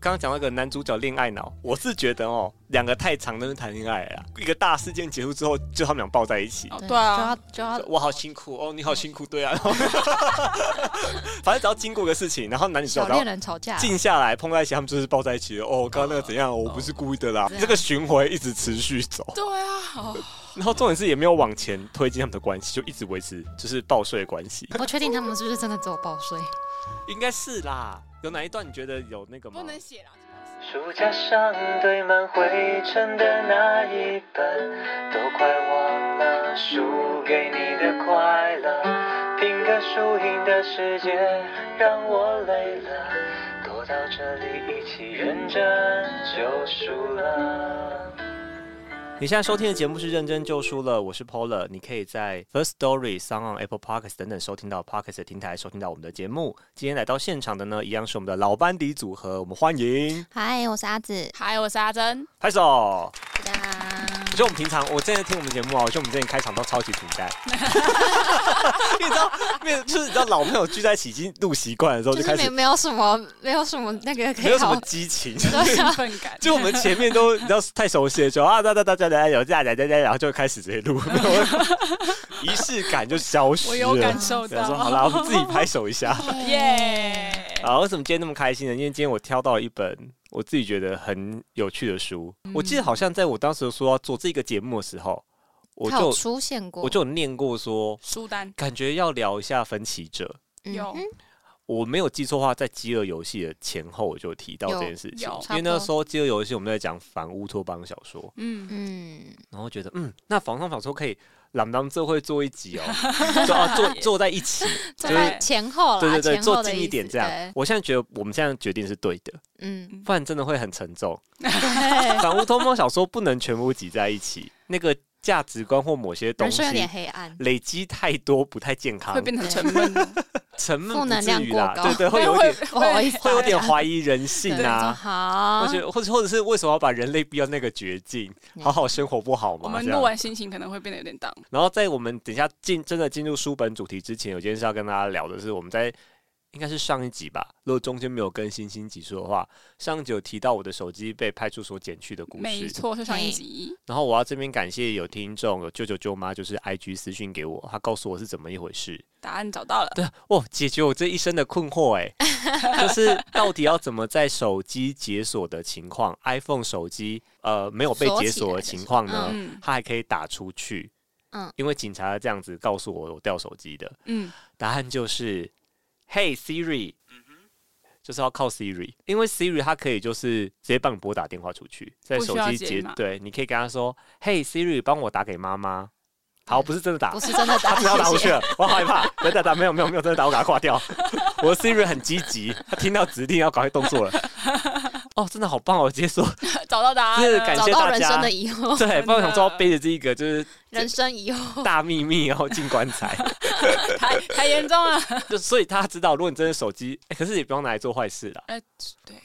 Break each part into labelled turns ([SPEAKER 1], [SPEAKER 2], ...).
[SPEAKER 1] 刚刚讲到一个男主角恋爱脑，我是觉得哦，两个太长的人谈恋爱了啦，一个大事件结束之后，就他们俩抱在一起。
[SPEAKER 2] 哦
[SPEAKER 3] 对
[SPEAKER 2] 对啊，，
[SPEAKER 3] 就要就要
[SPEAKER 1] 我好辛苦哦，你好辛苦，对 啊。然后反正只要经过个事情，然后男女主角
[SPEAKER 3] 小
[SPEAKER 1] 然后
[SPEAKER 3] 恋人吵架，
[SPEAKER 1] 静下来碰在一起，他们就是抱在一起了。哦，啊刚刚那个怎样？我不是故意的啦
[SPEAKER 3] 这。样
[SPEAKER 1] 这个巡回一直持续走，
[SPEAKER 2] 对啊， 哦
[SPEAKER 1] 然后重点是也没有往前推进他们的关系，就一直维持就是报税的关系。
[SPEAKER 3] 不确定他们是不是真的只有报税。
[SPEAKER 1] 应该是啦。有哪一段你觉得有那个吗
[SPEAKER 2] 不？能写啦。这个是
[SPEAKER 4] 书架上堆满灰尘的那一本，都快忘了输给你的快乐。拼个输赢的世界让我累了，躲到这里一起认真就输了。
[SPEAKER 1] 你现在收听的节目是《认真就输了》，我是 Pola。你可以在 First Story、s o n g on Apple Podcasts 等等收听到 Podcasts 的平台收听到我们的节目。今天来到现场的呢，一样是我们的老班底组合，我们欢迎
[SPEAKER 3] 嗨，我是阿紫，
[SPEAKER 2] 嗨，我是阿珍，
[SPEAKER 1] 拍手。
[SPEAKER 3] 哒哒
[SPEAKER 1] 我觉得我们平常，我之前听我们节目啊，我觉得我们之前开场都超级平 淡，因为你知道，因为就是你知道老朋友聚在一起已经录习惯了之后，
[SPEAKER 3] 就
[SPEAKER 1] 就是开
[SPEAKER 3] 没
[SPEAKER 1] 始
[SPEAKER 3] 没有什么没有什么那个可
[SPEAKER 1] 没
[SPEAKER 3] 以
[SPEAKER 1] 有什
[SPEAKER 3] 好啊
[SPEAKER 1] 么，激情。
[SPEAKER 2] 兴奋感。
[SPEAKER 1] 就我们前面都你知道太熟悉的时候啊，大家大家大家有大家大家，然后就开始直接 录，没有仪式感就消失了。
[SPEAKER 2] 我有感受
[SPEAKER 1] 对啊
[SPEAKER 2] 到，
[SPEAKER 1] 说好啦，我们自己拍手一 下。
[SPEAKER 2] 耶！
[SPEAKER 1] 啊，为什么今天那么开心呢？因为今天我挑到一本我自己觉得很有趣的书。
[SPEAKER 2] 嗯
[SPEAKER 1] 我记得好像在我当时说要做这个节目的时候，我
[SPEAKER 3] 他有
[SPEAKER 1] 就
[SPEAKER 3] 出现过，
[SPEAKER 1] 我就有念过说，
[SPEAKER 2] 书单
[SPEAKER 1] 感觉要聊一下《分歧者》。
[SPEAKER 3] 嗯
[SPEAKER 2] 有
[SPEAKER 3] 哼
[SPEAKER 1] 我没有记错的话，在《饥饿游戏》的前后我就有提到这
[SPEAKER 3] 有
[SPEAKER 1] 件事情因
[SPEAKER 2] 有，
[SPEAKER 1] 为
[SPEAKER 3] 差不
[SPEAKER 1] 那
[SPEAKER 3] 多
[SPEAKER 1] 时候《饥饿游戏》我们在讲反乌托邦小说，
[SPEAKER 2] 嗯，
[SPEAKER 3] 嗯，
[SPEAKER 1] 然后觉得，嗯，那防上小说可以朗朗这会做一集哦，就啊 坐坐在一起，
[SPEAKER 3] 坐
[SPEAKER 1] 就是
[SPEAKER 3] 在前后啦，
[SPEAKER 1] 对对对，
[SPEAKER 3] 哦啊前后
[SPEAKER 1] 坐
[SPEAKER 3] 的
[SPEAKER 1] 近
[SPEAKER 3] 意
[SPEAKER 1] 一
[SPEAKER 3] 思
[SPEAKER 1] 点这样
[SPEAKER 3] 对。
[SPEAKER 1] 我现在觉得我们现在决定是对的，
[SPEAKER 3] 嗯，
[SPEAKER 1] 不然真的会很沉重。
[SPEAKER 3] 对，
[SPEAKER 1] 反乌托邦小说不能全部挤在一起，那个价值观或某些东
[SPEAKER 3] 人
[SPEAKER 1] 西
[SPEAKER 3] 生有点黑 暗，
[SPEAKER 1] 累积太多不太健康
[SPEAKER 2] 会，变成沉闷哦，
[SPEAKER 1] 沉闷
[SPEAKER 3] 负
[SPEAKER 1] 不
[SPEAKER 3] 能
[SPEAKER 1] 至
[SPEAKER 3] 量
[SPEAKER 1] 于
[SPEAKER 3] 过
[SPEAKER 1] 啦，
[SPEAKER 3] 高
[SPEAKER 1] 对对，会有一
[SPEAKER 2] 会
[SPEAKER 1] 点
[SPEAKER 3] 不好意思，
[SPEAKER 1] 会有点怀疑人性
[SPEAKER 3] 对
[SPEAKER 1] 啊。
[SPEAKER 3] 好
[SPEAKER 1] 或，者或者或者是为什么要把人类逼到那个绝 境？
[SPEAKER 3] 嗯
[SPEAKER 1] 好好生活不好
[SPEAKER 2] 我
[SPEAKER 1] 吗？
[SPEAKER 2] 们
[SPEAKER 1] 这样
[SPEAKER 2] 录完心情可能会变得有 点 down。
[SPEAKER 1] 然后在我们等一下进真的进入书本主题之前，有件事要跟大家聊的是，我们在应该是上一集吧，如果中间没有更新新集数的话，上一集有提到我的手机被派出所捡去的故
[SPEAKER 2] 没
[SPEAKER 1] 事。
[SPEAKER 2] 错，是上一集。
[SPEAKER 1] 然后我要这边感谢有听众有舅舅舅妈，就是 IG 私讯给我，他告诉我是怎么一回事。
[SPEAKER 2] 答案找到了，
[SPEAKER 1] 对，哇，解决我这一生的困惑 哎、就是到底要怎么在手机解锁的情况，iPhone 手机呃没有被
[SPEAKER 3] 锁
[SPEAKER 1] 解
[SPEAKER 3] 起
[SPEAKER 1] 锁
[SPEAKER 3] 来
[SPEAKER 1] 的
[SPEAKER 3] 的
[SPEAKER 1] 情
[SPEAKER 3] 时
[SPEAKER 1] 况呢，
[SPEAKER 2] 嗯
[SPEAKER 1] 他还可以打出去。
[SPEAKER 3] 嗯
[SPEAKER 1] 因为警察这样子告诉我我掉手机的
[SPEAKER 2] 嗯，
[SPEAKER 1] 答案就是，Hey Siri，、就是要靠 Siri，因为 Siri 它可以就是直接帮你拨打电话出去，在
[SPEAKER 2] 不
[SPEAKER 1] 手
[SPEAKER 2] 需要
[SPEAKER 1] 机
[SPEAKER 2] 解
[SPEAKER 1] 接
[SPEAKER 2] 码
[SPEAKER 1] 对，你可以跟他说，Hey Siri，帮我打给妈妈。
[SPEAKER 2] 嗯
[SPEAKER 1] 好，不是真的打
[SPEAKER 3] 不，是真的打，
[SPEAKER 1] 他真的要打
[SPEAKER 3] 谢
[SPEAKER 1] 过
[SPEAKER 3] 谢
[SPEAKER 1] 去了，我好害怕，真的打没有没有没有真的打，我给他挂掉。 我的 Siri 很积极，他听到指令要赶快动 作了。哦，真的好棒哦，直接说，
[SPEAKER 2] 找到答案
[SPEAKER 1] 真的
[SPEAKER 2] 了，
[SPEAKER 1] 感
[SPEAKER 3] 找
[SPEAKER 1] 谢
[SPEAKER 3] 到
[SPEAKER 1] 大
[SPEAKER 3] 人
[SPEAKER 1] 家
[SPEAKER 3] 生的疑惑，
[SPEAKER 1] 对，不然我想说
[SPEAKER 2] 真的
[SPEAKER 1] 背着这一个就是
[SPEAKER 3] 人生疑
[SPEAKER 2] 啊
[SPEAKER 3] 惑，
[SPEAKER 1] 大秘密，然后进棺材。
[SPEAKER 2] 太 太严重了。
[SPEAKER 1] 就所以他知道，如果你真的手机、欸可是也不用拿来做坏事啦。
[SPEAKER 2] 哎，对，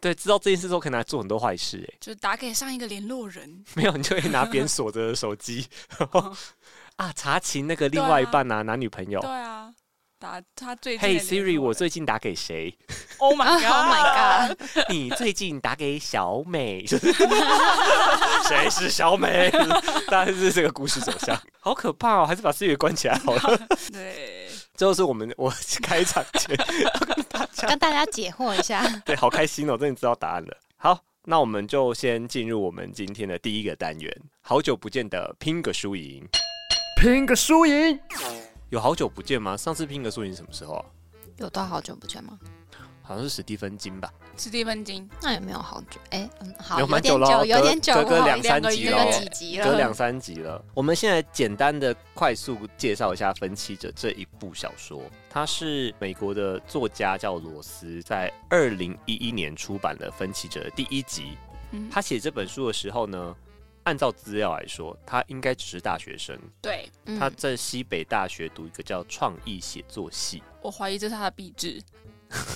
[SPEAKER 1] 对，知道这件事之后，可以拿来做很多坏事、欸。
[SPEAKER 2] 就打给上一个联络人，
[SPEAKER 1] 没有，你就可以拿别人锁着的手机，然后啊，查勤那个另外一半啊，男女朋友
[SPEAKER 2] 嗯对。啊，打他最近的
[SPEAKER 1] 嘿、
[SPEAKER 2] 联
[SPEAKER 1] s i
[SPEAKER 2] 络
[SPEAKER 1] r i 我
[SPEAKER 2] 人
[SPEAKER 1] 最近打给 谁？
[SPEAKER 2] Oh my
[SPEAKER 3] Oh my god！
[SPEAKER 1] 你最近打给小美？ 谁是小 美？大概是这个故事走向，好可怕哦！还是把 Siri 关起来好 了。
[SPEAKER 2] 对，
[SPEAKER 1] 这就是我们我开场前
[SPEAKER 3] 跟大家解惑一下，
[SPEAKER 1] 对，好开心哦，终于知道答案了。好，那我们就先进入我们今天的第一个单元，好久不见的拼个输赢。
[SPEAKER 4] 拼个输赢。
[SPEAKER 1] 有好久不见吗？上次拼个输赢什么时候啊？
[SPEAKER 3] 有多好久不见吗？
[SPEAKER 1] 好像是史蒂芬金吧，
[SPEAKER 2] 史蒂芬金，
[SPEAKER 3] 那也没有好久，哎，嗯，好，
[SPEAKER 1] 有
[SPEAKER 3] 有
[SPEAKER 1] 蛮
[SPEAKER 3] 点
[SPEAKER 1] 久了哦
[SPEAKER 3] 久，有
[SPEAKER 1] 隔
[SPEAKER 3] 点久，
[SPEAKER 1] 隔个
[SPEAKER 3] 我
[SPEAKER 1] 两
[SPEAKER 2] 三
[SPEAKER 3] 那个
[SPEAKER 2] 集
[SPEAKER 3] 那
[SPEAKER 2] 了
[SPEAKER 3] 个
[SPEAKER 2] 哦
[SPEAKER 3] 几集
[SPEAKER 1] 隔
[SPEAKER 3] 了，
[SPEAKER 1] 两三集了。我们现在简单的、快速介绍一下《分歧者》这一部小说，它是美国的作家叫罗斯在二零一一年出版的《分歧者》的第一集。
[SPEAKER 2] 嗯，
[SPEAKER 1] 他写这本书的时候呢，按照资料来说，他应该只是大学生，
[SPEAKER 2] 对
[SPEAKER 3] 嗯
[SPEAKER 1] 他在西北大学读一个叫创意写作系，
[SPEAKER 2] 我怀疑这是他的壁纸，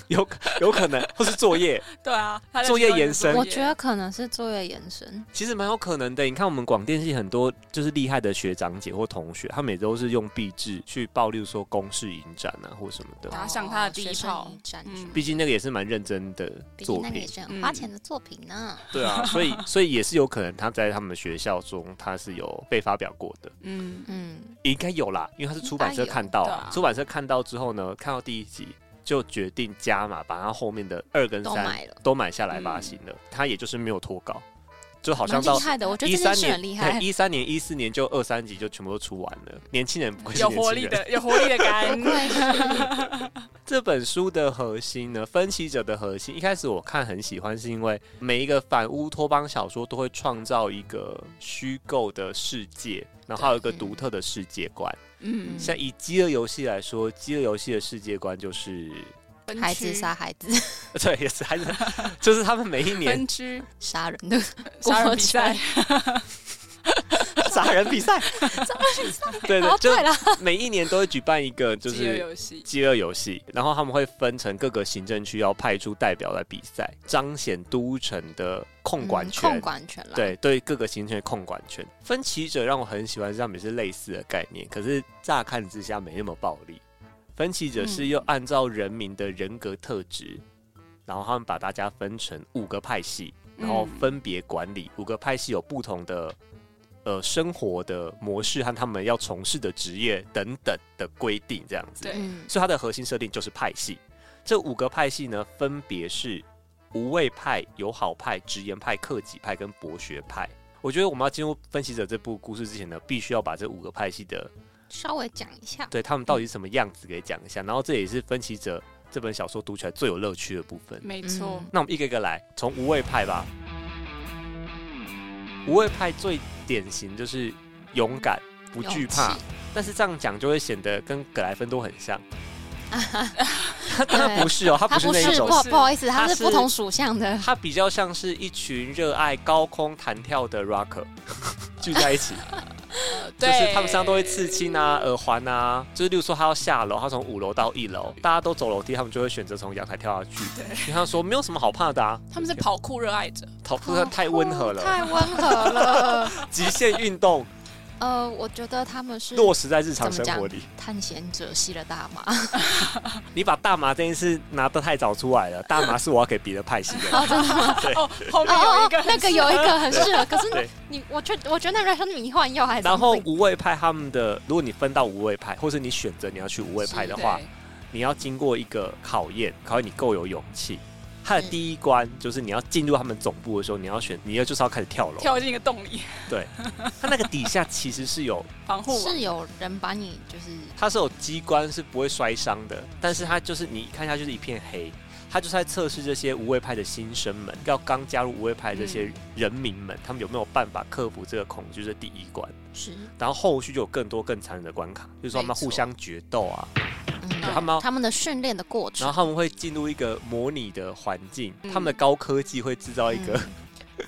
[SPEAKER 1] 有有可能，或是作 业，
[SPEAKER 2] 对啊，他在
[SPEAKER 1] 作业
[SPEAKER 2] 说是
[SPEAKER 1] 延伸
[SPEAKER 2] 作
[SPEAKER 3] 我
[SPEAKER 2] 业
[SPEAKER 3] 觉得可能是作业延伸，嗯
[SPEAKER 1] 其实蛮有可能的。你看，我们广电系很多就是厉害的学长姐或同学，他们也都是用壁纸去报，例如说公示影展啊，或什么的。
[SPEAKER 3] 哦
[SPEAKER 2] 打响他的第一
[SPEAKER 3] 学生
[SPEAKER 2] 炮
[SPEAKER 3] 一战
[SPEAKER 2] 嗯
[SPEAKER 1] 毕竟那个也是蛮认真的
[SPEAKER 3] 毕竟
[SPEAKER 1] 作
[SPEAKER 3] 那个也
[SPEAKER 1] 品，
[SPEAKER 3] 是很花钱的作品呢。
[SPEAKER 1] 对啊，所 以所以也是有可能他在他们学校中他是有被发表过的，
[SPEAKER 2] 嗯，
[SPEAKER 3] 嗯，
[SPEAKER 1] 应该有啦，因为他是出版社
[SPEAKER 3] 应该有
[SPEAKER 1] 看到啊，
[SPEAKER 2] 对啊
[SPEAKER 1] 出版社看到之后呢，看到第一集就决定加码，把他后面的二跟
[SPEAKER 3] 都
[SPEAKER 1] 三
[SPEAKER 3] 买了，
[SPEAKER 1] 都买下来发
[SPEAKER 2] 嗯
[SPEAKER 1] 行了，他也就是没有脱稿，就好像
[SPEAKER 3] 蛮
[SPEAKER 1] 到
[SPEAKER 3] 厉害的。我觉得
[SPEAKER 1] 一
[SPEAKER 3] 这件
[SPEAKER 1] 三
[SPEAKER 3] 事
[SPEAKER 1] 年
[SPEAKER 3] 很 厉害。
[SPEAKER 1] 一三年、一四年就二三集就全部都出完了。年轻人不愧是
[SPEAKER 2] 有
[SPEAKER 1] 年
[SPEAKER 2] 活
[SPEAKER 1] 轻
[SPEAKER 2] 力
[SPEAKER 1] 人。
[SPEAKER 2] 的，有活力的感恩
[SPEAKER 3] 不愧是
[SPEAKER 1] 这本书的核心呢，分析者的核心，一开始我看很喜欢，是因为每一个反乌托邦小说都会创造一个虚构的世界，然后还有一个
[SPEAKER 3] 对嗯
[SPEAKER 1] 独特的世界观。
[SPEAKER 2] 嗯，
[SPEAKER 1] 像以饥饿游戏来说，饥饿游戏的世界观就是，
[SPEAKER 2] 分
[SPEAKER 3] 孩
[SPEAKER 2] 区
[SPEAKER 3] 子杀孩子、
[SPEAKER 1] 对，也是还是 就是他们每一年
[SPEAKER 2] 分区
[SPEAKER 3] 杀人的
[SPEAKER 2] 杀人比赛，
[SPEAKER 1] 砸人比赛，对
[SPEAKER 3] 哦
[SPEAKER 1] 对，，就
[SPEAKER 3] 对了，
[SPEAKER 1] 每一年都会举办一个就
[SPEAKER 2] 饥饿
[SPEAKER 1] 是
[SPEAKER 2] 游戏，
[SPEAKER 1] 饥饿游戏，然后他们会分成各个行政区，要派出代表来比赛，彰显都城的控管
[SPEAKER 3] 嗯
[SPEAKER 1] 权。
[SPEAKER 3] 控管权了。，
[SPEAKER 1] 对对，各个行政区的控管权。分歧者让我很喜欢，他们也是类似的概念，可是乍看之下没那么暴力。分歧者是又按照人民的人格特质，然后他们把大家分成五个派系，然后
[SPEAKER 2] 嗯
[SPEAKER 1] 分别管理。五个派系有不同的呃生活的模式和他们要从事的职业等等的规定，这样子。
[SPEAKER 2] 对
[SPEAKER 3] 嗯，
[SPEAKER 1] 所以它的核心设定就是派系。这五个派系呢，分别是无畏派、友好派、直言派、克己派跟博学派。我觉得我们要进入分析者这部故事之前呢，必须要把这五个派系的
[SPEAKER 3] 稍微讲一下。
[SPEAKER 1] 对他们到底是什么样子给讲一下。然后这也是分析者这本小说读起来最有乐趣的部分。
[SPEAKER 2] 没错，
[SPEAKER 3] 嗯
[SPEAKER 1] 那我们一个一个来，从无畏派吧。无畏派最典型就是勇敢、不惧怕
[SPEAKER 3] 嗯勇气，
[SPEAKER 1] 但是这样讲就会显得跟葛莱芬多很像。他
[SPEAKER 3] 对
[SPEAKER 1] 他不是哦，他不
[SPEAKER 3] 他
[SPEAKER 1] 是
[SPEAKER 3] 不
[SPEAKER 1] 那一
[SPEAKER 3] 是，
[SPEAKER 1] 种
[SPEAKER 3] 不，好
[SPEAKER 2] 是
[SPEAKER 3] 不好意思，
[SPEAKER 1] 他
[SPEAKER 3] 他
[SPEAKER 1] 是
[SPEAKER 3] 是不同属相的。
[SPEAKER 1] 他比较像是一群热爱高空弹跳的 rocker 聚在一起，
[SPEAKER 2] 呃
[SPEAKER 1] 就是他们身上都会刺，青啊、耳环啊，就是例如说他要下楼，他从五楼到一楼，大家都走楼梯，他们就会选择从阳台跳下去。你看说没有什么好怕的啊，
[SPEAKER 2] 对他们是跑酷热爱者，
[SPEAKER 1] 跑步太温和了，
[SPEAKER 3] 太温和了。
[SPEAKER 1] 极限运动
[SPEAKER 3] 呃，我觉得他们是
[SPEAKER 1] 落实在日常生活里。
[SPEAKER 3] 探险者吸了大麻，
[SPEAKER 1] 你把大麻这件事拿得太早出来 了，大麻是我要给别的派系的。
[SPEAKER 2] 哦，后面有一个
[SPEAKER 3] 那个有一个很适合，可
[SPEAKER 1] 对
[SPEAKER 3] 是你，我觉我觉得那个是迷幻药还是
[SPEAKER 1] 然后
[SPEAKER 3] something？
[SPEAKER 1] 无畏派他们的，如果你分到无畏派，或是你选择你要去无畏派的话，
[SPEAKER 2] 对
[SPEAKER 1] 你要经过一个考验，考验你够有勇气。它的第一关就是你要进入他们总部的时候，你要选，你要就是要开始跳楼。
[SPEAKER 2] 跳进一个洞里
[SPEAKER 1] 它那个底下其实是有，
[SPEAKER 2] 防护网，
[SPEAKER 3] 是有人把你就是
[SPEAKER 1] 它是有机关是不会摔伤的，但是它就是你看下去就是一片黑。它就是在测试这些无畏派的新生们，要刚加入无畏派的这些人民们，他们有没有办法克服这个恐惧？这是第一关。
[SPEAKER 3] 是，
[SPEAKER 1] 然后后续就有更多更残忍的关卡，就是说他们
[SPEAKER 3] 没错
[SPEAKER 1] 互相决斗啊，
[SPEAKER 3] 嗯
[SPEAKER 1] 对他们要
[SPEAKER 3] 他们的训练的过程
[SPEAKER 1] 然后，他们会进入一个模拟的环境，
[SPEAKER 2] 嗯
[SPEAKER 1] 他们的高科技会制造一
[SPEAKER 3] 嗯
[SPEAKER 1] 个，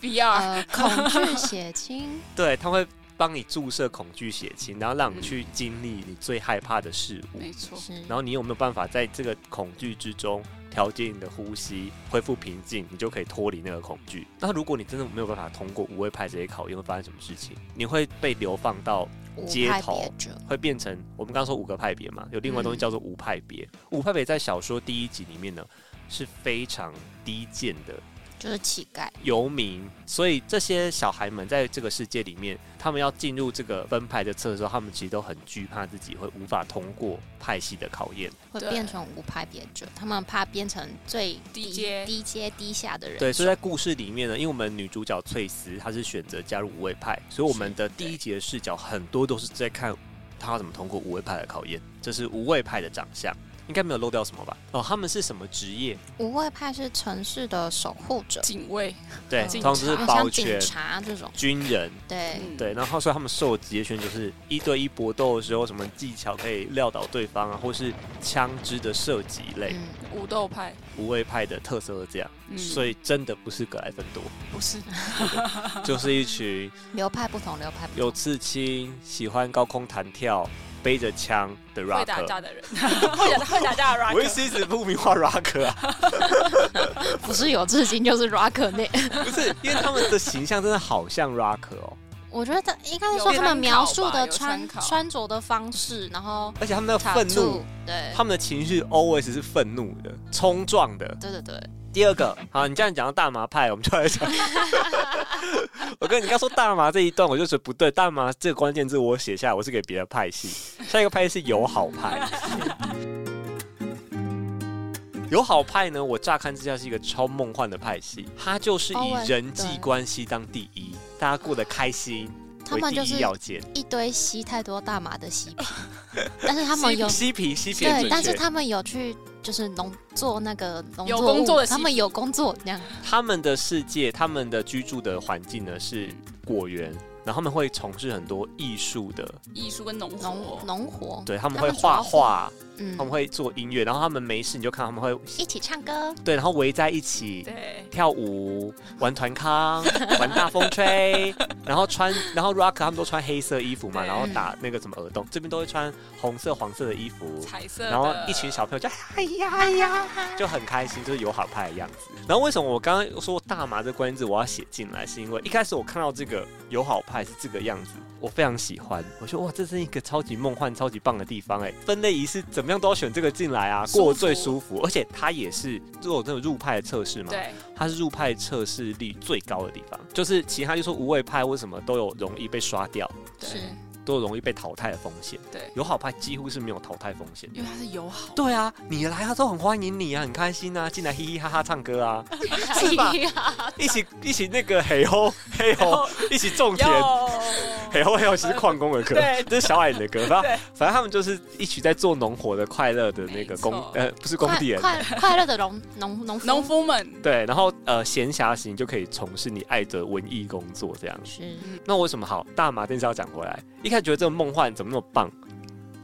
[SPEAKER 2] VR，
[SPEAKER 3] 呃恐惧血清，
[SPEAKER 1] 对，他会帮你注射恐惧血清，然后让你去经历你最害怕的事物，
[SPEAKER 2] 没错，
[SPEAKER 3] 是，
[SPEAKER 1] 然后你有没有办法在这个恐惧之中调节你的呼吸，恢复平静，你就可以脱离那个恐惧。那如果你真的没有办法通过无畏派这些考验，会发生什么事情？你会被流放到
[SPEAKER 3] 无
[SPEAKER 1] 街
[SPEAKER 3] 派
[SPEAKER 1] 头
[SPEAKER 3] 别者，
[SPEAKER 1] 会变成我们刚刚说五个派别嘛，有另外东西
[SPEAKER 3] 嗯
[SPEAKER 1] 叫做五派别。五派别在小说第一集里面呢是非常低贱的
[SPEAKER 3] 就是乞丐，
[SPEAKER 1] 游民，所以这些小孩们在这个世界里面，他们要进入这个分派的测试的时候，他们其实都很惧怕自己会无法通过派系的考验。
[SPEAKER 3] 会
[SPEAKER 2] 对
[SPEAKER 3] 变成无派别者，他们怕变成最
[SPEAKER 2] 低
[SPEAKER 3] 低
[SPEAKER 2] 阶
[SPEAKER 3] 低阶低下的人，
[SPEAKER 1] 对，所以在故事里面呢，因为我们女主角翠丝她是选择加入五位派，所以我们的第一集的视角很多都是在看她要怎么通过五位派的考验。这是五位派的长相，应该没有漏掉什么吧？哦，他们是什么职业？
[SPEAKER 3] 无畏派是城市的守护者，
[SPEAKER 2] 警卫，
[SPEAKER 1] 对，
[SPEAKER 3] 嗯
[SPEAKER 1] 通常就是
[SPEAKER 3] 有点
[SPEAKER 1] 保
[SPEAKER 3] 像警
[SPEAKER 1] 全、
[SPEAKER 3] 察这种，
[SPEAKER 1] 军人。
[SPEAKER 3] 对，
[SPEAKER 2] 嗯
[SPEAKER 1] 对，然后所以他们受的职业圈就是一对一搏斗的时候，什么技巧可以撂倒对方啊，或是枪支的射击类，
[SPEAKER 3] 嗯，
[SPEAKER 2] 武斗派，
[SPEAKER 1] 无畏派的特色是这样，
[SPEAKER 2] 嗯
[SPEAKER 1] 所以真的不是格莱芬 多，
[SPEAKER 2] 不是
[SPEAKER 1] 就是一群
[SPEAKER 3] 流派不同，流派不
[SPEAKER 1] 有
[SPEAKER 3] 同，
[SPEAKER 1] 刺青、喜欢高空弹跳、背着枪的
[SPEAKER 2] 会打
[SPEAKER 1] rock。
[SPEAKER 2] 架的人， 会打会打架的 rock，
[SPEAKER 1] 我意思一直不明话 rock 啊，
[SPEAKER 3] 不是有至今就是 rock 那，
[SPEAKER 1] 不是因为他们的形象真的好像 rock 哦，
[SPEAKER 3] 我觉得应该
[SPEAKER 2] 有
[SPEAKER 3] 是说
[SPEAKER 2] 参
[SPEAKER 3] 他
[SPEAKER 2] 考
[SPEAKER 3] 们描述
[SPEAKER 2] 吧有
[SPEAKER 3] 的
[SPEAKER 2] 参
[SPEAKER 3] 穿
[SPEAKER 2] 考
[SPEAKER 3] 穿着的方式，然后
[SPEAKER 1] 而且他们的
[SPEAKER 3] 塔
[SPEAKER 1] 愤
[SPEAKER 3] 兔
[SPEAKER 1] 怒，，
[SPEAKER 3] 对
[SPEAKER 1] 他们的情绪 always 是愤怒的、冲撞的。
[SPEAKER 3] 对对对，
[SPEAKER 1] 第二个，好，你这样讲到大麻派，我们就来 讲。我跟你刚说大麻这一段，我就觉得不对。大麻这个关键字我写下来，我是给别的派系。下一个派系是友好派。友好派呢，我乍看之下是一个超梦幻的派系，它就是以
[SPEAKER 3] 哦
[SPEAKER 1] 人际
[SPEAKER 3] 对
[SPEAKER 1] 关系当第
[SPEAKER 3] 哦
[SPEAKER 1] 一，大家过得开心
[SPEAKER 3] 他
[SPEAKER 1] 为
[SPEAKER 3] 们就
[SPEAKER 1] 第一
[SPEAKER 3] 是
[SPEAKER 1] 要件。
[SPEAKER 3] 一堆吸太多大麻 的嬉皮，但是他们有
[SPEAKER 1] 嬉皮嬉皮很
[SPEAKER 3] 对，
[SPEAKER 1] 准
[SPEAKER 3] 但是
[SPEAKER 1] 确，
[SPEAKER 3] 他们有去就是农做那个农
[SPEAKER 2] 有
[SPEAKER 3] 作
[SPEAKER 2] 工
[SPEAKER 3] 物
[SPEAKER 2] 作的嬉
[SPEAKER 3] 他们有工作那样，
[SPEAKER 1] 他们的世界，他们的居住的环境呢是果园，然后他们会从事很多艺术的
[SPEAKER 2] 艺术跟农活
[SPEAKER 3] 农，农活，
[SPEAKER 1] 对，他们
[SPEAKER 3] 他
[SPEAKER 1] 会
[SPEAKER 3] 们主
[SPEAKER 1] 画
[SPEAKER 3] 要
[SPEAKER 1] 画，
[SPEAKER 3] 嗯
[SPEAKER 1] 他们会做音乐，然后他们没事你就看他们会
[SPEAKER 3] 一起唱歌，
[SPEAKER 1] 对，然后围在一起
[SPEAKER 2] 对，
[SPEAKER 1] 跳舞、玩团 康、玩大风吹，然后穿，然后 rock 他们都穿黑色衣服嘛，
[SPEAKER 2] 对
[SPEAKER 1] 然后打那个什么耳洞，这边都会穿红色、黄色的衣服。
[SPEAKER 2] 彩色的，
[SPEAKER 1] 然后一群小朋友就哎呀哎 呀，就很开心，就是友好派的样子。然后为什么我刚刚说大麻这关键字我要写进来，是因为一开始我看到这个友好派是这个样子，我非常喜欢。我说哇，这是一个超级梦幻、超级棒的地方哎！分类仪式怎么样都要选这个进 来啊，
[SPEAKER 2] 舒服
[SPEAKER 1] 过得最舒服，而且它也是做这种入派的测试嘛，
[SPEAKER 2] 对，
[SPEAKER 1] 它是入派测试率最高的地方，就是其他就说无畏派为什么都有容易被刷掉，
[SPEAKER 2] 对
[SPEAKER 3] 是
[SPEAKER 1] 都有容易被淘汰的风险。
[SPEAKER 2] 对
[SPEAKER 1] 友好派几乎是没有淘汰风险的。
[SPEAKER 2] 因为它是友好，
[SPEAKER 1] 对啊，你来他都很欢迎你啊，很开心啊，进来嘻嘻哈哈唱歌 啊，是 吧？一起一起那个嘿吼嘿吼， 一起种田。
[SPEAKER 2] 有，
[SPEAKER 1] 哦 嘿吼嘿吼，其实矿工的歌
[SPEAKER 2] 对，
[SPEAKER 1] 这是小矮人的歌。反正
[SPEAKER 2] 对
[SPEAKER 1] 反正他们就是一起在做农活的快乐的那个工
[SPEAKER 2] 没错
[SPEAKER 1] 呃，不是工
[SPEAKER 3] 快
[SPEAKER 1] 地人。
[SPEAKER 3] 快快乐的农农农夫
[SPEAKER 2] 农夫们，
[SPEAKER 1] 对，然后呃，闲暇时你就可以从事你爱的文艺工作这样。
[SPEAKER 3] 是
[SPEAKER 1] 那为什么好大麻电视要讲回来？一开始觉得这个梦幻怎么那么棒，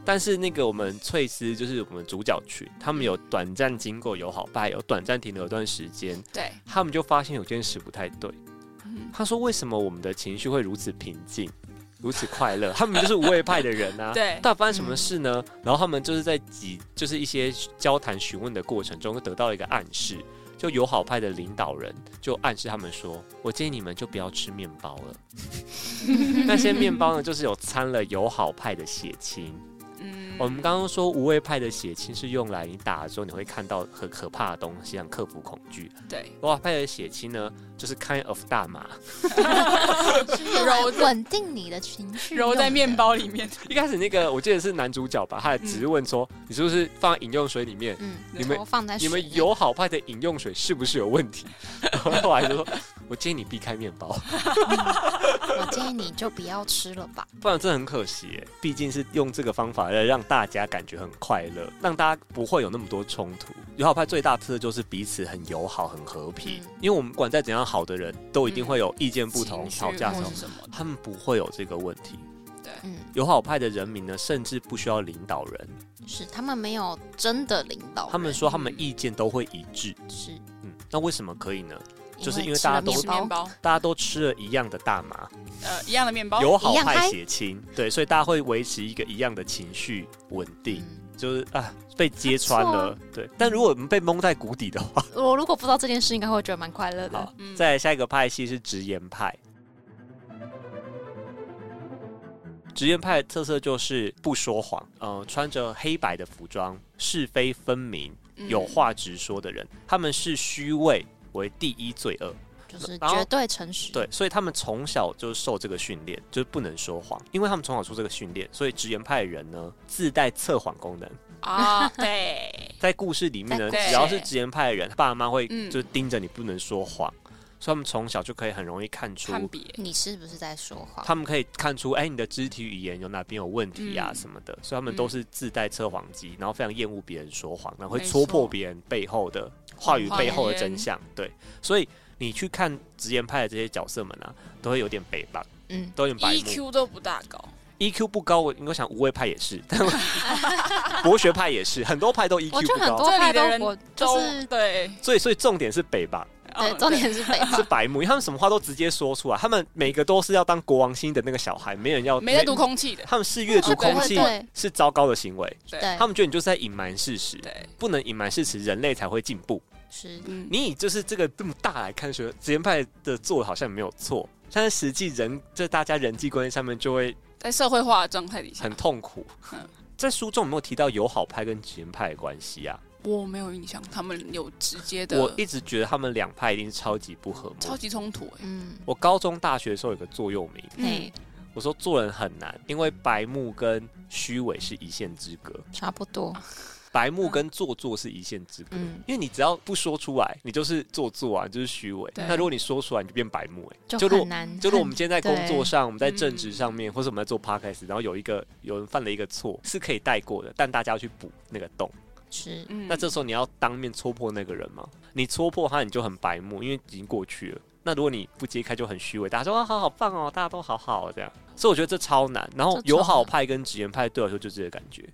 [SPEAKER 1] 但是那个我们翠丝就是我们主角群，他们有短暂经过友好派，有短暂停留一段时间，
[SPEAKER 2] 对，
[SPEAKER 1] 他们就发现有件事不太对。
[SPEAKER 2] 嗯
[SPEAKER 1] 他说：“为什么我们的情绪会如此平静， 如此快乐？他们就是无畏派的人啊。”
[SPEAKER 2] 对，
[SPEAKER 1] 到底发生什么事呢？然后他们就是在几就是一些交谈询问的过程中得到一个暗示，就友好派的领导人就暗示他们说：“我建议你们就不要吃面包 了，那些面包呢就是有掺了友好派的血清。
[SPEAKER 2] 嗯
[SPEAKER 1] 我们刚刚说无畏派的血清是用来你打的时候你会看到很可怕的东西，想克服恐惧。
[SPEAKER 2] 对
[SPEAKER 1] 友好派的血清呢就是 kind of 大麻。
[SPEAKER 3] 柔稳定你的情绪，
[SPEAKER 2] 揉在面。包里面，
[SPEAKER 1] 一开始那个我记得是男主角吧，他还直问说：你是不是放饮用水里面？”
[SPEAKER 3] 嗯，
[SPEAKER 1] 你们
[SPEAKER 3] 头放在
[SPEAKER 1] 你
[SPEAKER 3] 水
[SPEAKER 1] 们
[SPEAKER 3] 里
[SPEAKER 1] 友好派的饮用水是不是有问题？ 然后后来就说，我建议你避开面包，
[SPEAKER 3] 我建议你就不要吃了吧。
[SPEAKER 1] 不然真的很可惜耶。毕竟是用这个方法来让大家感觉很快乐，让大家不会有那么多冲突。友好派最大特色就是彼此很友好、很和平，
[SPEAKER 3] 嗯
[SPEAKER 1] 因为我们不管再怎样好的人，都一定会有意见不同、
[SPEAKER 2] 情绪嗯
[SPEAKER 1] 吵架的时
[SPEAKER 2] 或
[SPEAKER 1] 候
[SPEAKER 2] 是，什么的，
[SPEAKER 1] 他们不会有这个问题。
[SPEAKER 3] 嗯，
[SPEAKER 1] 友好派的人民呢，甚至不需要领导人，
[SPEAKER 3] 是他们没有真的领导人，
[SPEAKER 1] 他们说他们意见都会一致。
[SPEAKER 3] 是
[SPEAKER 1] 嗯，那为什么可以呢？就是因为
[SPEAKER 3] 吃
[SPEAKER 1] 大家
[SPEAKER 3] 了
[SPEAKER 1] 都
[SPEAKER 3] 面
[SPEAKER 2] 是面
[SPEAKER 3] 包，
[SPEAKER 2] 包，
[SPEAKER 1] 大家都吃了一样的大麻，
[SPEAKER 2] 呃，一样的面包，
[SPEAKER 1] 友好
[SPEAKER 3] 一样
[SPEAKER 1] 派
[SPEAKER 3] 嗨
[SPEAKER 1] 血亲，对，所以大家会维持一个一样的情绪稳定，
[SPEAKER 3] 嗯
[SPEAKER 1] 就是啊被揭穿了，
[SPEAKER 3] 还不
[SPEAKER 1] 对。但如果我们被蒙在鼓底的话，
[SPEAKER 3] 我如果不知道这件事，应该会觉得蛮快乐的
[SPEAKER 1] 好。
[SPEAKER 2] 嗯
[SPEAKER 1] 再来下一个派系是直言派。直言派的特色就是不说谎，呃，穿着黑白的服装，是非分明，
[SPEAKER 2] 嗯
[SPEAKER 1] 有话直说的人，他们视虚伪为第一罪恶。
[SPEAKER 3] 就是
[SPEAKER 1] 然后
[SPEAKER 3] 绝对诚实。
[SPEAKER 1] 对，所以他们从小就受这个训练，就是不能说谎，因为他们从小受这个训练，所以直言派的人呢自带测谎功能。
[SPEAKER 2] 啊，对，
[SPEAKER 1] 在故事里面呢，
[SPEAKER 3] 在
[SPEAKER 2] 故
[SPEAKER 1] 只要
[SPEAKER 2] 事
[SPEAKER 1] 是直言派的人，爸妈会
[SPEAKER 2] 嗯
[SPEAKER 1] 就盯着你不能说谎，所以他们从小就可以很容易看出，
[SPEAKER 2] 判别，
[SPEAKER 3] 你是不是在说谎？
[SPEAKER 1] 他们可以看出，哎，你的肢体语言有哪边有问题啊
[SPEAKER 2] 嗯
[SPEAKER 1] 什么的，所以他们都
[SPEAKER 2] 嗯
[SPEAKER 1] 是自带测谎机，然后非常厌恶别人说谎，然后会
[SPEAKER 2] 没
[SPEAKER 1] 戳破
[SPEAKER 2] 错
[SPEAKER 1] 别人背后的话语
[SPEAKER 2] 谎
[SPEAKER 1] 背后的
[SPEAKER 2] 言
[SPEAKER 1] 真相。对，所以你去看直言派的这些角色们啊，都会有点北吧，
[SPEAKER 3] 嗯，
[SPEAKER 1] 都有点白目。
[SPEAKER 2] EQ E 都不大高，
[SPEAKER 1] EQ E 不高，我我想无畏派也是， 但博学派也是，很多派都
[SPEAKER 3] 我
[SPEAKER 1] EQ
[SPEAKER 3] 就
[SPEAKER 1] 不
[SPEAKER 3] 很
[SPEAKER 1] 高。
[SPEAKER 3] 多
[SPEAKER 2] 这里
[SPEAKER 3] 派
[SPEAKER 2] 的
[SPEAKER 3] 都
[SPEAKER 2] 人
[SPEAKER 3] 我
[SPEAKER 2] 都
[SPEAKER 3] 就是
[SPEAKER 2] 对
[SPEAKER 1] 所以，所以重点是北吧，
[SPEAKER 3] 对，
[SPEAKER 2] 嗯
[SPEAKER 3] 重点是北
[SPEAKER 1] 是
[SPEAKER 3] 方，
[SPEAKER 1] 白目，因为他们什么话都直接说出来，他们每个都是要当国王星的那个小孩，没人 要
[SPEAKER 2] 没在读，空气的，
[SPEAKER 1] 他们是阅读
[SPEAKER 2] 是不会
[SPEAKER 1] 空气
[SPEAKER 3] 对
[SPEAKER 1] 是糟糕的行为，
[SPEAKER 3] 对
[SPEAKER 1] 他，们觉得你就是在隐瞒事实，
[SPEAKER 2] 对，
[SPEAKER 1] 不能隐瞒事实，人类才会进步。
[SPEAKER 3] 是
[SPEAKER 2] 嗯，
[SPEAKER 1] 你以就是这个这么大来看，学实验派的做得好像没有错，但是实际人在大家人际关系上面就会
[SPEAKER 2] 在社会化的状态底下
[SPEAKER 1] 很，痛苦
[SPEAKER 2] 嗯。
[SPEAKER 1] 在书中有没有提到友好派跟实验派的关系啊？
[SPEAKER 2] 我没有印象，他们有直接的
[SPEAKER 1] 我一直觉得他们两派一定是超级不和
[SPEAKER 2] 超
[SPEAKER 1] 睦。
[SPEAKER 2] 级冲突、欸，
[SPEAKER 3] 嗯，
[SPEAKER 1] 我高中、大学的时候有个座右铭，
[SPEAKER 3] 嘿，
[SPEAKER 1] 我说做人很难，因为白目跟虚伪是一线之隔，
[SPEAKER 3] 差不多，
[SPEAKER 1] 啊白目跟做作是一线之隔。
[SPEAKER 3] 嗯，
[SPEAKER 1] 因为你只要不说出来，你就是做作啊，你就是虚伪。
[SPEAKER 2] 对
[SPEAKER 1] 那如果你说出来，你就变白 目、欸。
[SPEAKER 3] 就
[SPEAKER 1] 如果
[SPEAKER 3] 很难很，
[SPEAKER 1] 就是我们今天在工作上，我们在
[SPEAKER 2] 嗯
[SPEAKER 1] 政治上面，或者我们在做 podcast，然后有一个有人犯了一个错，是可以带过的，但大家要去补那个洞。
[SPEAKER 3] 是
[SPEAKER 2] 嗯
[SPEAKER 1] 那这时候你要当面戳破那个人吗？你戳破他，你就很白目，因为已经过去了。那如果你不揭开，就很虚伪。大家说啊，好好棒哦，大家都好好哦这样。所以我觉得这超难。然后
[SPEAKER 3] 这超
[SPEAKER 1] 友好
[SPEAKER 3] 难
[SPEAKER 1] 派跟直言派对我来说就这个感觉。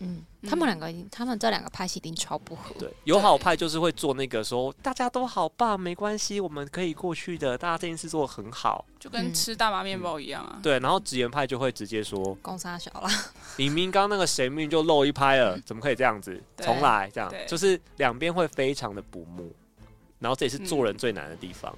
[SPEAKER 3] 嗯，
[SPEAKER 2] 嗯
[SPEAKER 3] 他们两个一定，他们这两个派系一定超不合，
[SPEAKER 1] 对，友好派就是会做那个说大家都好棒，没关系，我们可以过去的，大家这件事做得很好。
[SPEAKER 2] 就
[SPEAKER 3] 嗯
[SPEAKER 2] 跟吃大麻面包一样啊，
[SPEAKER 1] 对，然后直言派就会直接说，
[SPEAKER 3] 公杀小啦，
[SPEAKER 1] 明明刚那个谁命就漏一拍了，怎么可以这样子？
[SPEAKER 2] 对
[SPEAKER 1] 重来，这样
[SPEAKER 2] 对
[SPEAKER 1] 就是两边会非常的不睦，然后这也
[SPEAKER 2] 嗯
[SPEAKER 1] 是做人最难的地方。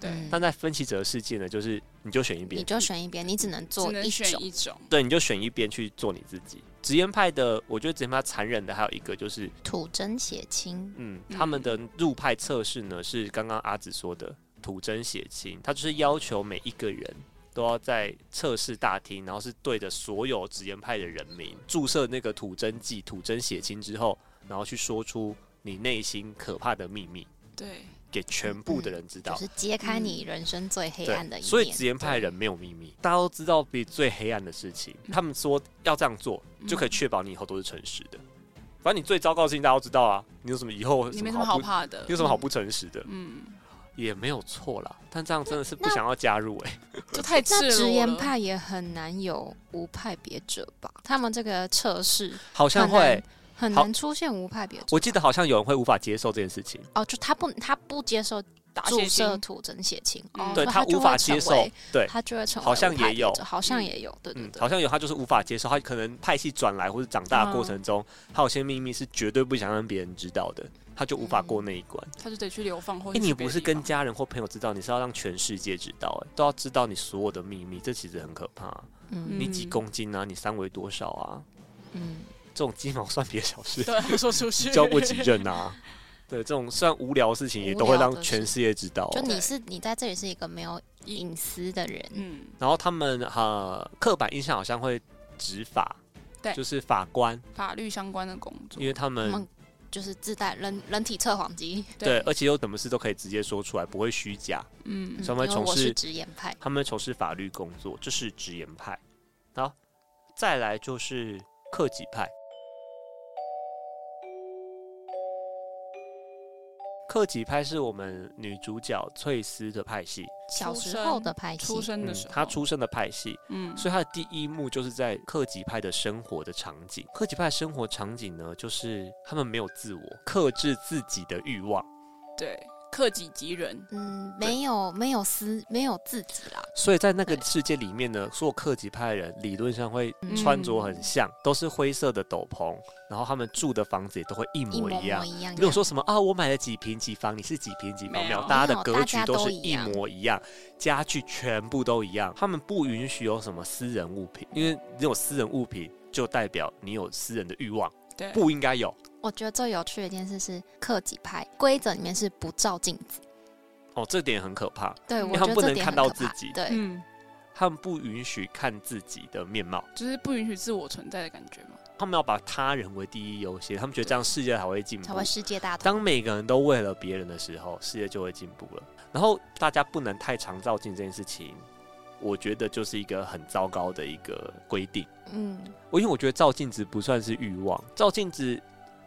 [SPEAKER 2] 对，
[SPEAKER 3] 嗯
[SPEAKER 1] 但在分歧者的世界呢，就是你就选一
[SPEAKER 3] 你
[SPEAKER 1] 边，
[SPEAKER 3] 就选一边，你只能
[SPEAKER 2] 只
[SPEAKER 3] 做
[SPEAKER 2] 能
[SPEAKER 3] 一
[SPEAKER 2] 选
[SPEAKER 3] 种，
[SPEAKER 2] 一种，
[SPEAKER 1] 对，你就选一边去做你自己。直言派的，我觉得直言派残忍的还有一个就是，
[SPEAKER 3] 吐真血亲，
[SPEAKER 1] 嗯，
[SPEAKER 2] 嗯
[SPEAKER 1] 他们的入派测试呢是刚刚阿紫说的吐真血亲，他就是要求每一个人都要在测试大厅，然后是对着所有直言派的人民注射那个吐真剂、吐真血亲之后，然后去说出你内心可怕的秘密，
[SPEAKER 2] 对，
[SPEAKER 1] 给全部的人知道。
[SPEAKER 3] 就是揭开
[SPEAKER 2] 嗯
[SPEAKER 3] 你人生最黑暗的一面，
[SPEAKER 1] 所以直言派的人没有秘密，大家都知道比最黑暗的事情。
[SPEAKER 3] 嗯
[SPEAKER 1] 他们说要这样做，
[SPEAKER 2] 嗯
[SPEAKER 1] 就可以确保你以后都是诚实的。反正你最糟糕的事情大家都知道啊，你有什么以后有
[SPEAKER 2] 你
[SPEAKER 1] 什
[SPEAKER 2] 没
[SPEAKER 1] 么
[SPEAKER 2] 什么好
[SPEAKER 1] 好不，
[SPEAKER 2] 怕的，
[SPEAKER 1] 你有什么好不诚实的？
[SPEAKER 2] 嗯，
[SPEAKER 1] 也没有错啦，但这样真的是不想要加入哎、
[SPEAKER 2] 就太赤裸
[SPEAKER 3] 那
[SPEAKER 2] 了，
[SPEAKER 3] 直言派也很难有无派别者吧？他们这个测试
[SPEAKER 1] 好像会
[SPEAKER 3] 难，很
[SPEAKER 1] 好
[SPEAKER 3] 难出现无派别者
[SPEAKER 1] 我记得好像有人会无法接受这件事情，
[SPEAKER 3] 哦，就他不他不接受
[SPEAKER 2] 打
[SPEAKER 3] 注
[SPEAKER 2] 血
[SPEAKER 3] 射
[SPEAKER 2] 清，
[SPEAKER 3] 土真血清，
[SPEAKER 2] 嗯
[SPEAKER 3] 哦，
[SPEAKER 1] 对
[SPEAKER 3] 所以
[SPEAKER 1] 他
[SPEAKER 3] 就
[SPEAKER 1] 无
[SPEAKER 3] 会
[SPEAKER 1] 法接
[SPEAKER 3] 成
[SPEAKER 1] 受
[SPEAKER 3] 为，
[SPEAKER 1] 对，
[SPEAKER 3] 他就会成为
[SPEAKER 1] 好像
[SPEAKER 3] 无派
[SPEAKER 1] 也有
[SPEAKER 3] 别者好像也有，对对
[SPEAKER 1] 嗯，
[SPEAKER 3] 对，
[SPEAKER 1] 好像有他就是无法接受，他可能派系转来或者长大的
[SPEAKER 3] 嗯
[SPEAKER 1] 过程中，他有些秘密是绝对不想让别人知道的，他就无法
[SPEAKER 3] 嗯
[SPEAKER 1] 过那一关。
[SPEAKER 2] 他就得去流放或
[SPEAKER 1] 哎、
[SPEAKER 2] 者
[SPEAKER 1] 你
[SPEAKER 2] 去别
[SPEAKER 1] 不
[SPEAKER 2] 的
[SPEAKER 1] 是
[SPEAKER 2] 地
[SPEAKER 1] 跟
[SPEAKER 2] 方
[SPEAKER 1] 家人或朋友知道，你是要让全世界知道、哎，都要知道你所有的秘密，这其实很可怕、
[SPEAKER 3] 嗯
[SPEAKER 1] 你几公斤啊？你三围多少啊？
[SPEAKER 3] 嗯，
[SPEAKER 1] 这种鸡毛蒜皮的小事，
[SPEAKER 2] 对 不说出去
[SPEAKER 1] 交过几任啊？对，这种虽然无聊的事情也都会
[SPEAKER 3] 无聊的
[SPEAKER 1] 让全世界知道、哦
[SPEAKER 3] 就你是你在这里是一个没有隐私的人，
[SPEAKER 2] 嗯，
[SPEAKER 1] 然后他们呃刻板印象好像会执法，
[SPEAKER 2] 对
[SPEAKER 1] 就是法官，
[SPEAKER 2] 法律相关的工作
[SPEAKER 1] 因，为他
[SPEAKER 3] 他
[SPEAKER 1] 们
[SPEAKER 3] 们就是自带人人体测谎机，
[SPEAKER 1] 对，而且又什么事都可以直接说出来，不会虚假。
[SPEAKER 2] 嗯，
[SPEAKER 1] 所以他们
[SPEAKER 3] 因为
[SPEAKER 1] 从
[SPEAKER 3] 我
[SPEAKER 1] 事
[SPEAKER 3] 是直言派，
[SPEAKER 1] 他们从事法律工作，这是直言派。好，再来就是克己派。克己派是我们女主角翠丝的派系，嗯
[SPEAKER 3] 小
[SPEAKER 2] 出
[SPEAKER 3] 时
[SPEAKER 2] 生
[SPEAKER 3] 候的派系
[SPEAKER 2] 出，生的时候，
[SPEAKER 1] 她出生的派系，
[SPEAKER 2] 嗯，
[SPEAKER 1] 所以他的第一幕就是在克己派的生活的场景。克己派的生活场景呢，就是他们没有自我，克制自己的欲望，
[SPEAKER 2] 对，克己及人，
[SPEAKER 3] 嗯，没有没有私没有自己啦，
[SPEAKER 1] 所以在那个世界里面呢，所有克己派的人理论上会
[SPEAKER 3] 嗯
[SPEAKER 1] 穿着很像，都是灰色的斗篷，然后他们住的房子也都会一
[SPEAKER 3] 一
[SPEAKER 1] 模
[SPEAKER 3] 模
[SPEAKER 1] 一样
[SPEAKER 3] 模。一样，
[SPEAKER 1] 没有说什么啊，我买了几平几房，你是几平几房？
[SPEAKER 2] 没
[SPEAKER 1] 没有
[SPEAKER 2] 有，
[SPEAKER 1] 大家
[SPEAKER 3] 没
[SPEAKER 1] 的
[SPEAKER 3] 有
[SPEAKER 1] 格
[SPEAKER 3] 大
[SPEAKER 1] 局
[SPEAKER 3] 家
[SPEAKER 1] 都
[SPEAKER 3] 都
[SPEAKER 1] 是
[SPEAKER 3] 一
[SPEAKER 1] 一
[SPEAKER 3] 样
[SPEAKER 1] 模一样，家具全部都一样。他们不允许有什么私人物品，因为你有私人物品，就代表你有私人的欲望，
[SPEAKER 2] 对，
[SPEAKER 1] 不应该有。
[SPEAKER 3] 我觉得最有趣的一件事是克己派规则里面是不照镜子，
[SPEAKER 1] 哦，这点很可怕。
[SPEAKER 3] 对
[SPEAKER 2] 因
[SPEAKER 3] 我
[SPEAKER 1] 嗯
[SPEAKER 2] 为
[SPEAKER 1] 他
[SPEAKER 3] 觉
[SPEAKER 1] 们
[SPEAKER 3] 得
[SPEAKER 1] 不
[SPEAKER 3] 这
[SPEAKER 1] 能
[SPEAKER 3] 点
[SPEAKER 1] 看
[SPEAKER 3] 很
[SPEAKER 1] 到
[SPEAKER 3] 可
[SPEAKER 1] 自
[SPEAKER 3] 怕。
[SPEAKER 1] 己
[SPEAKER 3] 对，
[SPEAKER 2] 嗯，
[SPEAKER 1] 他们不允许看自己的面貌，
[SPEAKER 2] 就是不允许自我存在的感觉嘛，
[SPEAKER 1] 他们要把他人为第一优先，他们觉得这样世界才会进步
[SPEAKER 3] 才。会世界大同。
[SPEAKER 1] 当每个人都为了别人的时候，世界就会进步了。然后大家不能太常照镜这件事情，我觉得就是一个很糟糕的一个规定。
[SPEAKER 3] 嗯，
[SPEAKER 1] 我因为我觉得照镜子不算是欲望，照镜子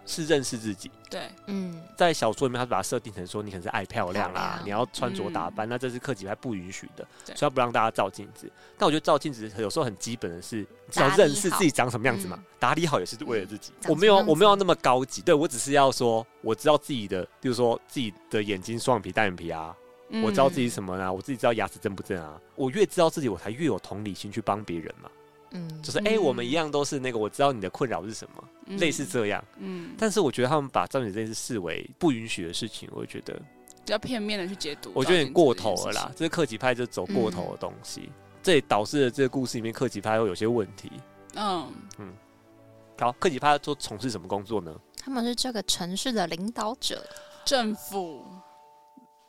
[SPEAKER 1] 是认识自己。
[SPEAKER 2] 对，
[SPEAKER 3] 嗯，
[SPEAKER 1] 在小说里面，他把它设定成说你可能是爱漂亮啦，
[SPEAKER 3] 漂亮嗯
[SPEAKER 1] 你要穿着打扮，那这是克己派不允许的，所
[SPEAKER 2] 对
[SPEAKER 1] 以他不让大家照镜子。但我觉得照镜子有时候很基本的是，你至少
[SPEAKER 3] 打理
[SPEAKER 1] 认识自己长什么样子嘛
[SPEAKER 3] 好嗯，
[SPEAKER 1] 打理好也是为了自己。
[SPEAKER 3] 长
[SPEAKER 1] 我没有
[SPEAKER 3] 什么样子
[SPEAKER 1] 我没有那么高级，对我只是要说，我知道自己的，比如说自己的眼睛双眼皮、单眼皮啊，
[SPEAKER 2] 嗯
[SPEAKER 1] 我知道自己什么啊啦、我自己知道牙齿正不正啊，我越知道自己，我才越有同理心去帮别人嘛。
[SPEAKER 3] 嗯，
[SPEAKER 1] 就是哎、诶
[SPEAKER 2] 嗯
[SPEAKER 1] 我们一样都是那个，我知道你的困扰是什么，
[SPEAKER 2] 嗯
[SPEAKER 1] 类似这样。
[SPEAKER 2] 嗯，
[SPEAKER 1] 但是我觉得他们把照镜子这件事视为不允许的事情，我觉得
[SPEAKER 2] 比较片面的去解读，
[SPEAKER 1] 我觉得有
[SPEAKER 2] 有
[SPEAKER 1] 点过头了啦。。这是克己派就走过头的东西，这也导致了这个故事里面克己派会有些问题。
[SPEAKER 2] 嗯，
[SPEAKER 1] 好，克己派都从事什么工作呢？
[SPEAKER 3] 他们是这个城市的领导者，
[SPEAKER 2] 政府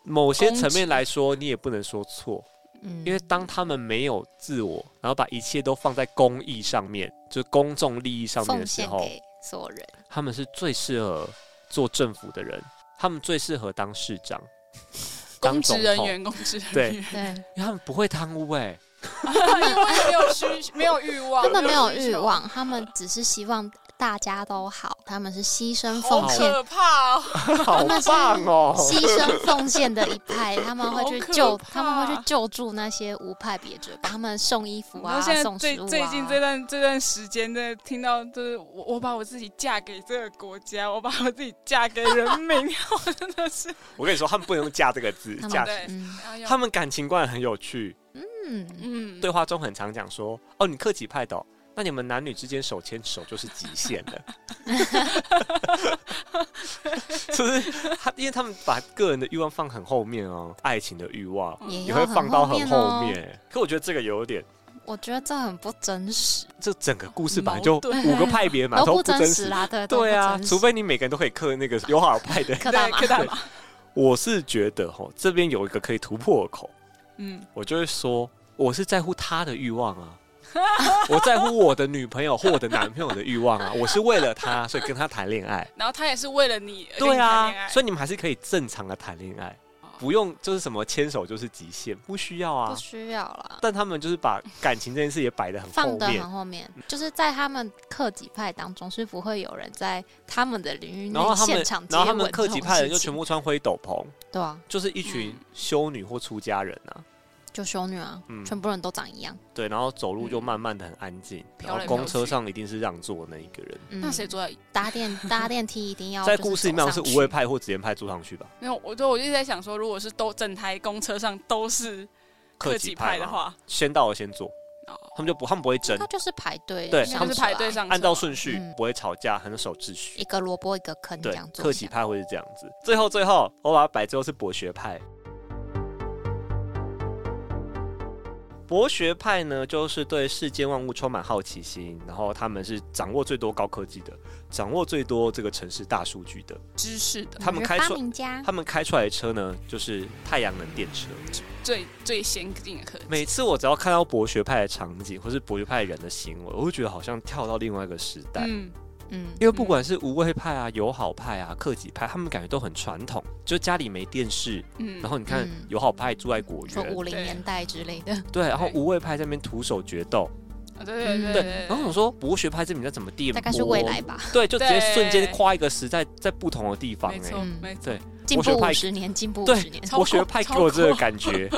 [SPEAKER 1] 某些
[SPEAKER 2] 公
[SPEAKER 1] 层面
[SPEAKER 2] 职
[SPEAKER 1] 来说，你也不能说错，
[SPEAKER 3] 嗯，
[SPEAKER 1] 因为当他们没有自我，然后把一切都放在公益上面，就是公众利益上面
[SPEAKER 3] 奉
[SPEAKER 1] 的时
[SPEAKER 3] 献
[SPEAKER 1] 候，
[SPEAKER 3] 给所有人，
[SPEAKER 1] 他们是最适合做政府的人，他们最适合当市长、当
[SPEAKER 2] 公职
[SPEAKER 1] 总
[SPEAKER 2] 人
[SPEAKER 1] 统，
[SPEAKER 2] 员，公职
[SPEAKER 1] 对
[SPEAKER 2] 人员，
[SPEAKER 3] 对
[SPEAKER 1] 因为他们不会贪污哎、
[SPEAKER 2] 因为没有需没有欲望，
[SPEAKER 3] 他们没有
[SPEAKER 2] 需
[SPEAKER 3] 欲
[SPEAKER 2] 求，
[SPEAKER 3] 望，他们只是希望大家都好，他们是牺牲
[SPEAKER 2] 好
[SPEAKER 3] 奉献
[SPEAKER 2] 可怕哦！
[SPEAKER 1] 好
[SPEAKER 3] 们是
[SPEAKER 1] 棒哦！
[SPEAKER 3] 牺牲奉献的一派，他们会去
[SPEAKER 2] 好可
[SPEAKER 3] 救，
[SPEAKER 2] 怕
[SPEAKER 3] 他们会去救助那些无派别者，帮他们送衣服啊
[SPEAKER 2] 然后，现在
[SPEAKER 3] 送
[SPEAKER 2] 最
[SPEAKER 3] 食物啊。
[SPEAKER 2] 最近这段这段时间，真的听到就是我我把我自己嫁给这个国家，我把我自己嫁给人民，我真的是
[SPEAKER 1] 我跟你说，他们不能用“嫁”这个字
[SPEAKER 3] 他，们
[SPEAKER 1] 嫁
[SPEAKER 2] 对
[SPEAKER 3] 嗯
[SPEAKER 1] 他们感情观很有趣。
[SPEAKER 3] 嗯，
[SPEAKER 2] 嗯
[SPEAKER 1] 对话中很常讲说：“哦，你克己派的哦、那你们男女之间手牵手就是极限了。”是不是？他因为他们把个人的欲望放很后面哦，爱情的欲望
[SPEAKER 2] 嗯
[SPEAKER 3] 也
[SPEAKER 1] 也
[SPEAKER 3] 要
[SPEAKER 1] 会
[SPEAKER 3] 很
[SPEAKER 1] 放到很
[SPEAKER 3] 后面
[SPEAKER 1] 后
[SPEAKER 3] 哦。
[SPEAKER 1] 面。可我觉得这个有点，
[SPEAKER 3] 我觉得这很不真实，
[SPEAKER 1] 这整个故事本来
[SPEAKER 2] 矛
[SPEAKER 1] 就
[SPEAKER 2] 盾
[SPEAKER 1] 五个派别嘛，
[SPEAKER 3] 都
[SPEAKER 1] 都
[SPEAKER 3] 不
[SPEAKER 1] 不
[SPEAKER 3] 真
[SPEAKER 1] 真
[SPEAKER 3] 实
[SPEAKER 1] 实。
[SPEAKER 3] 啦，对，都
[SPEAKER 1] 对
[SPEAKER 3] 不
[SPEAKER 1] 啊，
[SPEAKER 3] 真实
[SPEAKER 1] 除非你每个人都可以刻那个友好派
[SPEAKER 2] 啊
[SPEAKER 1] 的。
[SPEAKER 3] 可大嘛
[SPEAKER 2] 柯，大嘛，
[SPEAKER 1] 我是觉得哈，这边有一个可以突破的口。
[SPEAKER 2] 嗯，
[SPEAKER 1] 我就会说，我是在乎他的欲望 啊，我在乎我的女朋友 或我的男朋友的欲望啊，我是为了他，所以跟他谈恋 爱。
[SPEAKER 2] 然后他也是为了你，而跟
[SPEAKER 1] 对
[SPEAKER 2] 你谈恋
[SPEAKER 1] 啊，
[SPEAKER 2] 爱
[SPEAKER 1] 所以你们还是可以正常的谈恋爱，不用就是什么牵手就是极限，不需要
[SPEAKER 3] 哦不
[SPEAKER 1] 啊。
[SPEAKER 3] 需要啦。
[SPEAKER 1] 但他们就是把感情这件事也摆得很后
[SPEAKER 3] 放得
[SPEAKER 1] 面
[SPEAKER 3] 很，后面，就是在他们克己派当中是不会有人在他们的领域内
[SPEAKER 1] 然后他
[SPEAKER 3] 现
[SPEAKER 1] 们
[SPEAKER 3] 场，接
[SPEAKER 1] 然后
[SPEAKER 3] 吻
[SPEAKER 1] 他们克己派的人就
[SPEAKER 3] 这种事情
[SPEAKER 1] 全部穿灰斗篷，
[SPEAKER 3] 对啊，
[SPEAKER 1] 就是一群
[SPEAKER 2] 嗯
[SPEAKER 1] 修女或出家人啊。
[SPEAKER 3] 就修女啊，
[SPEAKER 1] 嗯
[SPEAKER 3] 全部人都长一样。
[SPEAKER 1] 对，然后走路
[SPEAKER 3] 嗯
[SPEAKER 1] 就慢慢的很安静，
[SPEAKER 2] 飘
[SPEAKER 1] 然后
[SPEAKER 2] 来
[SPEAKER 1] 公
[SPEAKER 2] 飘
[SPEAKER 1] 车
[SPEAKER 2] 去
[SPEAKER 1] 上一定是让座的那一个人。
[SPEAKER 3] 嗯
[SPEAKER 2] 那谁坐在椅？
[SPEAKER 3] 搭 电搭电梯一定要
[SPEAKER 1] 在
[SPEAKER 3] 就是
[SPEAKER 1] 故事里面好
[SPEAKER 3] 走
[SPEAKER 1] 像
[SPEAKER 3] 上
[SPEAKER 1] 是无畏
[SPEAKER 3] 去
[SPEAKER 1] 派或直言派坐上去吧，
[SPEAKER 2] 没有，我对我就一直在想说，如果是都整台公车上都是
[SPEAKER 1] 克
[SPEAKER 2] 克
[SPEAKER 1] 己
[SPEAKER 2] 己
[SPEAKER 1] 派
[SPEAKER 2] 派
[SPEAKER 1] 嘛
[SPEAKER 2] 的话，
[SPEAKER 1] 先到的先做，
[SPEAKER 2] 哦，
[SPEAKER 1] 他们就不，他们不会争
[SPEAKER 3] 那，就是排队，啊
[SPEAKER 1] 对
[SPEAKER 3] 应该
[SPEAKER 1] 他
[SPEAKER 2] 就
[SPEAKER 1] 们
[SPEAKER 2] 是
[SPEAKER 3] 是
[SPEAKER 2] 排
[SPEAKER 3] 吧
[SPEAKER 2] 队上车
[SPEAKER 1] 按照顺序
[SPEAKER 3] 嗯，
[SPEAKER 1] 不会吵架，很守秩
[SPEAKER 3] 一
[SPEAKER 1] 序。
[SPEAKER 3] 个萝卜一个坑这
[SPEAKER 1] 对
[SPEAKER 3] 样，做。
[SPEAKER 1] 克己，派会是这样子。最后最后，我把它摆最后是博学派。博学派呢，就是对世间万物充满好奇心，然后他们是掌握最多高科技的，掌握最多这个城市大数据的。
[SPEAKER 2] 知识的
[SPEAKER 1] 他们开
[SPEAKER 3] 嗯发
[SPEAKER 1] 出
[SPEAKER 3] 明家
[SPEAKER 1] 他，们开出来的车呢，就是太阳能电车。
[SPEAKER 2] 最最先进的科技，
[SPEAKER 1] 每次我只要看到博学派的场景，或是博学派人的行为，我会觉得好像跳到另外一个时代。
[SPEAKER 2] 嗯，
[SPEAKER 3] 嗯，
[SPEAKER 1] 因为不管是无畏派啊、友好派啊、克己派，他们感觉都很传统，就家里没电视，
[SPEAKER 2] 嗯
[SPEAKER 1] 然后你看
[SPEAKER 3] 嗯
[SPEAKER 1] 友好派住在果
[SPEAKER 3] 说五
[SPEAKER 1] 园，
[SPEAKER 3] 零
[SPEAKER 2] 对
[SPEAKER 3] 年代之类 的，
[SPEAKER 1] 对，然后
[SPEAKER 2] 对
[SPEAKER 1] 无畏派在那边徒手决斗，
[SPEAKER 2] 啊对对
[SPEAKER 3] 嗯
[SPEAKER 2] 对
[SPEAKER 1] 对
[SPEAKER 2] 对，，
[SPEAKER 1] 然后我说博学派这名叫怎么地，
[SPEAKER 3] 大概是未来，吧，
[SPEAKER 1] 对，就直接
[SPEAKER 2] 对
[SPEAKER 1] 瞬间跨一个时代，在不同的地方、
[SPEAKER 2] 没
[SPEAKER 1] 哎，
[SPEAKER 2] 错
[SPEAKER 3] 嗯
[SPEAKER 2] 没错，
[SPEAKER 1] 对，
[SPEAKER 3] 进步
[SPEAKER 1] 学派
[SPEAKER 3] 五十年，进步五
[SPEAKER 1] 对
[SPEAKER 3] 十年，
[SPEAKER 2] 超
[SPEAKER 1] 博学派给我这
[SPEAKER 2] 超
[SPEAKER 1] 个
[SPEAKER 2] 酷
[SPEAKER 1] 感觉，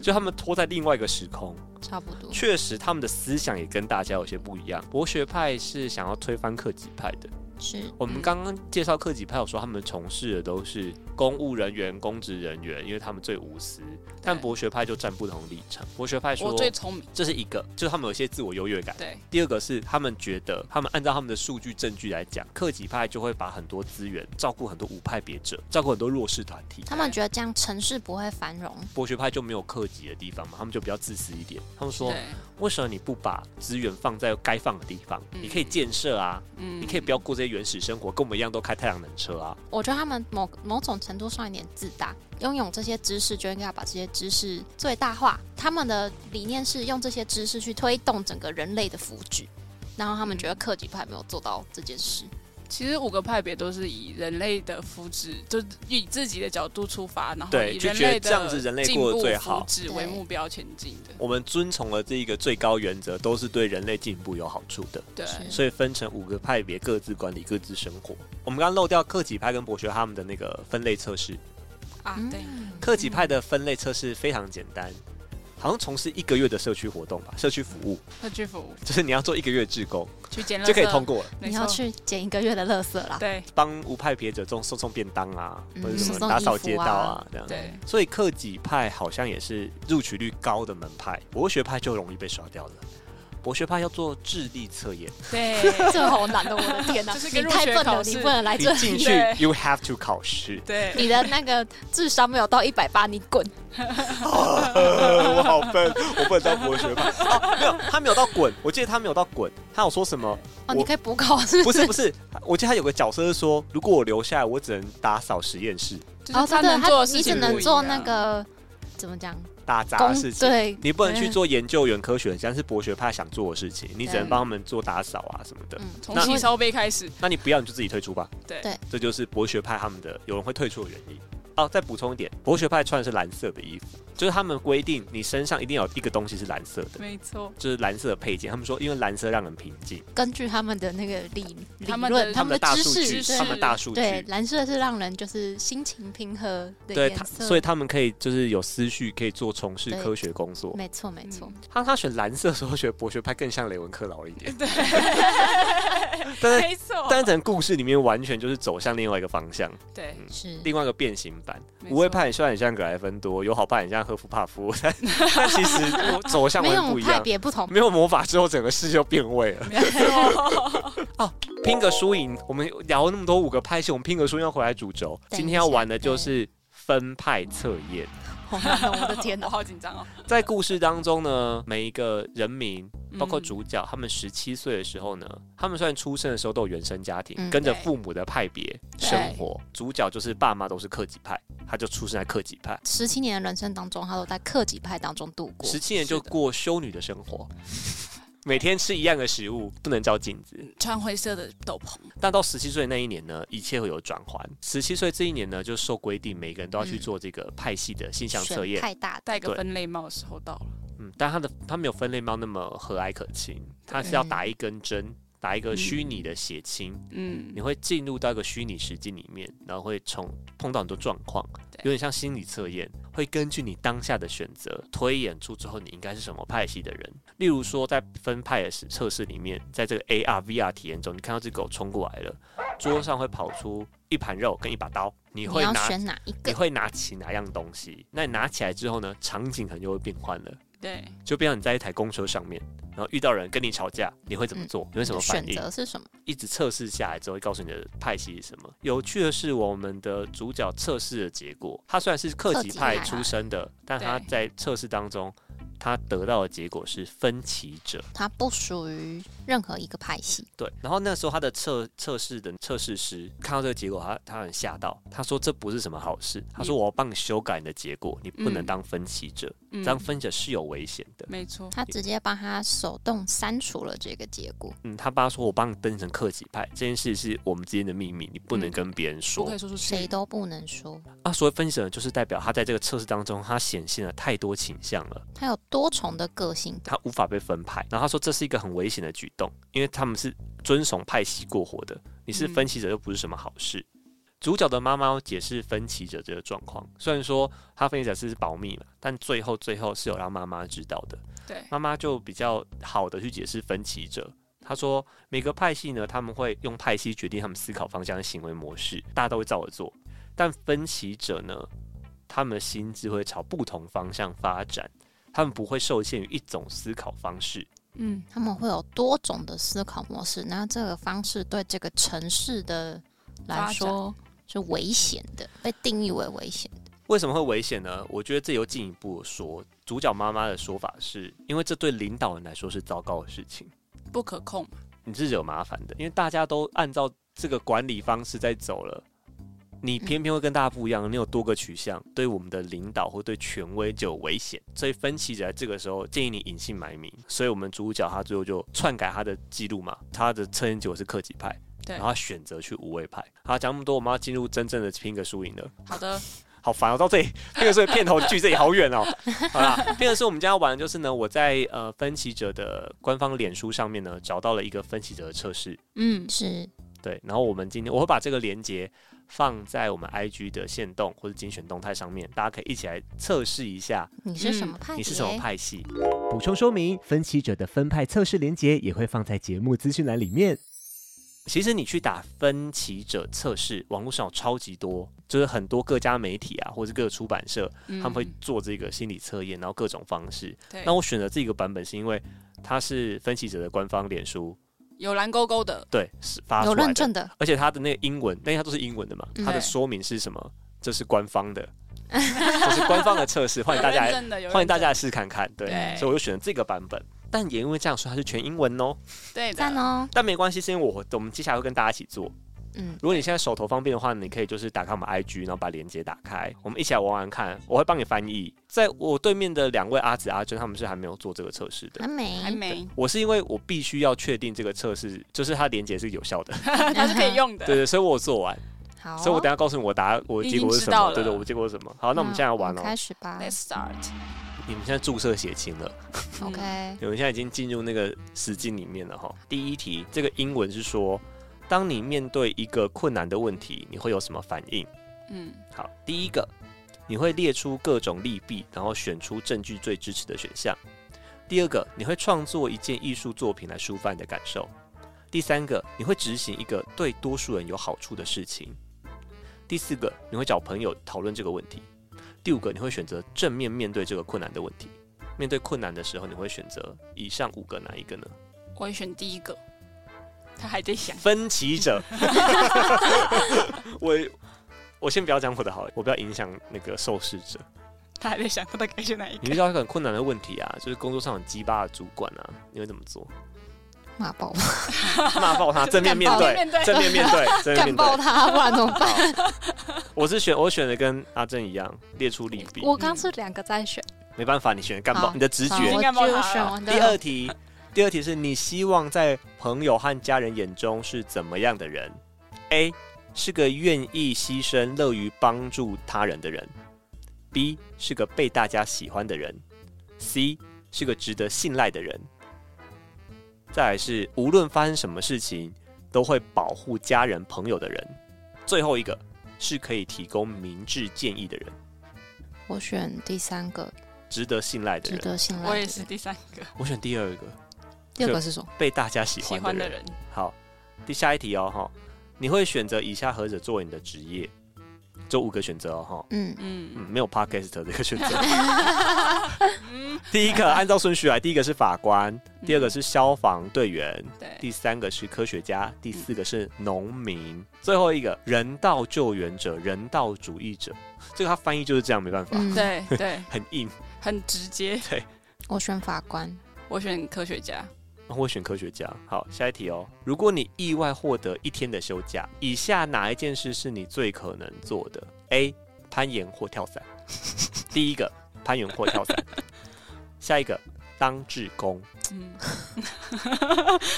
[SPEAKER 1] 就他们拖在另外一个时空。
[SPEAKER 3] 差不多。
[SPEAKER 1] 确实，他们的思想也跟大家有些不一样。博学派是想要推翻克己派
[SPEAKER 2] 嗯
[SPEAKER 1] 的。
[SPEAKER 3] 是，
[SPEAKER 1] 我们刚刚介绍克己派，有说他们从事的都是公务人员、公职人员，因为他们最无私。但博学派就站不同立场。博学派说
[SPEAKER 2] 我，最聪明，
[SPEAKER 1] 这是一个，就是他们有一些自我优越感。
[SPEAKER 2] 对，
[SPEAKER 1] 第二个是他们觉得，他们按照他们的数据证据来讲，克己派就会把很多资源照顾很多无派别者，照顾很多弱势团体。
[SPEAKER 3] 他们觉得这样城市不会繁荣，
[SPEAKER 1] 博学派就没有克己的地方嘛，他们就比较自私一点。他们说，
[SPEAKER 2] 对，
[SPEAKER 1] 为什么你不把资源放在该放的地方？
[SPEAKER 2] 嗯
[SPEAKER 1] 你可以建设啊，
[SPEAKER 2] 嗯
[SPEAKER 1] 你可以不要过这些原始生活，跟我们一样都开太阳能车啊。
[SPEAKER 3] 我觉得他们某某种程度上有点自大，拥有这些知识就应该要把这些知识最大化。他们的理念是用这些知
[SPEAKER 1] 嗯
[SPEAKER 3] 识去推动整个人类的福祉，然后他们觉得克己派没有做到这件事。
[SPEAKER 2] 其实五个派别都是以人类的福祉，就是以自己的角度出发，然后
[SPEAKER 1] 对
[SPEAKER 2] 以
[SPEAKER 1] 就
[SPEAKER 2] 人
[SPEAKER 1] 觉得
[SPEAKER 2] 类的
[SPEAKER 1] 这样子人类
[SPEAKER 2] 进
[SPEAKER 1] 过得
[SPEAKER 2] 步
[SPEAKER 1] 最
[SPEAKER 2] 福
[SPEAKER 1] 好
[SPEAKER 2] 祉
[SPEAKER 3] 对
[SPEAKER 2] 为目标前进的。
[SPEAKER 1] 我们遵从了这一个最高原则，都是对人类进步有好处的。
[SPEAKER 2] 对，
[SPEAKER 3] 是
[SPEAKER 1] 所以分成五个派别，各自管理各自生活。我们刚刚漏掉克己派跟博学他们的那个分类测试。
[SPEAKER 2] 啊，对，
[SPEAKER 3] 嗯
[SPEAKER 1] 克己派的分类测试非常简单，好像从事一个月的社区活动吧，社区服务，
[SPEAKER 2] 社区服务
[SPEAKER 1] 就是你要做一个月志工
[SPEAKER 2] 去捡垃圾
[SPEAKER 1] 就可以通，过了，
[SPEAKER 2] 没
[SPEAKER 3] 你要
[SPEAKER 2] 错
[SPEAKER 3] 去捡一个月的垃圾啦。
[SPEAKER 2] 对
[SPEAKER 1] 帮无派别者送送送便当啊，
[SPEAKER 3] 嗯
[SPEAKER 1] 或者什么
[SPEAKER 3] 送
[SPEAKER 1] 打扫
[SPEAKER 3] 衣服
[SPEAKER 1] 街道啊这样。
[SPEAKER 2] 对，
[SPEAKER 1] 所以克己派好像也是录取率高的门派，博学派就容易被刷掉了。博学派要做智力测验，
[SPEAKER 2] 对
[SPEAKER 3] 这好难的，哦我的 天哪！啊
[SPEAKER 2] 就是
[SPEAKER 3] 你
[SPEAKER 2] 跟入
[SPEAKER 3] 太
[SPEAKER 2] 学
[SPEAKER 3] 笨了，
[SPEAKER 2] 考
[SPEAKER 3] 你
[SPEAKER 2] 试
[SPEAKER 3] 不能来
[SPEAKER 1] 你
[SPEAKER 3] 这
[SPEAKER 1] 进
[SPEAKER 3] 里。
[SPEAKER 1] 去
[SPEAKER 2] 对
[SPEAKER 1] you have to 考 试，
[SPEAKER 2] 对，
[SPEAKER 3] 你的那个智商没有到一百八，你滚！
[SPEAKER 1] 呃我好笨，我不能当博学派。哦，没有，他没有到滚，我记得他没有到滚，他有说什 么？
[SPEAKER 3] 哦，
[SPEAKER 1] 我
[SPEAKER 3] 你可以补考是
[SPEAKER 1] 不
[SPEAKER 3] 不
[SPEAKER 1] 是
[SPEAKER 3] 是？
[SPEAKER 1] 不是，我记得他有个角色是说，如果我留下来，我只能打扫实验室、
[SPEAKER 2] 就是
[SPEAKER 3] 哦，
[SPEAKER 2] 他
[SPEAKER 3] 真的，
[SPEAKER 2] 能做
[SPEAKER 3] 他
[SPEAKER 2] 的事
[SPEAKER 3] 你只
[SPEAKER 2] 情
[SPEAKER 3] 能
[SPEAKER 2] 不一
[SPEAKER 3] 做
[SPEAKER 2] 样
[SPEAKER 3] 那个怎么讲
[SPEAKER 1] 打杂
[SPEAKER 3] 工
[SPEAKER 1] 的事情。
[SPEAKER 3] 对
[SPEAKER 1] 你不能去做研究员、科学家，是博学派想做的事情，你只能帮他们做打扫啊什么的。
[SPEAKER 3] 嗯，
[SPEAKER 2] 从
[SPEAKER 1] 那
[SPEAKER 2] 吸收杯开始，
[SPEAKER 1] 那你不要，你就自己退出吧。
[SPEAKER 2] 对
[SPEAKER 3] 对，
[SPEAKER 1] 这就是博学派他们的有人会退出的原因。哦，再补充一点，博学派穿的是蓝色的衣服，就是他们规定你身上一定有一个东西是蓝色
[SPEAKER 3] 嗯
[SPEAKER 1] 的，
[SPEAKER 2] 没错，
[SPEAKER 1] 就是蓝色的配件。他们说，因为蓝色让人平静，
[SPEAKER 3] 根据他们的那个理理
[SPEAKER 2] 他们的
[SPEAKER 3] 论，他们
[SPEAKER 1] 大
[SPEAKER 3] 的知
[SPEAKER 1] 数据，
[SPEAKER 3] 识，
[SPEAKER 2] 知识
[SPEAKER 1] 他们大数
[SPEAKER 3] 对
[SPEAKER 1] 据，
[SPEAKER 3] 蓝色是让人就是心情平和的
[SPEAKER 1] 对
[SPEAKER 3] 颜
[SPEAKER 1] 他，
[SPEAKER 3] 色，
[SPEAKER 1] 所以他们可以就是有思绪，可以做从事
[SPEAKER 3] 对
[SPEAKER 1] 科学工作。
[SPEAKER 3] 没错没错
[SPEAKER 2] 嗯，
[SPEAKER 1] 他他选蓝色的时候，觉得博学派更像雷文克劳一 点，但是
[SPEAKER 2] 没错，
[SPEAKER 1] 但是整个故事里面完全就是走向另外一个方向，
[SPEAKER 2] 对，
[SPEAKER 3] 是
[SPEAKER 1] 另外一个变形版。
[SPEAKER 2] 嗯没
[SPEAKER 1] 无畏
[SPEAKER 2] 错
[SPEAKER 1] 派虽然很像格莱芬多，友好派很像赫夫帕夫，但但其实我走向
[SPEAKER 3] 没
[SPEAKER 1] 完全
[SPEAKER 3] 有
[SPEAKER 1] 不一
[SPEAKER 3] 派
[SPEAKER 1] 样。
[SPEAKER 3] 别不同，
[SPEAKER 1] 没有魔法之后，整个世界就变味了。
[SPEAKER 2] 没错，
[SPEAKER 1] 拼个输赢，我们聊了那么多五个派系，我们拼个输赢要回来主轴。
[SPEAKER 3] 等一下
[SPEAKER 1] 今天要玩的就是分派测验。
[SPEAKER 3] 好难哦，我的天
[SPEAKER 2] 我
[SPEAKER 3] 哪！
[SPEAKER 2] 好紧张哦，
[SPEAKER 1] 在故事当中呢，每一个人民， 包括
[SPEAKER 2] 嗯
[SPEAKER 1] 主角，他们十七岁的时候呢，他们虽然出生的时候都有原生家庭，
[SPEAKER 3] 嗯
[SPEAKER 1] 跟着
[SPEAKER 2] 对
[SPEAKER 1] 父母的派别生活。主角就是爸妈都是克己派，他就出生在克己派，
[SPEAKER 3] 十七年的人生当中，他都在克己派当中度过，
[SPEAKER 1] 十七年
[SPEAKER 2] 是
[SPEAKER 1] 就
[SPEAKER 2] 的
[SPEAKER 1] 过修女的生 活。每天吃一样的食物，不能照镜子。
[SPEAKER 2] 嗯穿灰色的斗篷，
[SPEAKER 1] 但到十七岁那一年呢，一切会有转换。十七岁这一年呢，就受规定，每个人都要去
[SPEAKER 3] 嗯
[SPEAKER 1] 做这个派系的性向测
[SPEAKER 3] 选
[SPEAKER 1] 验。
[SPEAKER 3] 太大的，
[SPEAKER 2] 戴个
[SPEAKER 1] 对
[SPEAKER 2] 分类帽的时候到了，
[SPEAKER 1] 嗯，但它的它没有分类猫那么和蔼可亲，它是要打一根针，打一个
[SPEAKER 3] 嗯
[SPEAKER 1] 虚拟的血清，
[SPEAKER 2] 嗯
[SPEAKER 1] 你，会进入到一个虚拟实境里面，然后会从碰到很多状况，
[SPEAKER 2] 对
[SPEAKER 1] 有点像心理测验，会根据你当下的选择推演出最后你应该是什么派系的人。例如说，在分派的测试里面，在这个 AR VR 体验中，你看到这狗冲过来了，桌上会跑出一盘肉跟一把刀，你
[SPEAKER 3] 你
[SPEAKER 1] 会
[SPEAKER 3] 要
[SPEAKER 1] 拿。
[SPEAKER 3] 选哪一
[SPEAKER 1] 你
[SPEAKER 3] 个？
[SPEAKER 1] 会拿起哪样东西？那你拿起来之后呢？场景可能就会变换了。
[SPEAKER 2] 对，
[SPEAKER 1] 就变成你在一台公车上面，然后遇到人跟你吵架，你会怎么
[SPEAKER 3] 嗯
[SPEAKER 1] 做？你会什么反
[SPEAKER 3] 选
[SPEAKER 1] 应？
[SPEAKER 3] 择是什么？
[SPEAKER 1] 一直测试下来之后，会告诉你的派系是什么。有趣的是，我们的主角测试的结果，他虽然是克己派
[SPEAKER 3] 克己派
[SPEAKER 1] 出身的，但他
[SPEAKER 2] 对
[SPEAKER 1] 在测试当中，他得到的结果是分歧者。
[SPEAKER 3] 它不属于任何一个派系，
[SPEAKER 1] 对，然后那时候他的测测试的测试师看到这个结果，他他很吓到，他说这不是什么好事，他说我要帮你修改你的结果，你不能
[SPEAKER 2] 嗯
[SPEAKER 1] 当分歧者，
[SPEAKER 2] 嗯
[SPEAKER 1] 当分歧者是有危险的。
[SPEAKER 2] 没错，
[SPEAKER 3] 他直接帮他手动删除了这个结果。
[SPEAKER 1] 嗯，他爸说：“我帮你登成克己派，这件事是我们之间的秘密，你不能
[SPEAKER 2] 嗯
[SPEAKER 1] 跟别人说
[SPEAKER 2] 不。可以说出
[SPEAKER 3] 谁
[SPEAKER 2] 去，
[SPEAKER 3] 都不能说，
[SPEAKER 1] 啊，所谓分享就是代表他在这个测试当中，他显现了太多倾向了，
[SPEAKER 3] 他有多重的个性，
[SPEAKER 1] 他无法被分派。然后他说这是一个很危险的举动，因为他们是遵从派系过活的，你是
[SPEAKER 2] 嗯
[SPEAKER 1] 分歧者又不是什么好事。主角的妈妈有解释分歧者这个状况，虽然说他分歧者是保密嘛，但最后最后是有让妈妈知道的。
[SPEAKER 2] 对，
[SPEAKER 1] 妈妈就比较好的去解释分歧者。她说，每个派系呢，他们会用派系决定他们思考方向、行为模式，大家都会照着做。但分歧者呢，他们的心智会朝不同方向发展，他们不会受限于一种思考方式。
[SPEAKER 2] 嗯，
[SPEAKER 3] 他们会有多种的思考模式。那这个方式对这个城市的来说是危险的，被定义为危险。
[SPEAKER 1] 为什么会危险呢？我觉得这又进一步说，主角妈妈的说法是，因为这对领导人来说是糟糕的事情。
[SPEAKER 2] 不可控嘛，
[SPEAKER 1] 你是惹麻烦的，因为大家都按照这个管理方式在走了，你偏偏会跟大家不一样，你有多个取向，对我们的领导或对权威就有危险，所以分歧者在这个时候建议你隐姓埋名，所以我们主角他最后就篡改他的记录嘛，他的测验结果是克己派。
[SPEAKER 2] 对
[SPEAKER 1] 然后他选择去无畏派。好，讲那么多，我们要进入真正的拼个输赢了。
[SPEAKER 2] 好的，
[SPEAKER 1] 好烦哦，到这里那个是片头距这里好远哦。好啦，第二是我们今天要玩的就是呢，我在呃分歧者的官方脸书上面呢找到了一个分歧者的测试，
[SPEAKER 2] 嗯，
[SPEAKER 3] 是
[SPEAKER 1] 对，然后我们今天我会把这个连接放在我们 IG 的线动或者精选动态上面，大家可以一起来测试一下
[SPEAKER 3] 你是什么派别？
[SPEAKER 1] 嗯你是什么？派系。补充说明，分歧者的分派测试连接也会放在节目资讯栏里面。其实你去打分歧者测试，网络上有超级多，就是很多各家媒体啊，或者是各出版社，
[SPEAKER 2] 嗯
[SPEAKER 1] 他们会做这个心理测验，然后各种方式。
[SPEAKER 2] 对
[SPEAKER 1] 那我选择这个版本是因为它是分析者的官方脸书，
[SPEAKER 2] 有蓝勾勾的，
[SPEAKER 1] 对，是发出
[SPEAKER 3] 有
[SPEAKER 1] 来
[SPEAKER 3] 认
[SPEAKER 1] 的，
[SPEAKER 3] 证的，
[SPEAKER 1] 而且它的那个英文，那它都是英文的嘛，
[SPEAKER 3] 嗯
[SPEAKER 1] 它的
[SPEAKER 2] 对
[SPEAKER 1] 说明是什么？这是官方 的，这是官方的测试，欢迎大家
[SPEAKER 2] 有认
[SPEAKER 1] 来，
[SPEAKER 2] 证的，有
[SPEAKER 1] 欢迎大
[SPEAKER 2] 认
[SPEAKER 1] 家来试看看。对，
[SPEAKER 2] 对
[SPEAKER 1] 所以我就选了这个版本，但也因为这样说它是全英文哦，
[SPEAKER 2] 证对
[SPEAKER 3] 赞
[SPEAKER 2] 的，
[SPEAKER 3] 哦。
[SPEAKER 1] 但没关系，是因为我我们接下来会跟大家一起做。
[SPEAKER 3] 嗯，
[SPEAKER 1] 如果你现在手头方便的话，你可以就是打开我们 IG，然后把链接打开，我们一起来玩玩看。我会帮你翻译。在我对面的两位阿紫阿珍，他们是还没有做这个测试的。
[SPEAKER 3] 还没，
[SPEAKER 2] 还没，
[SPEAKER 1] 我是因为我必须要确定这个测 试，就是它连接是有效的，
[SPEAKER 2] 它是可以用的，
[SPEAKER 1] 对对，所以我有做完，
[SPEAKER 3] 好哦。
[SPEAKER 1] 所以我等一下告诉你我答案我的
[SPEAKER 2] 你已
[SPEAKER 1] 结果
[SPEAKER 2] 经
[SPEAKER 1] 是
[SPEAKER 2] 知
[SPEAKER 1] 什
[SPEAKER 2] 道
[SPEAKER 1] 么，
[SPEAKER 2] 了
[SPEAKER 1] 对对，我的结果是什么。好，那我们现在来玩
[SPEAKER 3] 开
[SPEAKER 1] 哦。
[SPEAKER 3] 始吧。
[SPEAKER 2] ，Let's start，嗯
[SPEAKER 1] 你们现在注射血清了，
[SPEAKER 3] OK，
[SPEAKER 1] 你们现在已经进入那个实境里面了哈。第一题，这个英文是说，当你面对一个困难的问题，你会有什么反应？
[SPEAKER 2] 嗯，
[SPEAKER 1] 好，第一个，你会列出各种利弊，然后选出证据最支持的选项。第二个，你会创作一件艺术作品来抒发你的感受。第三个，你会执行一个对多数人有好处的事情。第四个，你会找朋友讨论这个问题。第五个，你会选择正面面对这个困难的问题。面对困难的时候，你会选择以上五个哪一个呢？
[SPEAKER 2] 我会选第一个，他还在想，
[SPEAKER 1] 分歧者，我我先不要讲我的好了，我不要影响那个受试者。
[SPEAKER 2] 他还在想，他到底该选哪一
[SPEAKER 1] 你遇
[SPEAKER 2] 个？
[SPEAKER 1] 到一个很困难的问题啊， 就是工作上很鸡巴的主管啊，你会怎么 做？
[SPEAKER 3] 骂爆，
[SPEAKER 1] 骂爆他，正面面
[SPEAKER 3] 干爆
[SPEAKER 1] 对，
[SPEAKER 2] 对
[SPEAKER 1] 正面面 对，正面
[SPEAKER 3] 干
[SPEAKER 1] 面
[SPEAKER 3] 爆
[SPEAKER 1] 对。
[SPEAKER 3] 他，不然怎么办？
[SPEAKER 1] 我是选，我选的跟阿正一样，列出利 弊。
[SPEAKER 3] 我刚是两个在选，
[SPEAKER 1] 没办法，你选干爆
[SPEAKER 3] 好
[SPEAKER 1] 你的直
[SPEAKER 3] 好
[SPEAKER 1] 觉
[SPEAKER 2] 已。经
[SPEAKER 3] 我
[SPEAKER 2] 干爆
[SPEAKER 3] 就
[SPEAKER 2] 他
[SPEAKER 3] 选
[SPEAKER 2] 了
[SPEAKER 3] 完
[SPEAKER 1] 第二
[SPEAKER 3] 的。
[SPEAKER 1] 题，第二题是你希望在朋友和家人眼中是怎么样的人？A 是个愿意牺牲、乐于帮助他人的人；B 是个被大家喜欢的人；C 是个值得信赖的人。再来是无论发生什么事情都会保护家人、朋友的人。最后一个是可以提供明智建议的人，
[SPEAKER 3] 我选第三个，
[SPEAKER 1] 值得信赖的
[SPEAKER 3] 值
[SPEAKER 1] 人。
[SPEAKER 3] 得信赖的人。
[SPEAKER 2] 我也是第三个
[SPEAKER 1] 我选第二个，
[SPEAKER 3] 第二个是什么？
[SPEAKER 1] 被大家喜
[SPEAKER 2] 喜
[SPEAKER 1] 欢的
[SPEAKER 2] 欢
[SPEAKER 1] 人
[SPEAKER 2] 的。人，
[SPEAKER 1] 好，第下一题哦哈，你会选择以下何者作为你的职业？就五个选择哦哈，
[SPEAKER 3] 嗯，
[SPEAKER 2] 嗯
[SPEAKER 1] 嗯，没有 podcast 这个选 择。
[SPEAKER 2] 嗯，
[SPEAKER 1] 第一个按照顺序来，第一个是法官，第二个是消防队员，
[SPEAKER 2] 对，
[SPEAKER 1] 第三个是科学家，第四个是农民，最后一个人道救援者、人道主义者。这个它翻译就是这样，没办法，
[SPEAKER 3] 嗯，，
[SPEAKER 2] 对对，
[SPEAKER 1] 很硬。
[SPEAKER 2] 很直接，
[SPEAKER 3] 我选法官。
[SPEAKER 2] 我选科学家，
[SPEAKER 1] 那我选科学家。好，下一题哦。如果你意外获得一天的休假，以下哪一件事是你最可能做的？A. 攀岩或跳伞。第一个，攀岩或跳伞。下一个，当志工。
[SPEAKER 2] 嗯，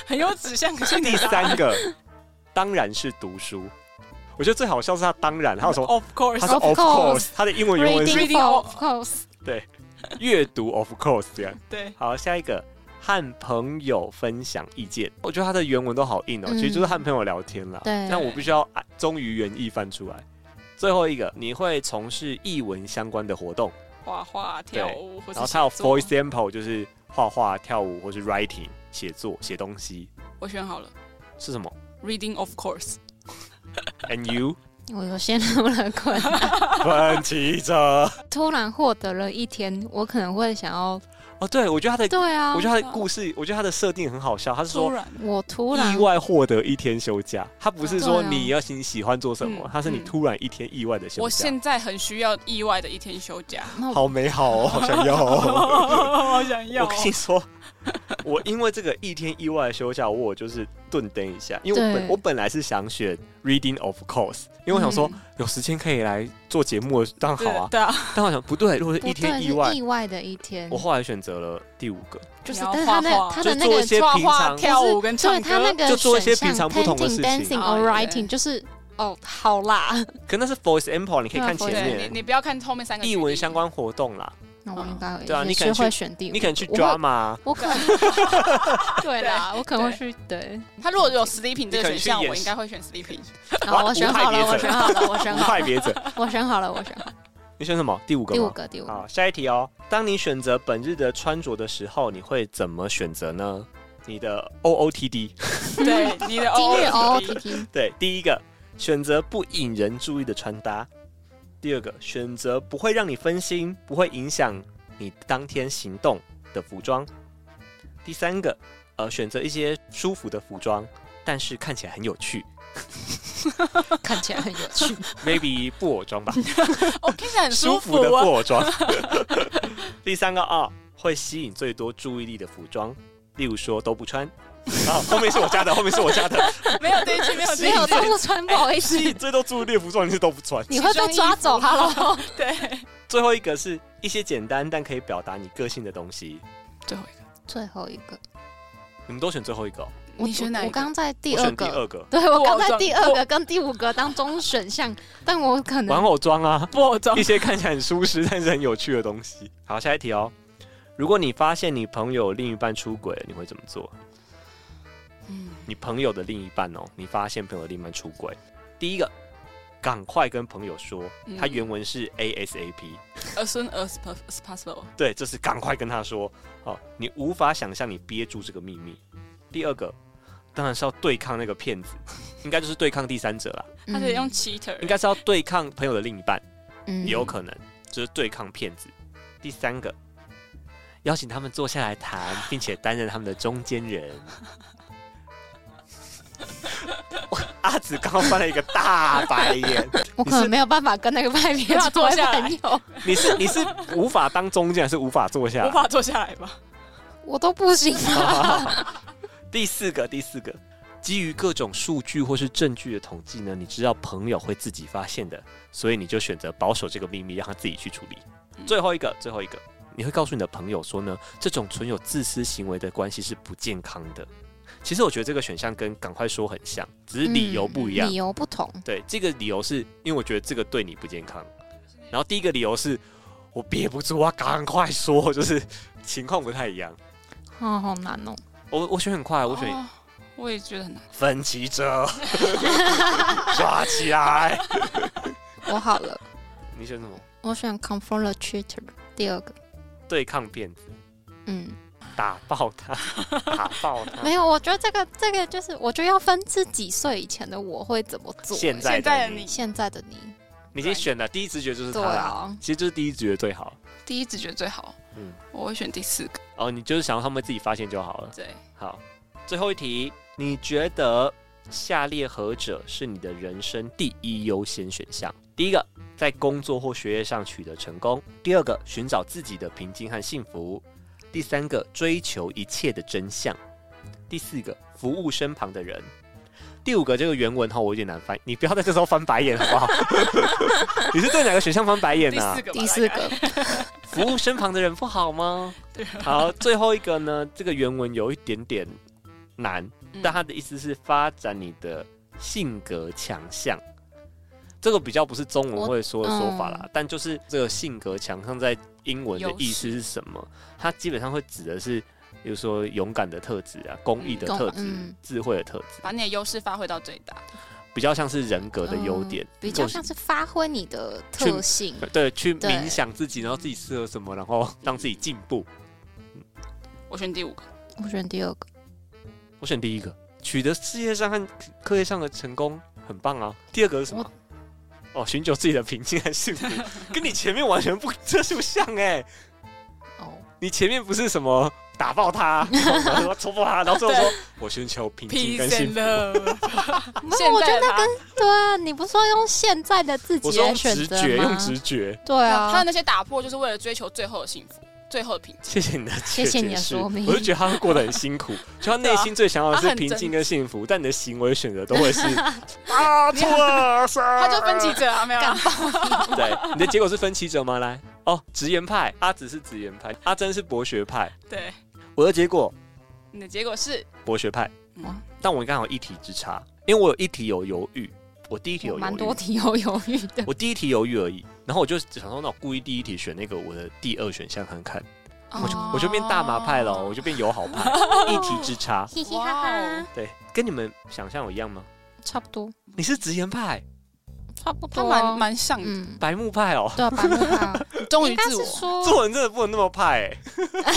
[SPEAKER 2] 很有指向性的
[SPEAKER 1] 第三个，当然是读书。我觉得最好笑是他当然，他有说
[SPEAKER 2] ，Of
[SPEAKER 1] 他说哦
[SPEAKER 2] course，
[SPEAKER 1] of
[SPEAKER 3] Of
[SPEAKER 1] course，他的英文原文是
[SPEAKER 3] Reading
[SPEAKER 2] Reading
[SPEAKER 3] for
[SPEAKER 2] all-
[SPEAKER 3] of course。
[SPEAKER 1] 阅读 of course 这样。
[SPEAKER 2] 对，
[SPEAKER 1] 好，下一个。和朋友分享意见，我觉得他的原文都好硬哦，
[SPEAKER 3] 嗯
[SPEAKER 1] 其实就是和朋友聊天啦。
[SPEAKER 3] 对
[SPEAKER 1] 那我必须要啊忠于原意翻出来。最后一个，你会从事译文相关的活动，
[SPEAKER 2] 画画、跳舞，或
[SPEAKER 1] 然后
[SPEAKER 2] 者
[SPEAKER 1] 它有 for example 就是画画、跳舞或是 writing 写作、写东西
[SPEAKER 2] 我选好了
[SPEAKER 1] 是 什么
[SPEAKER 2] ，Reading of course，
[SPEAKER 1] ？And you
[SPEAKER 3] 我有陷入了 困难。
[SPEAKER 1] 奋起 者哦，
[SPEAKER 3] 突然获得了一天，我可能会想 要，
[SPEAKER 1] 哦对我觉得他的，
[SPEAKER 3] 对啊
[SPEAKER 1] 我，觉得他的故事，我觉得他的设定很好笑。他是
[SPEAKER 2] 突
[SPEAKER 1] 说
[SPEAKER 2] 然，
[SPEAKER 3] 我突然
[SPEAKER 1] 意外获得一天休假，他不是说
[SPEAKER 3] 对啊
[SPEAKER 1] 你要你喜欢做什么
[SPEAKER 2] 嗯，
[SPEAKER 1] 他是你
[SPEAKER 2] 嗯
[SPEAKER 1] 突然一天意外的休
[SPEAKER 2] 我
[SPEAKER 1] 假
[SPEAKER 2] 现。在很需要意外的 一天休假，
[SPEAKER 3] 那我
[SPEAKER 1] 好美好哦，好想要、哦。
[SPEAKER 3] 啊
[SPEAKER 2] 我想要
[SPEAKER 1] 我跟你说， 我因为这个一天意外休假，我就是顿灯一下，因为我
[SPEAKER 3] 对
[SPEAKER 1] 本我本来是想选 reading of course，因为我想说、
[SPEAKER 3] 嗯
[SPEAKER 1] 有时间可以来做节目，当然好啊。
[SPEAKER 2] 对啊，
[SPEAKER 1] 但我想不对，如果是
[SPEAKER 3] 不
[SPEAKER 1] 一天
[SPEAKER 3] 对
[SPEAKER 1] 意
[SPEAKER 3] 是
[SPEAKER 1] 外，哦
[SPEAKER 3] 意外的一天
[SPEAKER 1] 我，后来选择了第五个，
[SPEAKER 3] 就是
[SPEAKER 2] 你要
[SPEAKER 3] 但是他
[SPEAKER 2] 画
[SPEAKER 3] 那
[SPEAKER 2] 画
[SPEAKER 3] 他
[SPEAKER 1] 就
[SPEAKER 3] 的那
[SPEAKER 1] 做
[SPEAKER 3] 个
[SPEAKER 1] 一些
[SPEAKER 2] 画
[SPEAKER 1] 平
[SPEAKER 2] 画
[SPEAKER 1] 常
[SPEAKER 2] 跳舞跟
[SPEAKER 3] 对
[SPEAKER 2] 唱
[SPEAKER 3] 他
[SPEAKER 2] 歌，
[SPEAKER 3] 那个
[SPEAKER 1] 就做一些平
[SPEAKER 3] 选
[SPEAKER 1] 常
[SPEAKER 3] 项
[SPEAKER 1] 不同的
[SPEAKER 3] painting,
[SPEAKER 1] 事情
[SPEAKER 3] dancing
[SPEAKER 2] 哦
[SPEAKER 3] or
[SPEAKER 2] 对
[SPEAKER 3] writing 就是哦，好啦，
[SPEAKER 1] 可那是 voice ample，你可以
[SPEAKER 3] 对啊
[SPEAKER 1] 看前
[SPEAKER 3] ，voice
[SPEAKER 2] 对你
[SPEAKER 1] 面
[SPEAKER 2] 你不要看后面三个
[SPEAKER 1] 译
[SPEAKER 2] 举
[SPEAKER 1] 文
[SPEAKER 2] 例
[SPEAKER 1] 相，关活动啦，
[SPEAKER 3] 那我应该
[SPEAKER 1] 对啊
[SPEAKER 3] 也
[SPEAKER 1] 你可
[SPEAKER 3] 是
[SPEAKER 1] 能去
[SPEAKER 3] 会选第五个，
[SPEAKER 1] 你可能去
[SPEAKER 3] 我会
[SPEAKER 1] drama，啊
[SPEAKER 3] 我可能 对啦， 我可能会去对。
[SPEAKER 2] 他如果有 sleeping 这
[SPEAKER 1] 你可
[SPEAKER 2] 个
[SPEAKER 1] 能去
[SPEAKER 2] 选项，
[SPEAKER 1] 演
[SPEAKER 2] 我应
[SPEAKER 1] 戏
[SPEAKER 2] 该会选 sleeping。
[SPEAKER 3] 然后
[SPEAKER 1] 哇
[SPEAKER 3] 我选好了，
[SPEAKER 1] 无害
[SPEAKER 3] 我
[SPEAKER 1] 别
[SPEAKER 3] 选好了，我选
[SPEAKER 1] 无
[SPEAKER 3] 好
[SPEAKER 1] 害
[SPEAKER 3] 了，
[SPEAKER 1] 别者。
[SPEAKER 3] 我选好了，我选好了。
[SPEAKER 1] 你选什么？第五个
[SPEAKER 3] 第
[SPEAKER 1] 吗？
[SPEAKER 3] 五个，第五个，
[SPEAKER 1] 好，下一题哦。当你选择本日的穿着的时候，你会怎么选择呢？你的 OOTD
[SPEAKER 2] 对，哦你的
[SPEAKER 3] 今日 O O
[SPEAKER 2] OOTD
[SPEAKER 3] T T，
[SPEAKER 1] 对，哦第一个选择不引人注意的穿搭，第二个选择不会让你分心、不会影响你当天行动的服装，第三个呃选择一些舒服的服装，但是看起来很有趣
[SPEAKER 3] 看起来很有趣。
[SPEAKER 1] ，maybe 布偶装吧，
[SPEAKER 2] 哦，听起来很舒
[SPEAKER 1] 舒
[SPEAKER 2] 服
[SPEAKER 1] 服的布
[SPEAKER 2] 啊。
[SPEAKER 1] 偶装。第三个啊，会吸引最多注意力的服装，例如说都不穿。啊，后面是我加的，后面是我加的。
[SPEAKER 2] 没有这一句，没有这
[SPEAKER 3] 没有
[SPEAKER 2] 一
[SPEAKER 3] 都
[SPEAKER 2] 句，
[SPEAKER 3] 不穿，不好意思
[SPEAKER 1] 吸，引最多注意力的服装你是都不穿。
[SPEAKER 3] 你会被抓走。哈喽，
[SPEAKER 2] 对，
[SPEAKER 1] 最后一个是一些简单但可以表达你个性的东西。
[SPEAKER 2] 最后一个，
[SPEAKER 3] 最后一个，
[SPEAKER 1] 你们都选最后一个哦、
[SPEAKER 3] 我
[SPEAKER 2] 你选哪一
[SPEAKER 3] 我
[SPEAKER 2] 个？
[SPEAKER 3] 刚在第
[SPEAKER 1] 我
[SPEAKER 3] 二
[SPEAKER 1] 选第
[SPEAKER 3] 个，
[SPEAKER 1] 二个，
[SPEAKER 3] 对我刚在第二
[SPEAKER 2] 布偶
[SPEAKER 3] 个跟第五个当中选项，但我可
[SPEAKER 1] 玩
[SPEAKER 3] 能
[SPEAKER 1] 偶装啊，
[SPEAKER 2] 布偶装
[SPEAKER 1] 一些看起来很舒适但是很有趣的东西。好，下一题哦。如果你发现你朋友另一半出轨了，你会怎么做？
[SPEAKER 2] 嗯，
[SPEAKER 1] 你朋友的另一半哦，你发现朋友的另一半出轨，第一个，赶快跟朋友说，
[SPEAKER 2] 嗯
[SPEAKER 1] 他原文是 ASAP，、
[SPEAKER 2] as soon as po- as possible。
[SPEAKER 1] 对，就是赶快跟他说，哦，你无法想象你憋住这个秘密。第二个，当然是要对抗那个骗子，应该就是对抗第三者啦，
[SPEAKER 2] 他可以用
[SPEAKER 3] 嗯
[SPEAKER 2] cheater，
[SPEAKER 1] 应该是要对抗朋友的另一半，
[SPEAKER 3] 嗯
[SPEAKER 1] 也有可能就是对抗骗子。第三个，邀请他们坐下来谈，并且担任他们的中间人。哇阿紫刚刚翻了一个大白眼，
[SPEAKER 3] 我可能没有办法跟那 个外面
[SPEAKER 2] 没办法
[SPEAKER 3] 做
[SPEAKER 2] 坐下来
[SPEAKER 3] 朋友，
[SPEAKER 1] 你是你是无法当中间，还是啊无法坐下
[SPEAKER 2] 无
[SPEAKER 1] 来？
[SPEAKER 2] 法坐下来吧？
[SPEAKER 3] 我都不行。
[SPEAKER 1] 第四个，第四个，基于各种数据或是证据的统计呢，你知道朋友会自己发现的，所以你就选择保守这个秘密，让他自己去处理。最后一个，最后一个，你会告诉你的朋友说呢，这种存有自私行为的关系是不健康的。其实我觉得这个选项跟赶快说很像，只是理由不一样。
[SPEAKER 3] 嗯理由不同。
[SPEAKER 1] 对，这个理由是因为我觉得这个对你不健康。然后第一个理由是我憋不住啊，赶快说，就是情况不太一样。
[SPEAKER 3] 哦，好难哦。
[SPEAKER 1] 我我选很快，啊我选
[SPEAKER 2] 哦我也觉得很难。
[SPEAKER 1] 分歧者，抓起来。
[SPEAKER 3] 我好了，
[SPEAKER 1] 你选什么？
[SPEAKER 3] 我选 confront the cheater 第二个。
[SPEAKER 1] 对抗骗子，
[SPEAKER 3] 嗯，
[SPEAKER 1] 打爆他，打爆他。
[SPEAKER 3] 没有，我觉得这个这个就是，我觉得要分是几岁以前的我会怎么做。
[SPEAKER 1] 现在
[SPEAKER 2] 现在
[SPEAKER 1] 的
[SPEAKER 2] 的
[SPEAKER 1] 你
[SPEAKER 2] 你，
[SPEAKER 3] 现在的你，
[SPEAKER 1] 你已经选了，第一直觉就是他
[SPEAKER 3] 对
[SPEAKER 1] 啦。
[SPEAKER 3] 啊，
[SPEAKER 1] 其实就是第一直觉最好。
[SPEAKER 2] 第一直觉最好，
[SPEAKER 1] 嗯，
[SPEAKER 2] 我会选第四个。
[SPEAKER 1] 哦，你就是想让他们自己发现就好了。
[SPEAKER 2] 对，
[SPEAKER 1] 好，最后一题，你觉得下列何者是你的人生第一优先选项？第一个，在工作或学业上取得成功；第二个，寻找自己的平静和幸福；第三个，追求一切的真相；第四个，服务身旁的人。第五个这个原文哈，我有点难翻，你不要在这时候翻白眼好不 好？你是对哪个选项翻白眼
[SPEAKER 2] 第
[SPEAKER 1] 呢、啊
[SPEAKER 2] 四？个吧，
[SPEAKER 3] 第四
[SPEAKER 2] 大概
[SPEAKER 3] 个，
[SPEAKER 1] 服务身旁的人不好吗？
[SPEAKER 2] 对
[SPEAKER 1] 好，最后一个呢，这个原文有一点点难，
[SPEAKER 2] 嗯
[SPEAKER 1] 但它的意思是发展你的性格强项。这个比较不是中文
[SPEAKER 3] 我
[SPEAKER 1] 会说的说法啦，
[SPEAKER 3] 嗯
[SPEAKER 1] 但就是这个性格强项在英文的意思是什么？它基本上会指的是，比如说勇敢的特质啊、公益的
[SPEAKER 3] 嗯
[SPEAKER 1] 特质、
[SPEAKER 3] 嗯
[SPEAKER 1] 智慧的特质，
[SPEAKER 2] 把你的优势发挥到最大。
[SPEAKER 1] 比较像是人格的优点，
[SPEAKER 3] 嗯比较
[SPEAKER 1] 或是
[SPEAKER 3] 像是发挥你的特性。
[SPEAKER 1] 对去
[SPEAKER 3] 对
[SPEAKER 1] 冥想自己，然后自己适合什么，然后让自己进步。
[SPEAKER 2] 我选第五个，
[SPEAKER 3] 我选第二个，
[SPEAKER 1] 我选第一个，取得事业上和课业上的成功，很棒啊。第二个是什么？哦，寻求自己的平静和幸福，跟你前面完全不，这是不像哎、
[SPEAKER 3] 哦，
[SPEAKER 1] 你前面不是什么打爆他，然后戳破他，然后最后说我寻求平静
[SPEAKER 2] peace
[SPEAKER 1] 跟幸
[SPEAKER 2] and
[SPEAKER 1] 福。
[SPEAKER 2] love。
[SPEAKER 1] 啊
[SPEAKER 3] 没 有，
[SPEAKER 2] 现
[SPEAKER 3] 我觉
[SPEAKER 2] 在
[SPEAKER 3] 得
[SPEAKER 2] 的他，
[SPEAKER 3] 对啊，你不是说用现在的自
[SPEAKER 1] 我
[SPEAKER 3] 己
[SPEAKER 1] 说
[SPEAKER 3] 来
[SPEAKER 1] 用
[SPEAKER 3] 选
[SPEAKER 1] 直
[SPEAKER 3] 择
[SPEAKER 1] 觉，
[SPEAKER 3] 吗？
[SPEAKER 1] 用直觉。
[SPEAKER 3] 对
[SPEAKER 2] 他的
[SPEAKER 3] 啊，
[SPEAKER 2] 那些打破就是为了追求最后的幸福。最后的平静。
[SPEAKER 1] 谢谢你的
[SPEAKER 3] 谢谢你
[SPEAKER 1] 解
[SPEAKER 3] 的
[SPEAKER 1] 释
[SPEAKER 3] 说明
[SPEAKER 1] 我就觉得他过得很辛 苦，就他内心最想要的
[SPEAKER 2] 对
[SPEAKER 1] 是
[SPEAKER 2] 啊
[SPEAKER 1] 平静跟幸福，但你的行为选择都 会是啊
[SPEAKER 2] 你
[SPEAKER 1] 错啊，
[SPEAKER 2] 他
[SPEAKER 1] 他
[SPEAKER 2] 就分歧者啊，没有啦
[SPEAKER 3] 干
[SPEAKER 1] 对，你的结果是分歧者吗？来，哦，直言派，阿紫是直言派，阿珍是博学派，
[SPEAKER 2] 对，
[SPEAKER 1] 我的结果
[SPEAKER 2] 你的结果是
[SPEAKER 1] 博学派，
[SPEAKER 3] 哇
[SPEAKER 2] 嗯，
[SPEAKER 1] 但我刚好一题之差，因为我有一题有犹豫，我第一题有
[SPEAKER 3] 我
[SPEAKER 1] 犹
[SPEAKER 3] 蛮
[SPEAKER 1] 豫，
[SPEAKER 3] 多题有犹豫的，
[SPEAKER 1] 我第一题犹豫而已，然后我就想说，那我故意第一题选那个我的第二选项看看，我就
[SPEAKER 2] 哦
[SPEAKER 1] 我就变大麻派了哦，我就变友好 派，一题之差，
[SPEAKER 3] 嘻嘻
[SPEAKER 2] 哇
[SPEAKER 3] 哈
[SPEAKER 2] 哦
[SPEAKER 3] 哈，
[SPEAKER 1] 对，跟你们想象有一样吗？
[SPEAKER 3] 差不多，
[SPEAKER 1] 你是直言派、
[SPEAKER 3] 差不
[SPEAKER 2] 他
[SPEAKER 3] 多，啊
[SPEAKER 2] 蛮蛮像的，
[SPEAKER 3] 嗯，
[SPEAKER 1] 白目派哦，
[SPEAKER 3] 对啊，白目派，
[SPEAKER 2] 忠于
[SPEAKER 3] 应该
[SPEAKER 2] 自
[SPEAKER 3] 是
[SPEAKER 2] 我。
[SPEAKER 3] 说，
[SPEAKER 1] 做人真的不能那么派哎，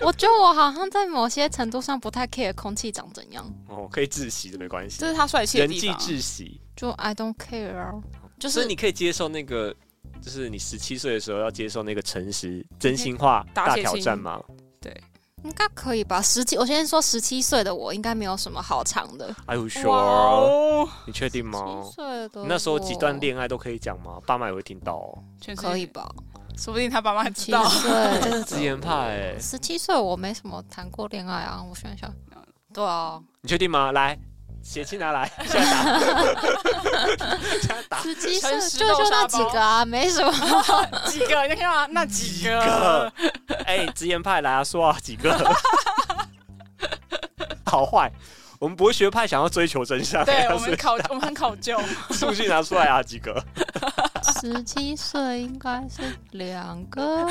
[SPEAKER 3] 我觉得我好像在某些程度上不太 care 空气长怎样，
[SPEAKER 1] 哦，可以窒息的没关系
[SPEAKER 2] 这，是他帅气的
[SPEAKER 1] 人
[SPEAKER 2] 地
[SPEAKER 1] 际
[SPEAKER 2] 方啊。
[SPEAKER 1] 窒息。
[SPEAKER 3] 就 I don't care 啊，就
[SPEAKER 1] 所以
[SPEAKER 3] 是
[SPEAKER 1] 你可以接受那个，就是你十七岁的时候要接受那个诚实、真心话大
[SPEAKER 2] 打铁
[SPEAKER 1] 挑
[SPEAKER 2] 心
[SPEAKER 1] 战吗？
[SPEAKER 3] 应该可以吧？十七，我先说十七岁的我应该没有什么好藏的，
[SPEAKER 1] 哎呦
[SPEAKER 2] 哇
[SPEAKER 1] 说，
[SPEAKER 2] 哦，
[SPEAKER 1] 你确定吗
[SPEAKER 3] 七？岁哦的
[SPEAKER 1] 你那时候几段
[SPEAKER 3] 我
[SPEAKER 1] 恋爱都可以讲吗？爸妈也会听到哦。
[SPEAKER 2] 全世界
[SPEAKER 3] 可以，吧？
[SPEAKER 2] 说不定他爸妈知
[SPEAKER 3] 七
[SPEAKER 2] 道。
[SPEAKER 3] 岁，
[SPEAKER 1] 真的直言派哎，
[SPEAKER 3] 十七岁我没什么谈过恋爱啊，我想想，对啊，
[SPEAKER 1] 你确定吗？来，血气拿来，现在打，现在打。
[SPEAKER 3] 十七岁
[SPEAKER 2] 诚实
[SPEAKER 3] 就
[SPEAKER 2] 豆
[SPEAKER 3] 就
[SPEAKER 2] 沙
[SPEAKER 3] 那
[SPEAKER 2] 包
[SPEAKER 3] 几个啊，没什么。
[SPEAKER 2] 几个？你看 到吗那几
[SPEAKER 1] 几个？哎，直言派来啊，说啊，几个？ 好坏，我们博学派想要追求真相，
[SPEAKER 2] 对
[SPEAKER 1] 要
[SPEAKER 2] 我们
[SPEAKER 1] 是
[SPEAKER 2] 考，我们很 考究。
[SPEAKER 1] 数据拿出来啊，几个？
[SPEAKER 3] 十七岁应该是两个，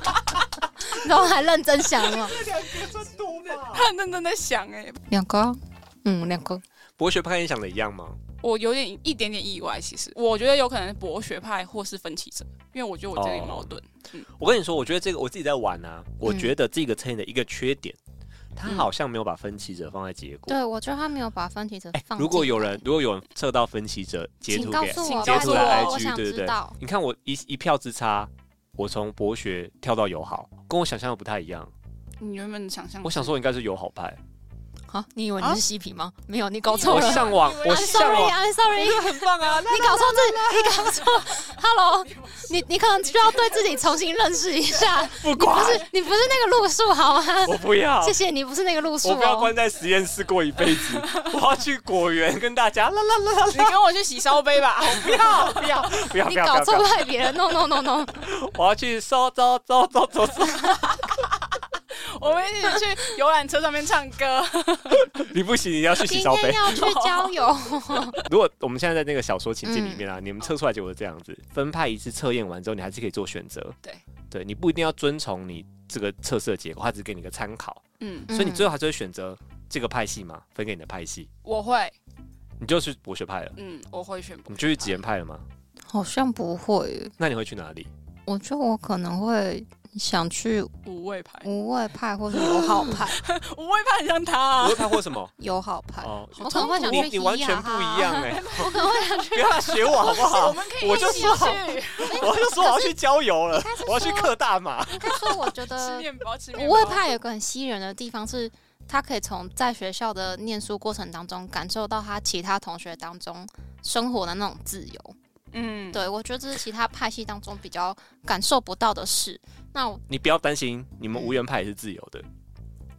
[SPEAKER 3] 然后还认真想哦了，
[SPEAKER 1] 真多吧？
[SPEAKER 2] 他很认真在想，哎，
[SPEAKER 3] 两个啊，嗯，两个，
[SPEAKER 1] 博学派跟你想的一样吗？
[SPEAKER 2] 我有点一点点意外。其实我觉得有可能是博学派或是分歧者，因为我觉得我这里
[SPEAKER 1] 哦
[SPEAKER 2] 矛盾。
[SPEAKER 1] 我跟你说，我觉得这个我自己在玩啊，
[SPEAKER 3] 嗯
[SPEAKER 1] 我觉得这个测验的一个缺点，它好像没有把分歧者放在结果。
[SPEAKER 3] 对我觉得他没有把分歧者
[SPEAKER 1] 哎、
[SPEAKER 3] 放进来。
[SPEAKER 1] 如果有人如果有人测到分歧者，截
[SPEAKER 3] 请
[SPEAKER 1] 图
[SPEAKER 3] 告
[SPEAKER 1] 给
[SPEAKER 3] 诉
[SPEAKER 2] 请
[SPEAKER 3] 我，
[SPEAKER 1] 截
[SPEAKER 2] 告
[SPEAKER 3] 拜
[SPEAKER 1] 图
[SPEAKER 2] 诉
[SPEAKER 3] 托
[SPEAKER 1] 给
[SPEAKER 2] 我
[SPEAKER 3] 我
[SPEAKER 1] IG，
[SPEAKER 3] 想
[SPEAKER 1] 对不
[SPEAKER 3] 知
[SPEAKER 1] 对？
[SPEAKER 3] 道。
[SPEAKER 1] 你看我一一票之差，我从博学跳到友好，跟我想象的不太一样。
[SPEAKER 2] 你原本想
[SPEAKER 3] 嗯
[SPEAKER 2] 象，
[SPEAKER 1] 我想说，应该是友好派。
[SPEAKER 3] 好，你以为
[SPEAKER 2] 啊
[SPEAKER 3] 你是嬉皮吗？没啊有，你搞
[SPEAKER 1] 我
[SPEAKER 3] 错了。
[SPEAKER 1] 向往，我
[SPEAKER 3] I'm
[SPEAKER 1] 向往。
[SPEAKER 3] sorry，I'm sorry，
[SPEAKER 2] 很棒 啊！
[SPEAKER 3] 你搞错自，你搞错。Hello，你你可能需要对自己重新认识一下。
[SPEAKER 1] 不
[SPEAKER 3] 你不
[SPEAKER 1] 管，
[SPEAKER 3] 是你不是那个路数好吗？
[SPEAKER 1] 我不要
[SPEAKER 3] 谢。谢你不是那个路数
[SPEAKER 1] 我不要
[SPEAKER 3] 哦
[SPEAKER 1] 关。在实验室过一辈 子，我要去果园跟大家啦啦啦啦啦！
[SPEAKER 2] 你跟我去洗烧杯吧，
[SPEAKER 1] 不要不要不要
[SPEAKER 3] 你
[SPEAKER 1] 不要
[SPEAKER 3] 搞
[SPEAKER 1] 不要
[SPEAKER 3] 错！派别人，no no no no，
[SPEAKER 1] 我要去烧糟糟糟糟糟！
[SPEAKER 2] 我们一起去游览车上面唱歌。
[SPEAKER 1] 你不行，你要去洗
[SPEAKER 3] 今
[SPEAKER 1] 烧
[SPEAKER 3] 天
[SPEAKER 1] 杯。
[SPEAKER 3] 要去郊游，
[SPEAKER 1] 如果我们现在在那个小说情境里面啊，你们测出来结果是这样子，分派一次测验完之后，你还是可以做选择。
[SPEAKER 2] 对，
[SPEAKER 1] 对你不一定要遵从你这个测试的结果，它只是给你一个参考，
[SPEAKER 2] 嗯，
[SPEAKER 1] 所以你最后还是会选择这个派系嘛，分给你的派系，
[SPEAKER 2] 我会，
[SPEAKER 1] 你就是博学派了，
[SPEAKER 2] 嗯，我会选博
[SPEAKER 1] 你就是极言派了吗？
[SPEAKER 3] 好像不会耶。
[SPEAKER 1] 那你会去哪里？
[SPEAKER 3] 我觉得我可能会想去
[SPEAKER 2] 五位牌，
[SPEAKER 3] 无畏派或者友好派，
[SPEAKER 1] 哦
[SPEAKER 2] 五位牌很像他
[SPEAKER 1] 博
[SPEAKER 2] 啊
[SPEAKER 1] 学。派或什么？
[SPEAKER 3] 友好派。
[SPEAKER 1] 哦，
[SPEAKER 3] 我可能会想
[SPEAKER 1] 你
[SPEAKER 3] 去
[SPEAKER 1] 你完全不一样
[SPEAKER 3] 嘻哈哈。
[SPEAKER 1] 哎，
[SPEAKER 3] 我可能会想去，
[SPEAKER 1] 不要来学我好不好？
[SPEAKER 2] 们可
[SPEAKER 1] 我就
[SPEAKER 2] 起
[SPEAKER 1] 说
[SPEAKER 2] 去
[SPEAKER 1] 我就说我要去郊游了
[SPEAKER 3] 应该是，
[SPEAKER 1] 我要去
[SPEAKER 3] 说
[SPEAKER 1] 克大马。
[SPEAKER 3] 应该说我觉
[SPEAKER 2] 吃
[SPEAKER 3] 得
[SPEAKER 2] 面包，吃面
[SPEAKER 3] 无
[SPEAKER 2] 包。
[SPEAKER 3] 畏派有个很吸引人的地方是，他可以从在学校的念书过程当中感受到他其他同学当中生活的那种自由。
[SPEAKER 2] 嗯，
[SPEAKER 3] 对我觉得这是其他派系当中比较感受不到的事。那我
[SPEAKER 1] 你不要担心，你们无缘派也是自由的，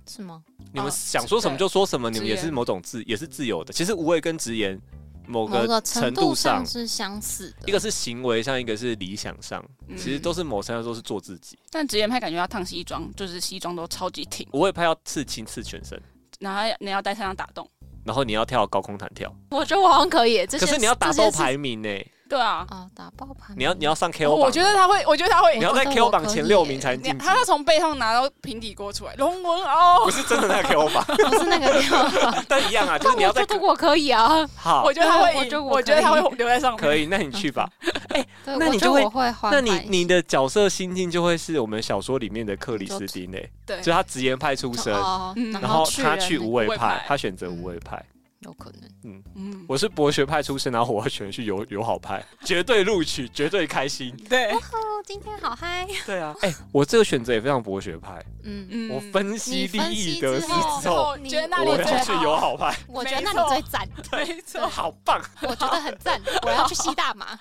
[SPEAKER 3] 是吗？
[SPEAKER 1] 你们想说什么就说什么，你们也是某种自也是自由的。其实无畏跟直言某
[SPEAKER 3] 某个
[SPEAKER 1] 个
[SPEAKER 3] 程
[SPEAKER 1] 程
[SPEAKER 3] 度
[SPEAKER 1] 度
[SPEAKER 3] 上
[SPEAKER 1] 上，
[SPEAKER 3] 是相似
[SPEAKER 1] 一
[SPEAKER 3] 的。
[SPEAKER 1] 个是行为上，一个是理想上，
[SPEAKER 2] 嗯
[SPEAKER 1] 其实都是某程度上都是做自己。
[SPEAKER 2] 但直言派感觉要烫西装，就是西装都超级挺，
[SPEAKER 1] 无畏派要刺青刺全身，
[SPEAKER 2] 然后你要带上打洞。
[SPEAKER 1] 然后你要跳高空弹跳，
[SPEAKER 3] 我觉得我好像可以耶，这
[SPEAKER 1] 可
[SPEAKER 3] 些
[SPEAKER 1] 是你要打
[SPEAKER 3] 这些
[SPEAKER 1] 到
[SPEAKER 3] 是嗯哦
[SPEAKER 1] 排名呢，
[SPEAKER 2] 对啊，
[SPEAKER 3] 啊，打爆牌，
[SPEAKER 1] 你要你要上 KO 榜，
[SPEAKER 2] 我觉得他会，我觉得他会
[SPEAKER 1] 你，要在
[SPEAKER 3] 我觉得
[SPEAKER 1] KO
[SPEAKER 3] 我
[SPEAKER 1] 榜
[SPEAKER 3] 可以
[SPEAKER 1] 前
[SPEAKER 3] 耶
[SPEAKER 1] 六名才能
[SPEAKER 2] 你
[SPEAKER 1] 晋级
[SPEAKER 2] 他，要从背后拿到平底锅出来，龙纹哦
[SPEAKER 1] 不。是真的那个 KO 榜，
[SPEAKER 3] 不是那个地方。
[SPEAKER 1] 但一样啊，就是
[SPEAKER 3] 但
[SPEAKER 1] 你要
[SPEAKER 3] 我
[SPEAKER 1] 在
[SPEAKER 3] 觉得我可以啊，
[SPEAKER 1] 好
[SPEAKER 2] 我觉得他会
[SPEAKER 3] 我觉得
[SPEAKER 2] 赢，
[SPEAKER 3] 我
[SPEAKER 2] 我觉得他
[SPEAKER 3] 可以
[SPEAKER 2] 会留在上面。
[SPEAKER 1] 可以，那你去吧。
[SPEAKER 3] 对，
[SPEAKER 1] 那
[SPEAKER 3] 我
[SPEAKER 1] 你
[SPEAKER 3] 觉
[SPEAKER 1] 就
[SPEAKER 3] 得
[SPEAKER 1] 会
[SPEAKER 3] 我会换
[SPEAKER 1] 那
[SPEAKER 3] 牌。
[SPEAKER 1] 你你的角色心境就会是我们小说里面的克里斯汀诶，欸
[SPEAKER 2] 对
[SPEAKER 1] 就他直言派出身，
[SPEAKER 3] 哦
[SPEAKER 2] 嗯，
[SPEAKER 1] 然
[SPEAKER 3] 后
[SPEAKER 1] 后他去
[SPEAKER 3] 人
[SPEAKER 1] 无
[SPEAKER 2] 无
[SPEAKER 1] 畏
[SPEAKER 2] 畏
[SPEAKER 1] 派嗯
[SPEAKER 2] 派，
[SPEAKER 1] 他选择无畏派，
[SPEAKER 3] 有可能。
[SPEAKER 2] 嗯，
[SPEAKER 1] 我是博学派出身，然后我要选去友友好派，绝对录取，绝对开 心。
[SPEAKER 2] 对，
[SPEAKER 3] 哦，今天好嗨，
[SPEAKER 1] 对啊，哎、我这个选择也非常博学派，
[SPEAKER 3] 嗯，
[SPEAKER 2] 嗯
[SPEAKER 1] 我分析利益得失
[SPEAKER 3] 你分析
[SPEAKER 1] 之
[SPEAKER 3] 之
[SPEAKER 1] 后，
[SPEAKER 3] 后
[SPEAKER 2] 哦觉得那里
[SPEAKER 1] 我
[SPEAKER 2] 最
[SPEAKER 1] 要去友
[SPEAKER 2] 好，
[SPEAKER 1] 好派，
[SPEAKER 3] 我觉得那
[SPEAKER 2] 没错
[SPEAKER 3] 里最 赞，
[SPEAKER 2] 没
[SPEAKER 1] 这
[SPEAKER 2] 错，
[SPEAKER 1] 好棒，
[SPEAKER 3] 我觉得很 赞，我要去吸大麻，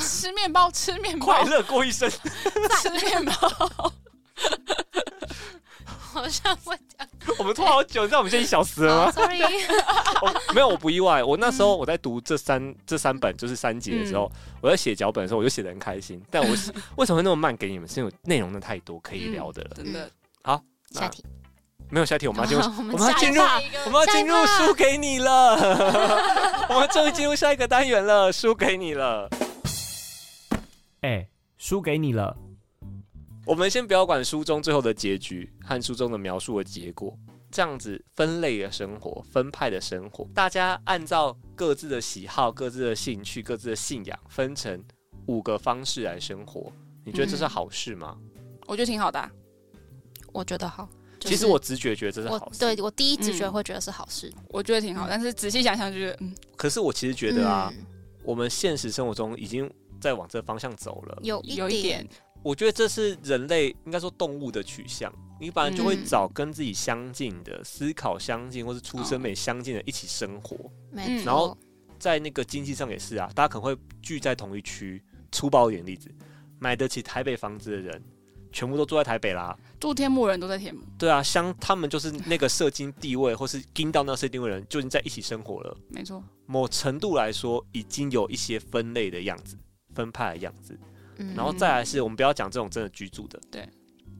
[SPEAKER 2] 吃面包，吃面
[SPEAKER 1] 快
[SPEAKER 2] 包，
[SPEAKER 1] 乐过一生。
[SPEAKER 2] 吃面包，
[SPEAKER 3] 好像 会这样。
[SPEAKER 1] 我们拖好久，你知道我们现在小时了
[SPEAKER 3] 哦
[SPEAKER 1] 吗？
[SPEAKER 3] Sorry，
[SPEAKER 1] 我没有，我不意外。我那时候我在读这三这三本就是三节的时候，我在写脚本的时候，我就写的很开心。但我 为什么会那么慢给你们？是因为内容真的太多可以聊的了。
[SPEAKER 2] 嗯真的，
[SPEAKER 1] 那
[SPEAKER 3] 下题，
[SPEAKER 1] 没有下题，我们要进入，
[SPEAKER 3] 我
[SPEAKER 1] 我
[SPEAKER 3] 们
[SPEAKER 1] 们要
[SPEAKER 2] 哎
[SPEAKER 3] 下一
[SPEAKER 1] 嗯进入
[SPEAKER 3] 趴
[SPEAKER 1] 我们要
[SPEAKER 3] 下一
[SPEAKER 1] 进入
[SPEAKER 3] 趴
[SPEAKER 1] 输给你了， 我们终于进入下一个单元了，输给你了。
[SPEAKER 5] 哎，输给你了。
[SPEAKER 1] 我们先不要管书中最后的结局和书中的描述的结果，这样子分类的生活、分派的生活，大家按照各自的喜好、各自的兴趣、各自的信仰，分成五个方式来生活。你觉得这是好事吗？
[SPEAKER 2] 我觉得挺好的啊，
[SPEAKER 3] 我觉得好。嗯就
[SPEAKER 1] 其
[SPEAKER 3] 是
[SPEAKER 1] 实我直觉觉得这是
[SPEAKER 3] 我
[SPEAKER 1] 好事，
[SPEAKER 3] 对我第一直觉
[SPEAKER 2] 嗯
[SPEAKER 3] 会觉得是好事，
[SPEAKER 2] 我觉得挺好，
[SPEAKER 1] 嗯
[SPEAKER 2] 但是仔细想想，就是嗯，
[SPEAKER 1] 可是我其实觉得啊，
[SPEAKER 3] 嗯
[SPEAKER 1] 我们现实生活中已经在往这方向走了。
[SPEAKER 3] 嗯有
[SPEAKER 2] 有
[SPEAKER 1] 嗯
[SPEAKER 2] 一点，
[SPEAKER 1] 我觉得这是人类应该说动物的取向，你本来就会
[SPEAKER 3] 嗯
[SPEAKER 1] 找跟自己相近的、思考相近或是出身美相近的一起生活。
[SPEAKER 3] 没
[SPEAKER 2] 嗯
[SPEAKER 3] 错。
[SPEAKER 1] 然后在那个经济上也是啊，大家可能会聚在同一区。粗暴一点的例子，买得起台北房子的人，全部都住在台北啦。
[SPEAKER 2] 住天幕的人都在天幕，
[SPEAKER 1] 对啊，相他们就是那个社经地位或是盯到那个社经地位的人，就已经在一起生活了。
[SPEAKER 2] 没错，
[SPEAKER 1] 某程度来说，已经有一些分类的样子、分派的样子。
[SPEAKER 3] 嗯
[SPEAKER 1] 然后再来是我们不要讲这种真的居住的，
[SPEAKER 2] 对，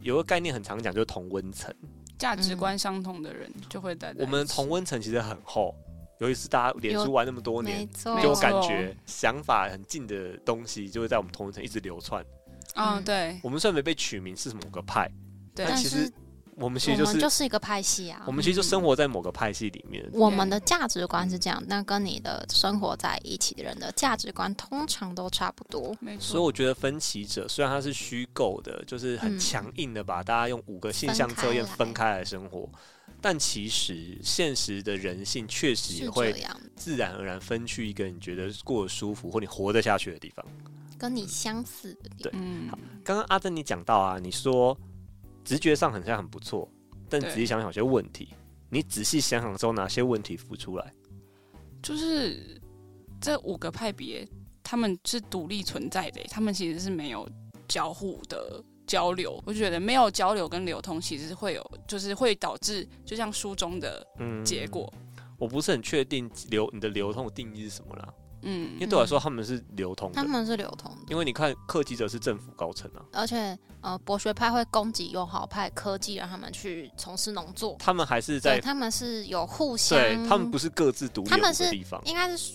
[SPEAKER 1] 有个概念很常讲，就是同温层。
[SPEAKER 2] 价值观相同的人就会在在一起
[SPEAKER 1] 嗯我们同温层其实很厚，尤其是大家脸书玩那么多
[SPEAKER 3] 没
[SPEAKER 1] 年，
[SPEAKER 3] 错，
[SPEAKER 1] 就
[SPEAKER 2] 有
[SPEAKER 1] 我
[SPEAKER 2] 感
[SPEAKER 1] 感觉想法很近的东西就会在我们同温层一直流窜。
[SPEAKER 2] 嗯，
[SPEAKER 3] 嗯
[SPEAKER 2] 对
[SPEAKER 1] 我们虽然没被取名是某个派，
[SPEAKER 2] 对，
[SPEAKER 1] 但
[SPEAKER 3] 但
[SPEAKER 1] 其
[SPEAKER 3] 是
[SPEAKER 1] 实我们其
[SPEAKER 3] 我
[SPEAKER 1] 实就
[SPEAKER 3] 们
[SPEAKER 1] 是
[SPEAKER 3] 就是一个派系啊
[SPEAKER 1] 我。们其实就生活在某个派系里面。
[SPEAKER 3] 我们的价值观是这样，那跟你的生活在一起的人的价值观通常都差不多。
[SPEAKER 2] 没错，
[SPEAKER 1] 所以我觉得分歧者虽然它是虚构的，就是很
[SPEAKER 3] 嗯
[SPEAKER 1] 强硬的把大家用五个性向测验分开来生活，但其实现实的人性确实
[SPEAKER 3] 是
[SPEAKER 1] 也
[SPEAKER 3] 这
[SPEAKER 1] 会
[SPEAKER 3] 样，
[SPEAKER 1] 自然而然分去一个你觉得过得舒服或你活得下去的地方。
[SPEAKER 3] 跟你相似的地方。
[SPEAKER 2] 嗯，
[SPEAKER 1] 刚刚阿珍你讲到啊，你说直觉上很像很不错，但
[SPEAKER 2] 对
[SPEAKER 1] 仔细想想有些问题，你仔细想想之后哪些问题浮出来？
[SPEAKER 2] 就是这五个派别，他们是独立存在的，他们其实是没有交互的交流。我觉得没有交流跟流通，其实会有，就是会导致，就像书中的
[SPEAKER 1] 嗯
[SPEAKER 2] 结果，
[SPEAKER 1] 我不是很确定流你的流通的定义是什么啦，
[SPEAKER 2] 嗯
[SPEAKER 1] 因为对我来说他们是流通的
[SPEAKER 3] 他，们是流通的，
[SPEAKER 1] 因为你看客籍者是政府高层啊，
[SPEAKER 3] 而且呃，博学派会攻击友好派科技，让他们去从事农作。
[SPEAKER 1] 他们还是
[SPEAKER 3] 对，
[SPEAKER 1] 在
[SPEAKER 3] 他们是有互相，
[SPEAKER 1] 对他们不是各自独立
[SPEAKER 3] 他们
[SPEAKER 1] 的
[SPEAKER 3] 是
[SPEAKER 1] 地方，
[SPEAKER 3] 应该是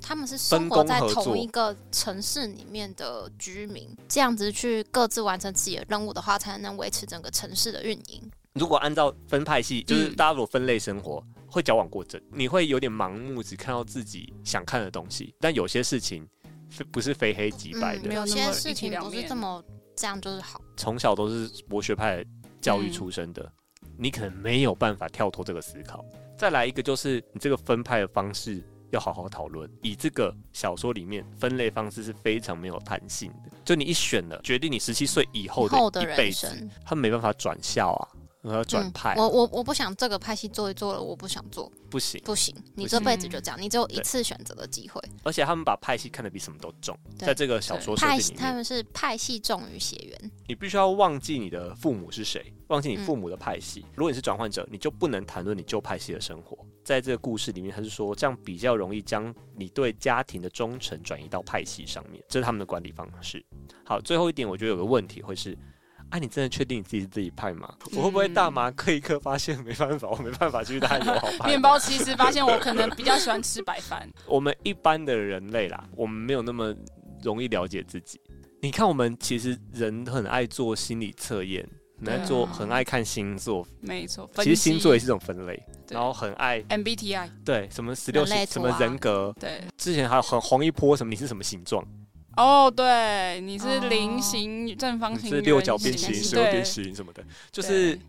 [SPEAKER 3] 他们是
[SPEAKER 1] 分
[SPEAKER 3] 生活
[SPEAKER 1] 工
[SPEAKER 3] 在
[SPEAKER 1] 合作
[SPEAKER 3] 同一个城市里面的居民，这样子去各自完成自己的任务的话，才能维持整个城市的运营。
[SPEAKER 1] 如果按照分派系，就是
[SPEAKER 2] 嗯
[SPEAKER 1] 大家如果分类生活，会矫枉过正，你会有点盲目，只看到自己想看的东西。但有些事情非不是非黑即白
[SPEAKER 3] 嗯，
[SPEAKER 1] 的，
[SPEAKER 2] 有那么
[SPEAKER 3] 有些
[SPEAKER 2] 一
[SPEAKER 3] 事
[SPEAKER 2] 体
[SPEAKER 3] 情
[SPEAKER 2] 两
[SPEAKER 3] 不是
[SPEAKER 2] 面？
[SPEAKER 3] 这么这样就是好。
[SPEAKER 1] 从、小都是博学派教育出身的，你可能没有办法跳脱这个思考。再来一个就是你这个分派的方式要好好讨论，以这个小说里面分类方式是非常没有弹性的，就你一选了，决定你十七岁以后
[SPEAKER 3] 以后
[SPEAKER 1] 的
[SPEAKER 3] 的
[SPEAKER 1] 一
[SPEAKER 3] 人
[SPEAKER 1] 辈子
[SPEAKER 3] 生，
[SPEAKER 1] 他没办法转校啊，没办法转
[SPEAKER 3] 嗯
[SPEAKER 1] 派啊、
[SPEAKER 3] 我我我不想这个派系做一做了，我不想做，
[SPEAKER 1] 不行。
[SPEAKER 3] 不行，你
[SPEAKER 1] 不
[SPEAKER 3] 这
[SPEAKER 1] 行
[SPEAKER 3] 辈子就这样，你只有
[SPEAKER 1] 嗯
[SPEAKER 3] 一
[SPEAKER 1] 对
[SPEAKER 3] 次选择的机会。
[SPEAKER 1] 而且他们把派系看得比什么都重，
[SPEAKER 3] 对
[SPEAKER 1] 在这个小说设
[SPEAKER 3] 派
[SPEAKER 1] 定里
[SPEAKER 3] 他
[SPEAKER 1] 面，
[SPEAKER 3] 们是派系重于血缘，
[SPEAKER 1] 你必须要忘记你的父母是谁，忘记你父母的派系。如果你是转换者，你就不能谈论你旧派系的生活。在这个故事里面，他是说这样比较容易将你对家庭的忠诚转移到派系上面，这是他们的管理方式。好，最后一点，我觉得有个问题会是。哎、你真的确定你自己是自己派吗？我会不会大
[SPEAKER 3] 嗯
[SPEAKER 1] 麻嗑一嗑，发现没办法，我没办法继续当友好派
[SPEAKER 2] 面包其实发现我可能比较喜欢吃白饭，
[SPEAKER 1] 我们一般的人类啦，我们没有那么容易了解自己。你看，我们其实人很爱做心理测验，很爱做，
[SPEAKER 2] 对啊
[SPEAKER 1] 很爱看星座。
[SPEAKER 2] 没错。
[SPEAKER 1] 其实星座也
[SPEAKER 2] 是
[SPEAKER 1] 是一种分类，
[SPEAKER 2] 对
[SPEAKER 1] 然后很爱
[SPEAKER 2] MBTI，
[SPEAKER 1] 对什么十六
[SPEAKER 3] 人类
[SPEAKER 1] 星
[SPEAKER 3] 图
[SPEAKER 1] 什么
[SPEAKER 3] 啊
[SPEAKER 1] 人格，
[SPEAKER 2] 对，
[SPEAKER 1] 之前还有很红一波什么你是什么形状，
[SPEAKER 2] 哦，对，你是
[SPEAKER 3] 哦
[SPEAKER 2] 菱形、正方
[SPEAKER 1] 你
[SPEAKER 2] 形、
[SPEAKER 1] 嗯是六角
[SPEAKER 2] 圆
[SPEAKER 1] 边
[SPEAKER 3] 形
[SPEAKER 1] 形、
[SPEAKER 3] 对
[SPEAKER 1] 十六边形什么的，就是
[SPEAKER 2] 对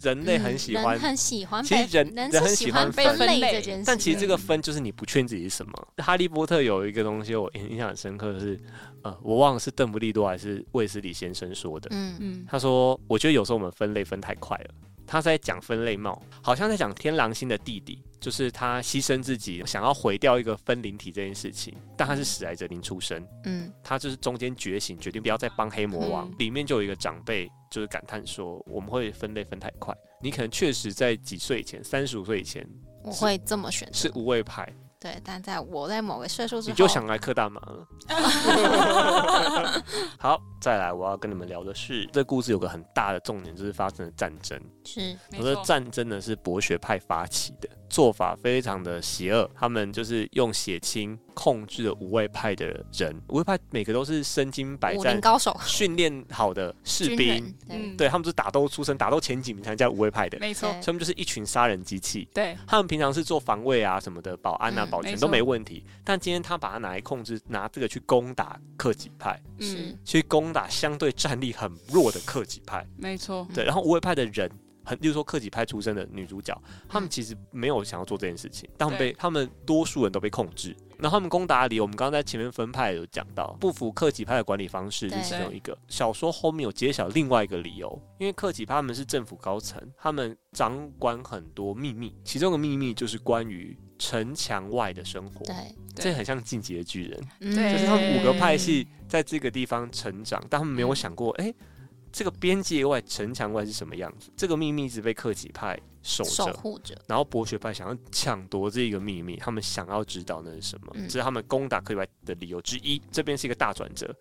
[SPEAKER 1] 人类很喜欢
[SPEAKER 3] 嗯人很喜欢被，
[SPEAKER 1] 其实人
[SPEAKER 3] 人
[SPEAKER 1] 人
[SPEAKER 3] 是
[SPEAKER 1] 很
[SPEAKER 3] 喜
[SPEAKER 1] 喜欢
[SPEAKER 3] 欢被
[SPEAKER 2] 分
[SPEAKER 3] 类
[SPEAKER 2] 类
[SPEAKER 3] 这件事，
[SPEAKER 1] 但其实这个分就是你不确定自己是什么。哈利波特有一个东西我印印象很深刻的是，呃，我忘了是邓布利多还是卫斯理先生说的。
[SPEAKER 3] 嗯，
[SPEAKER 2] 嗯，
[SPEAKER 1] 他说：“我觉得有时候我们分类分太快了。”他在讲分类帽，好像在讲天狼星的弟弟，就是他牺牲自己想要毁掉一个分灵体这件事情，但他是史莱哲林出身，
[SPEAKER 3] 嗯
[SPEAKER 1] 他就是中间觉醒，决定不要再帮黑魔王。
[SPEAKER 2] 嗯
[SPEAKER 1] 里面就有一个长辈就是感叹说：“我们会分类分太快，你可能确实在几岁以前，三十五岁以前
[SPEAKER 3] 嗯，我会这么选
[SPEAKER 1] 是
[SPEAKER 3] 择，
[SPEAKER 1] 无畏派，
[SPEAKER 3] 对，但在我在某个岁数之后，
[SPEAKER 1] 你就想来克大麻了。 好，再来，我要跟你们聊的是，这故事有个很大的重点，就是发生了战争。
[SPEAKER 3] 是
[SPEAKER 2] 没
[SPEAKER 1] 我说
[SPEAKER 2] 错，
[SPEAKER 1] 战争呢是博学派发起的，做法非常的邪恶，他们就是用血清控制了无畏派的人，无畏派每个都是身经百
[SPEAKER 3] 武
[SPEAKER 1] 战
[SPEAKER 3] 林、高手，
[SPEAKER 1] 训练好的士
[SPEAKER 3] 军
[SPEAKER 1] 兵
[SPEAKER 3] 人，，对，
[SPEAKER 1] 对他们是打斗出身，打斗前几名才能叫无畏派的，
[SPEAKER 2] 没错，
[SPEAKER 1] 所以他们就是一群杀人机器。
[SPEAKER 2] 对，
[SPEAKER 1] 他们平常是做防卫啊什么的，保安啊、
[SPEAKER 3] 嗯
[SPEAKER 1] 保全
[SPEAKER 2] 没
[SPEAKER 1] 都
[SPEAKER 2] 错
[SPEAKER 1] 没问题。但今天他把它拿来控制，拿这个去攻打克己派，
[SPEAKER 3] 是
[SPEAKER 2] 嗯，
[SPEAKER 1] 去攻打相对战力很弱的克己派。
[SPEAKER 2] 没错，
[SPEAKER 1] 对，然后无畏派的人，很，例如说克己派出身的女主角，他
[SPEAKER 3] 嗯
[SPEAKER 1] 们其实没有想要做这件事情，但他们被
[SPEAKER 2] 对
[SPEAKER 1] 他们多数人都被控制。然后他们攻打里，我们刚刚在前面分派有讲到，不服克己派的管理方式是
[SPEAKER 3] 对
[SPEAKER 1] 其中一个。小说后面有揭晓另外一个理由，因为克己派他们是政府高层，他们掌管很多秘密，其中的秘密就是关于城墙外的生活。
[SPEAKER 3] 对，
[SPEAKER 1] 这很像《进击的巨人》，
[SPEAKER 3] 嗯
[SPEAKER 2] 对
[SPEAKER 1] 就是他们五个派系在这个地方成长，但他们没
[SPEAKER 3] 嗯
[SPEAKER 1] 有想过，哎、这个边界外城墙外是什么样子？这个秘密一直被克己派守
[SPEAKER 3] 守
[SPEAKER 1] 着，
[SPEAKER 3] 护者，
[SPEAKER 1] 然后博学派想要抢夺这个秘密，他们想要知道那是什么，
[SPEAKER 3] 嗯
[SPEAKER 1] 这是他们攻打克己派的理由之一。这边是一个大转折，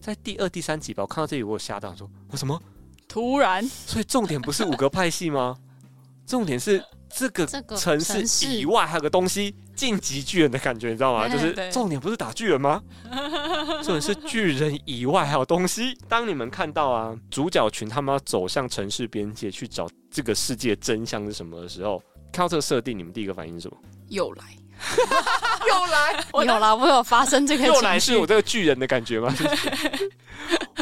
[SPEAKER 1] 在第二、第三集吧，我看到这里我有吓到，说我什么？
[SPEAKER 2] 突然，
[SPEAKER 1] 所以重点不是五个派系吗？重点是这个
[SPEAKER 3] 这个
[SPEAKER 1] 城市
[SPEAKER 3] 城市
[SPEAKER 1] 以外还有个东西，晋级巨人的感觉，你知道吗？
[SPEAKER 3] 嗯
[SPEAKER 1] 就是
[SPEAKER 2] 对
[SPEAKER 1] 重点不是打巨人 吗？重点是巨人以外还有东西。当你们看到啊，主角群他们要走向城市边界去找这个世界真相是什么的时候，看到这个设定，你们第一个反应是 什么？
[SPEAKER 2] 又 来，
[SPEAKER 1] 又来，
[SPEAKER 3] 有啦，我有发生这个
[SPEAKER 1] 又来
[SPEAKER 3] 情
[SPEAKER 1] 是我
[SPEAKER 3] 绪，
[SPEAKER 1] 这个巨人的感觉吗？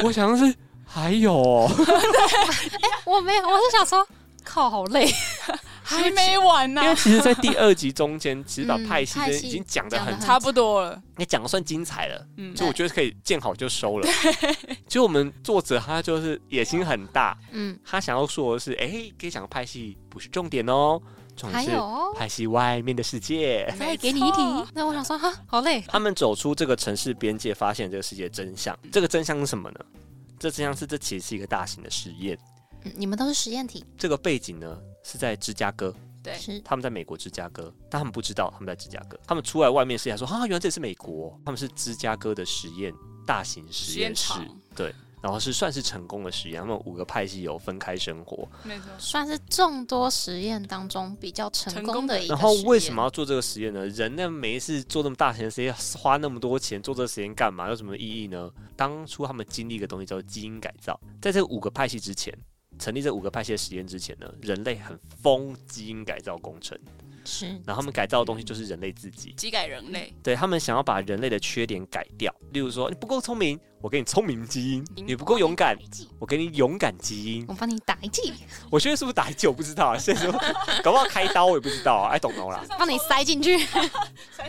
[SPEAKER 1] 我想的是还有哦、
[SPEAKER 3] 我没有，我是想说，靠，好累，
[SPEAKER 2] 还没完呢
[SPEAKER 1] 因，为其实，在第二集中间，其实把
[SPEAKER 3] 嗯
[SPEAKER 1] 派系
[SPEAKER 3] 派
[SPEAKER 1] 这
[SPEAKER 3] 系
[SPEAKER 1] 已经讲的
[SPEAKER 3] 讲得
[SPEAKER 1] 很
[SPEAKER 3] 很
[SPEAKER 2] 差不多了，
[SPEAKER 1] 你讲的算精彩了，
[SPEAKER 2] 嗯，
[SPEAKER 1] 所以我觉得可以见好就收了。 就我们作者他就是野心很大，
[SPEAKER 3] 嗯，
[SPEAKER 1] 他想要说的是，哎、可以讲派系不是重点哦，重
[SPEAKER 3] 还
[SPEAKER 1] 点是
[SPEAKER 3] 有哦，
[SPEAKER 1] 派系外面的世界。
[SPEAKER 3] 再给你一题
[SPEAKER 2] 没错，
[SPEAKER 3] 那我想说，哈，好累，
[SPEAKER 1] 他们走出这个城市边界，发现这个世界真相。这个真相是什么呢？这真相是这其实是一个大型的实验。
[SPEAKER 3] 嗯你们都是实验体，
[SPEAKER 1] 这个背景呢是在芝加哥，
[SPEAKER 2] 对
[SPEAKER 3] 是
[SPEAKER 1] 他们在美国芝加哥，但他们不知道他们在芝加哥。他们出来外面试一下说，啊，原来这里是美国，他们是芝加哥的实验大型实
[SPEAKER 2] 实
[SPEAKER 1] 验
[SPEAKER 2] 验
[SPEAKER 1] 室，
[SPEAKER 2] 场，
[SPEAKER 1] 然后是算是成功的实验。他们五个派系有分开生活，
[SPEAKER 2] 没错，
[SPEAKER 3] 算是众多实验当中比较成
[SPEAKER 2] 成
[SPEAKER 3] 功
[SPEAKER 2] 功的
[SPEAKER 3] 的一个
[SPEAKER 1] 然后
[SPEAKER 3] 实
[SPEAKER 1] 为
[SPEAKER 3] 验
[SPEAKER 1] 什么？要做这个实验呢？人呢没事做那么大型的实验，花那么多钱做这个实验干嘛？有什么意义呢？当初他们经历一个东西叫做基因改造，在这五个派系之前。成立这五个派系的实验之前呢，人类很疯基因改造工程，
[SPEAKER 3] 是
[SPEAKER 1] 然后他们改造的东西就是人类自己。
[SPEAKER 2] 机改人类，
[SPEAKER 1] 对他们想要把人类的缺点改掉，例如说你不够聪明，我给你聪明基因；你不够勇敢，我给你勇敢基因
[SPEAKER 3] 我。帮你打一 剂，
[SPEAKER 1] 我现在是不是打一剂我不知道啊，现在是不是搞不好开刀我也不知道啊，I don't know 啦。
[SPEAKER 3] 帮你塞进去，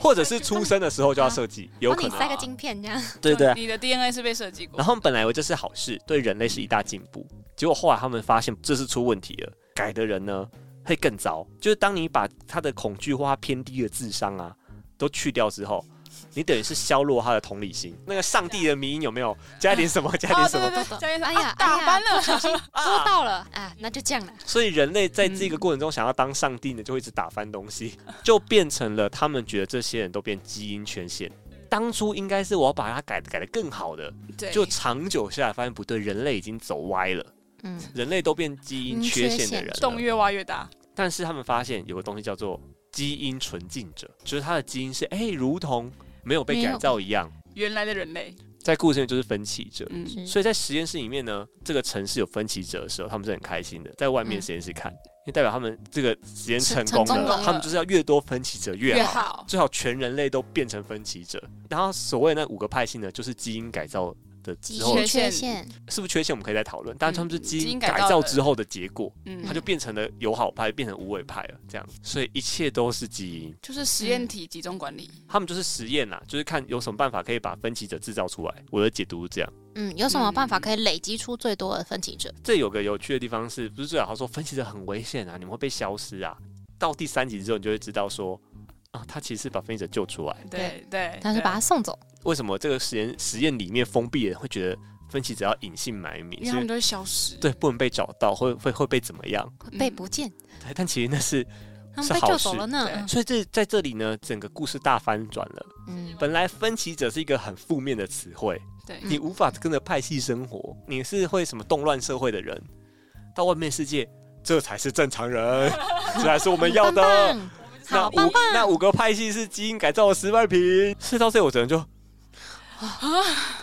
[SPEAKER 1] 或者是出生的时候就要设计，有
[SPEAKER 3] 帮
[SPEAKER 1] 可
[SPEAKER 3] 你
[SPEAKER 1] 能，啊
[SPEAKER 3] 塞个晶片这样。
[SPEAKER 1] 对对。
[SPEAKER 2] 你的 DNA 是被设计过
[SPEAKER 1] 然，后本来以为这是好事，对人类是一大进步，结果后来他们发现这是出问题了，改的人呢会更糟。就是当你把他的恐惧或他偏低的智商啊都去掉之后，你等于是削弱他的同理心。那个上帝的迷因有没有加一点什么？加一点
[SPEAKER 2] 哦，
[SPEAKER 1] 什
[SPEAKER 2] 对
[SPEAKER 1] 么？
[SPEAKER 2] 对对，加点什么
[SPEAKER 3] 哎呀
[SPEAKER 2] 啊打翻了，小心，
[SPEAKER 3] 捉到了啊，那就这样了。
[SPEAKER 1] 所以人类在
[SPEAKER 2] 嗯
[SPEAKER 1] 这个过程中想要当上帝呢，就会一直打翻东西，就变成了他们觉得这些人都变基因缺陷。当初应该是我要把它改改得更好的，
[SPEAKER 2] 嗯对，
[SPEAKER 1] 就长久下来发现不对，人类已经走歪了，
[SPEAKER 3] 嗯，
[SPEAKER 1] 人类都变基因嗯缺陷的人
[SPEAKER 2] 洞
[SPEAKER 1] 了。
[SPEAKER 2] 越挖越大，
[SPEAKER 1] 但是他们发现有个东西叫做基因纯净者，就是他的基因是哎、如同没有被
[SPEAKER 3] 没有
[SPEAKER 1] 改造一样，
[SPEAKER 2] 原来的人类，
[SPEAKER 1] 在故事里面就是分歧者。
[SPEAKER 2] 嗯，
[SPEAKER 3] 是
[SPEAKER 1] 所以在实验室里面呢，这个城市有分歧者的时候，他们是很开心的，在外面实验室看，因为代表他们这个实验嗯成功
[SPEAKER 3] 成成
[SPEAKER 2] 功
[SPEAKER 1] 了，
[SPEAKER 2] 了
[SPEAKER 1] 他们就是要越多分歧者越
[SPEAKER 2] 越
[SPEAKER 1] 好，
[SPEAKER 2] 好，
[SPEAKER 1] 最好全人类都变成分歧者。然后所谓那五个派系呢，就是基因改造的之
[SPEAKER 3] 极
[SPEAKER 1] 后
[SPEAKER 2] 缺
[SPEAKER 3] 限缺陷，
[SPEAKER 1] 是不是缺陷，我们可以再讨论。但是他们是基
[SPEAKER 2] 基
[SPEAKER 1] 因
[SPEAKER 2] 因
[SPEAKER 1] 改
[SPEAKER 2] 改
[SPEAKER 1] 造
[SPEAKER 2] 造
[SPEAKER 1] 之后的结果，
[SPEAKER 2] 嗯，
[SPEAKER 1] 它就变成了友好派，变成无尾派了，这样。所以一切都是基因，
[SPEAKER 2] 就是实验体集中管理，
[SPEAKER 1] 他们就是实验啦，就是看有什么办法可以把分歧者制造出来。我的解读是这样。
[SPEAKER 3] 嗯，有什么办法
[SPEAKER 2] 嗯
[SPEAKER 3] 可以累积出最多的分歧者？
[SPEAKER 1] 这有个有趣的地方是，不是最好他说分析的很危险啊，你们会被消失啊。到第三集之后，你就会知道说，啊，他其实是把分析者救出来。
[SPEAKER 2] 对对，
[SPEAKER 3] 但是把他送走，
[SPEAKER 1] 为什么这个实验实验里面封闭的人会觉得分析者要隐姓埋
[SPEAKER 2] 对
[SPEAKER 1] 名？
[SPEAKER 2] 因为
[SPEAKER 1] 是
[SPEAKER 2] 他
[SPEAKER 1] 因为
[SPEAKER 2] 们都会消失，
[SPEAKER 1] 对，不能被找到，会会会被怎么样？
[SPEAKER 3] 会被不见，
[SPEAKER 1] 对，但其实那是，
[SPEAKER 3] 他们
[SPEAKER 1] 是
[SPEAKER 3] 被
[SPEAKER 1] 好
[SPEAKER 3] 救走
[SPEAKER 1] 事
[SPEAKER 3] 了呢
[SPEAKER 2] 对。
[SPEAKER 1] 所以这在这里呢，整个故事大翻转了。
[SPEAKER 3] 嗯，
[SPEAKER 1] 本来分歧者是一个很负面的词汇，
[SPEAKER 2] 对
[SPEAKER 1] 你无法跟着派系生活，你是会什么动乱社会的人，到外面世界，这才是正常 人，这才是我们要的。那
[SPEAKER 3] 棒棒好
[SPEAKER 1] 五
[SPEAKER 3] 棒棒，
[SPEAKER 1] 那五个派系是基因改造的失败品。是到这里我只能就，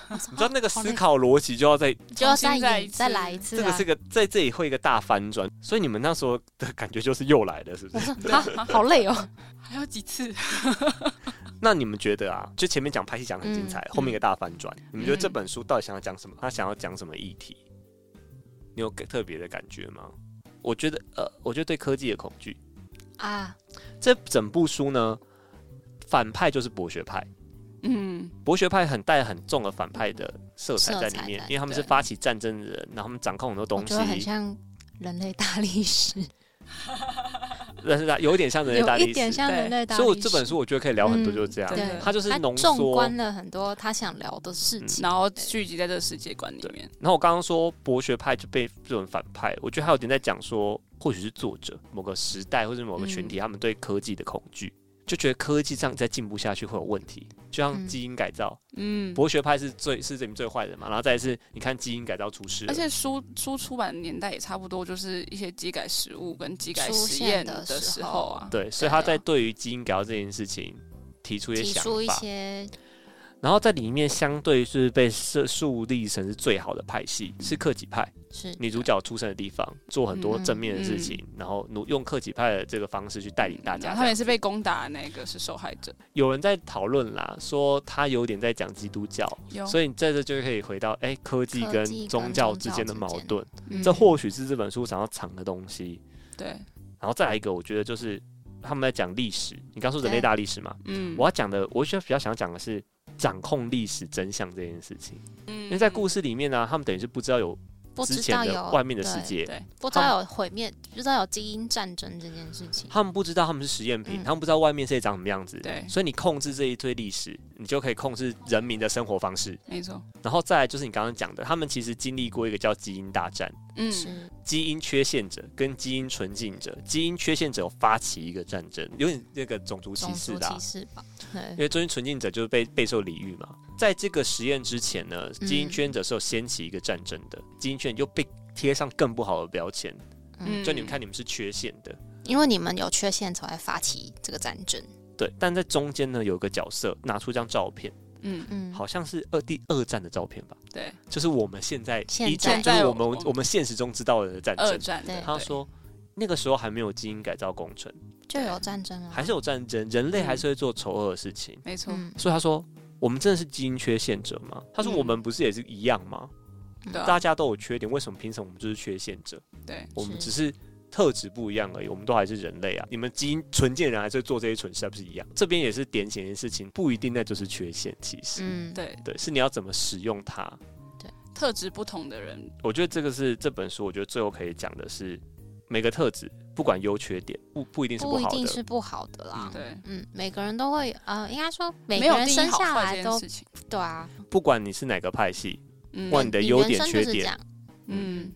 [SPEAKER 1] 你知道那个思考逻辑就要在
[SPEAKER 3] 就要
[SPEAKER 2] 重
[SPEAKER 3] 再
[SPEAKER 2] 新再一
[SPEAKER 3] 演再
[SPEAKER 2] 次
[SPEAKER 3] 来一次
[SPEAKER 1] 这个
[SPEAKER 3] 啊
[SPEAKER 1] 这！个在这里会有一个大翻转，所以你们那时候的感觉就是又来了，是不
[SPEAKER 3] 我
[SPEAKER 1] 是？
[SPEAKER 3] 说啊，好累哦。
[SPEAKER 2] 还有几次？
[SPEAKER 1] 那你们觉得啊，就前面讲派系讲得很精彩，
[SPEAKER 3] 嗯
[SPEAKER 1] 后面一个大翻转，你们觉得这
[SPEAKER 2] 嗯
[SPEAKER 1] 本书到底想要讲什么？他想要讲什么议题？你有个特别的感觉吗？我觉得，呃，我觉得对科技的恐惧，
[SPEAKER 3] 啊，
[SPEAKER 1] 这整部书呢，反派就是博学派。
[SPEAKER 2] 嗯，
[SPEAKER 1] 博学派很带很重的反派的色彩在里面
[SPEAKER 3] 色彩，在
[SPEAKER 1] 因为他们是
[SPEAKER 2] 对
[SPEAKER 1] 发起战争的人，然后他们掌控很多
[SPEAKER 3] 我
[SPEAKER 1] 东
[SPEAKER 3] 觉得很
[SPEAKER 1] 西，
[SPEAKER 3] 像人类大历史，
[SPEAKER 1] 但是它有点像人类大
[SPEAKER 3] 有
[SPEAKER 1] 历
[SPEAKER 3] 一点
[SPEAKER 1] 史。
[SPEAKER 3] 像
[SPEAKER 2] 对
[SPEAKER 3] 人类大历史。
[SPEAKER 1] 所以我这本书我觉得可以聊很多，
[SPEAKER 3] 嗯
[SPEAKER 1] 就是这样，
[SPEAKER 2] 对
[SPEAKER 1] 它就是
[SPEAKER 3] 他
[SPEAKER 1] 浓
[SPEAKER 3] 纵
[SPEAKER 1] 缩。嗯
[SPEAKER 3] 观了很多他想聊的事情。
[SPEAKER 2] 然后聚集在这个世界观里面，
[SPEAKER 1] 然后我刚刚说博学派就被这种反派，我觉得还有点在讲说，或许是作者某个时代或者某个群体，他们对科技的恐惧，就觉得科技这样再进步下去会有问题，就像
[SPEAKER 3] 嗯
[SPEAKER 1] 基因改造，
[SPEAKER 2] 嗯，
[SPEAKER 1] 博学派是最是这里面最坏的嘛，然后再来是你看基因改造出事了，
[SPEAKER 2] 而且书书出版的年代也差不多，就是一些机改实物跟机改
[SPEAKER 3] 出
[SPEAKER 2] 实
[SPEAKER 3] 现
[SPEAKER 2] 验
[SPEAKER 3] 的
[SPEAKER 2] 的
[SPEAKER 3] 时
[SPEAKER 2] 时
[SPEAKER 3] 候
[SPEAKER 2] 候啊，
[SPEAKER 1] 对，所以
[SPEAKER 3] 对
[SPEAKER 1] 他
[SPEAKER 3] 啊
[SPEAKER 1] 在对于基因改造这件事情提出一些
[SPEAKER 3] 提
[SPEAKER 1] 想
[SPEAKER 3] 出一
[SPEAKER 1] 法，
[SPEAKER 3] 些
[SPEAKER 1] 然后在里面相对是被设树立成是最好的派系，是克己派，
[SPEAKER 3] 是
[SPEAKER 1] 女主角出生的地方，做很多
[SPEAKER 3] 嗯
[SPEAKER 1] 正面的事
[SPEAKER 2] 嗯
[SPEAKER 1] 情，然后努用克己派的这个方式去带领大
[SPEAKER 2] 然
[SPEAKER 1] 家
[SPEAKER 2] 后
[SPEAKER 1] 这
[SPEAKER 2] 啊他们
[SPEAKER 1] 样。
[SPEAKER 2] 也是被攻打的那个是受害者，
[SPEAKER 1] 有人在讨论啦，说他有点在讲基督教，
[SPEAKER 2] 有
[SPEAKER 1] 所以你在这就可以回到哎、科技
[SPEAKER 3] 科
[SPEAKER 1] 跟
[SPEAKER 3] 技跟
[SPEAKER 1] 宗教
[SPEAKER 3] 宗
[SPEAKER 1] 之
[SPEAKER 3] 教
[SPEAKER 1] 间的
[SPEAKER 3] 之
[SPEAKER 1] 矛
[SPEAKER 3] 间
[SPEAKER 1] 盾，
[SPEAKER 2] 嗯
[SPEAKER 1] 这或许是这本书想要藏的东西。
[SPEAKER 2] 对，
[SPEAKER 1] 然后再来一个，我觉得就是他们在讲历史，你刚说人类
[SPEAKER 3] 对
[SPEAKER 1] 大历史嘛，
[SPEAKER 2] 嗯
[SPEAKER 1] 我要讲的，我觉得比较想讲的是掌控历史真相这件事情，
[SPEAKER 2] 因
[SPEAKER 1] 因为在故事里面呢、他们等于是不知道有
[SPEAKER 3] 不
[SPEAKER 1] 之
[SPEAKER 3] 知
[SPEAKER 1] 前
[SPEAKER 3] 道
[SPEAKER 1] 的
[SPEAKER 3] 有
[SPEAKER 1] 外面的世
[SPEAKER 3] 对
[SPEAKER 1] 界，
[SPEAKER 2] 对
[SPEAKER 3] 不知道有毁灭，不知道有基因战争这件事情。
[SPEAKER 1] 他们不知道他们是实验品，
[SPEAKER 3] 嗯
[SPEAKER 1] 他们不知道外面世界长什么样子，
[SPEAKER 2] 对
[SPEAKER 1] 所以你控制这一堆历史，你就可以控制人民的生活方式。
[SPEAKER 2] 嗯没错，
[SPEAKER 1] 然后再来就是你刚刚讲的，他们其实经历过一个叫基因大战，
[SPEAKER 2] 嗯
[SPEAKER 3] 是，
[SPEAKER 1] 基因缺陷者跟基因纯净者，基因缺陷者有发起一个战争，有点那个种族歧
[SPEAKER 3] 种
[SPEAKER 1] 视
[SPEAKER 3] 族
[SPEAKER 1] 的、啊
[SPEAKER 3] 歧，视吧？
[SPEAKER 1] 因
[SPEAKER 3] 对，
[SPEAKER 1] 为尊纯净者就是被备受礼遇嘛。在这个实验之前呢，
[SPEAKER 3] 嗯
[SPEAKER 1] 基因圈者是有掀起一个战争的，基因圈就被贴上更不好的标签，
[SPEAKER 3] 嗯
[SPEAKER 1] 就你们看，你们是缺陷的。
[SPEAKER 3] 因为你们有缺陷才会发起这个战争。
[SPEAKER 1] 对，但在中间呢，有一个角色拿出一张照片，
[SPEAKER 2] 嗯，
[SPEAKER 3] 嗯，
[SPEAKER 1] 好像是二第二战的照片吧，
[SPEAKER 2] 对，
[SPEAKER 1] 就是我们现在
[SPEAKER 3] 现
[SPEAKER 1] 一战，
[SPEAKER 3] 在
[SPEAKER 1] 就是我
[SPEAKER 2] 我
[SPEAKER 1] 们
[SPEAKER 2] 们
[SPEAKER 1] 我们现实中知道的战
[SPEAKER 2] 二
[SPEAKER 1] 争。
[SPEAKER 2] 战的
[SPEAKER 3] 对
[SPEAKER 1] 他说，那个时候还没有基因改造工程，
[SPEAKER 3] 就有战争啊了，
[SPEAKER 1] 还是有战争，人类还是会做丑恶的事情。
[SPEAKER 2] 没错，
[SPEAKER 3] 嗯，
[SPEAKER 1] 所以他说，我们真的是基因缺陷者吗？他说，
[SPEAKER 2] 嗯
[SPEAKER 1] 我们不是也是一样吗？
[SPEAKER 3] 嗯
[SPEAKER 2] 对啊
[SPEAKER 1] 大家都有缺点，为什么凭什么我们就是缺陷者？
[SPEAKER 2] 对，
[SPEAKER 1] 我们
[SPEAKER 3] 是
[SPEAKER 1] 只是特质不一样而已，我们都还是人类啊！你们基因纯净人还是会做这些蠢事，还不是一样？这边也是点醒一件事情，不一定那就是缺陷，其实、
[SPEAKER 3] 嗯，
[SPEAKER 2] 对，
[SPEAKER 1] 对，是你要怎么使用它。
[SPEAKER 2] 特质不同的人，
[SPEAKER 1] 我觉得这个是这本书，我觉得最后可以讲的是，每个特质不管优缺点，不不一定是不
[SPEAKER 3] 不一
[SPEAKER 1] 好
[SPEAKER 3] 定
[SPEAKER 1] 的。
[SPEAKER 3] 是不好的啦。
[SPEAKER 2] 对，
[SPEAKER 3] 嗯，每个人都会，呃，应该说每
[SPEAKER 2] 没
[SPEAKER 3] 个
[SPEAKER 2] 有
[SPEAKER 3] 人
[SPEAKER 2] 定义
[SPEAKER 3] 生
[SPEAKER 2] 好
[SPEAKER 3] 下
[SPEAKER 2] 坏这
[SPEAKER 3] 来
[SPEAKER 2] 件
[SPEAKER 3] 都
[SPEAKER 2] 事情，
[SPEAKER 3] 对啊，
[SPEAKER 1] 不管你是哪个派系，
[SPEAKER 2] 嗯
[SPEAKER 1] 哇你的优点
[SPEAKER 3] 你人生就是
[SPEAKER 1] 缺点
[SPEAKER 3] 这样，
[SPEAKER 2] 嗯，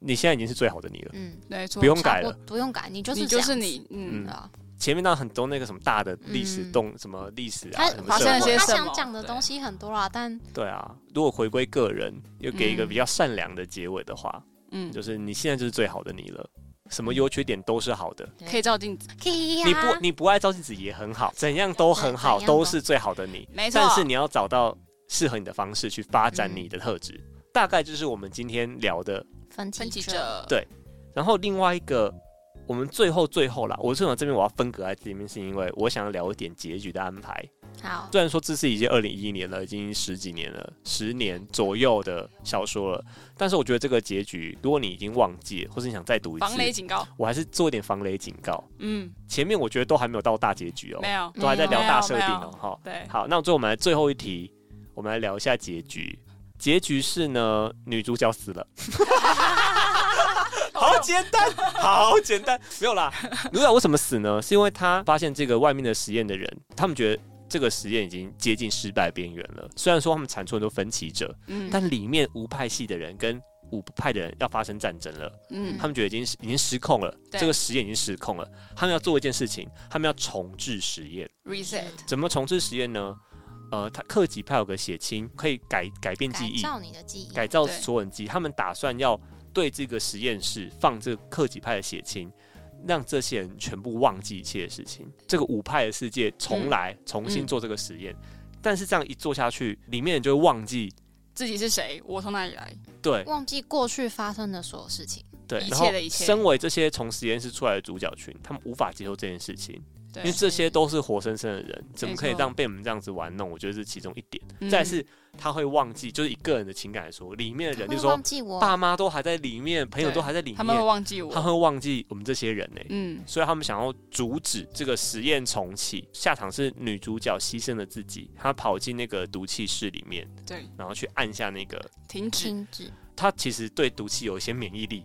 [SPEAKER 1] 你现在已经是最好的你了。
[SPEAKER 3] 嗯，
[SPEAKER 2] 没错，
[SPEAKER 1] 不用
[SPEAKER 3] 差
[SPEAKER 1] 改
[SPEAKER 3] 不
[SPEAKER 1] 了
[SPEAKER 3] 多不用改，你就是
[SPEAKER 2] 你就
[SPEAKER 3] 这
[SPEAKER 2] 是
[SPEAKER 3] 样
[SPEAKER 2] 你，
[SPEAKER 1] 嗯
[SPEAKER 2] 嗯
[SPEAKER 3] 对，啊。
[SPEAKER 1] 前面那很多那个什么大的历史
[SPEAKER 3] 嗯
[SPEAKER 1] 动、什么历史啊，
[SPEAKER 3] 他
[SPEAKER 1] 什么
[SPEAKER 2] 发
[SPEAKER 1] 社
[SPEAKER 2] 生了
[SPEAKER 1] 会
[SPEAKER 2] 些
[SPEAKER 3] 他
[SPEAKER 2] 什
[SPEAKER 3] 想
[SPEAKER 2] 么
[SPEAKER 3] 讲的
[SPEAKER 2] 对
[SPEAKER 3] 东西很多啦，但
[SPEAKER 1] 对啊，如果回归个人，又给一个
[SPEAKER 3] 嗯
[SPEAKER 1] 比较善良的结尾的话，
[SPEAKER 2] 嗯，
[SPEAKER 1] 就是你现在就是最好的你了，什么优缺点都是好的。
[SPEAKER 2] 可以照镜子，
[SPEAKER 3] 可以呀
[SPEAKER 1] 你不你不爱照镜子也很好，怎样都很好，
[SPEAKER 2] 嗯
[SPEAKER 3] 对怎样都
[SPEAKER 1] 都是最好的你。
[SPEAKER 2] 没错，嗯
[SPEAKER 1] 但是你要找到适合你的方式去发展你的特质，大概就是我们今天聊的。
[SPEAKER 3] 分
[SPEAKER 2] 分歧
[SPEAKER 3] 歧，
[SPEAKER 2] 者，
[SPEAKER 1] 对然后另外一个，我们最后最后啦，我为什么这边我要分隔在这里面，是因为我想要聊一点结局的安排。
[SPEAKER 3] 好，
[SPEAKER 1] 虽然说这是已经二零一一年了，已经十几年了，十年左右的小说了，但是我觉得这个结局，如果你已经忘记，或是你想再读一
[SPEAKER 2] 防雷
[SPEAKER 1] 次，
[SPEAKER 2] 警告，
[SPEAKER 1] 我还是做一点防雷警告。
[SPEAKER 2] 嗯，
[SPEAKER 1] 前面我觉得都还没有到大结局哦，
[SPEAKER 2] 没有，
[SPEAKER 3] 嗯
[SPEAKER 1] 都还在聊大设定
[SPEAKER 2] 没
[SPEAKER 1] 哦
[SPEAKER 2] 有。
[SPEAKER 1] 好，
[SPEAKER 2] 对，
[SPEAKER 1] 好，那最后我们来最后一题，我们来聊一下结局。结局是呢，女主角 死了，好简单，好简单，没有啦。女主角为什么死呢？是因为她发现这个外面的实验的人，他们觉得这个实验已经接近失败边缘了。虽然说他们产出很多分歧者，
[SPEAKER 2] 嗯
[SPEAKER 1] 但里面无派系的人跟五派的人要发生战争了。
[SPEAKER 2] 嗯
[SPEAKER 1] 他们觉得已经已经失控了，
[SPEAKER 2] 对
[SPEAKER 1] 这个实验已经失控了。他们要做一件事情，他们要重置实验。
[SPEAKER 2] ，reset，
[SPEAKER 1] 怎么重置实验呢？呃，他克己派有个血清，可以改改变记
[SPEAKER 3] 改
[SPEAKER 1] 忆，
[SPEAKER 3] 造你的记忆，
[SPEAKER 1] 改造
[SPEAKER 2] 对
[SPEAKER 1] 索引机。他们打算要对这个实验室放这个克己派的血清，让这些人全部忘记一切的事情。这个五派的世界重来，
[SPEAKER 2] 嗯
[SPEAKER 1] 重新做这个实验。但是这样一做下去，里面人就会忘记，
[SPEAKER 2] 自己是谁，我从哪里来，
[SPEAKER 1] 对
[SPEAKER 3] 忘记过去发生的所有事情。
[SPEAKER 1] 对。
[SPEAKER 2] 嗯一切
[SPEAKER 1] 然后
[SPEAKER 2] 的一，切
[SPEAKER 1] 身为这些从实验室出来的主角群，他们无法接受这件事情。
[SPEAKER 2] 对
[SPEAKER 1] 因为，这些都是活生生的人，怎么可以
[SPEAKER 2] 没错
[SPEAKER 1] 让被我们这样子玩弄？我觉得是其中一点。
[SPEAKER 2] 嗯
[SPEAKER 1] 再来是他会忘记，就是以个人的情感来说，里面的人，
[SPEAKER 3] 他
[SPEAKER 1] 就
[SPEAKER 3] 会
[SPEAKER 1] 说
[SPEAKER 3] 忘记我，
[SPEAKER 1] 爸妈都还在里面，朋友
[SPEAKER 2] 对
[SPEAKER 1] 都还在里面，
[SPEAKER 2] 他们会忘记
[SPEAKER 1] 他
[SPEAKER 2] 我，
[SPEAKER 1] 会忘记我们这些人呢、
[SPEAKER 2] 嗯
[SPEAKER 1] 所以他们想要阻止这个实验重启。下场是女主角牺牲了自己，她跑进那个毒气室里面，
[SPEAKER 2] 对，
[SPEAKER 1] 然后去按下那个。
[SPEAKER 2] 停止，
[SPEAKER 3] 停止，
[SPEAKER 1] 她其实对毒气有一些免疫力，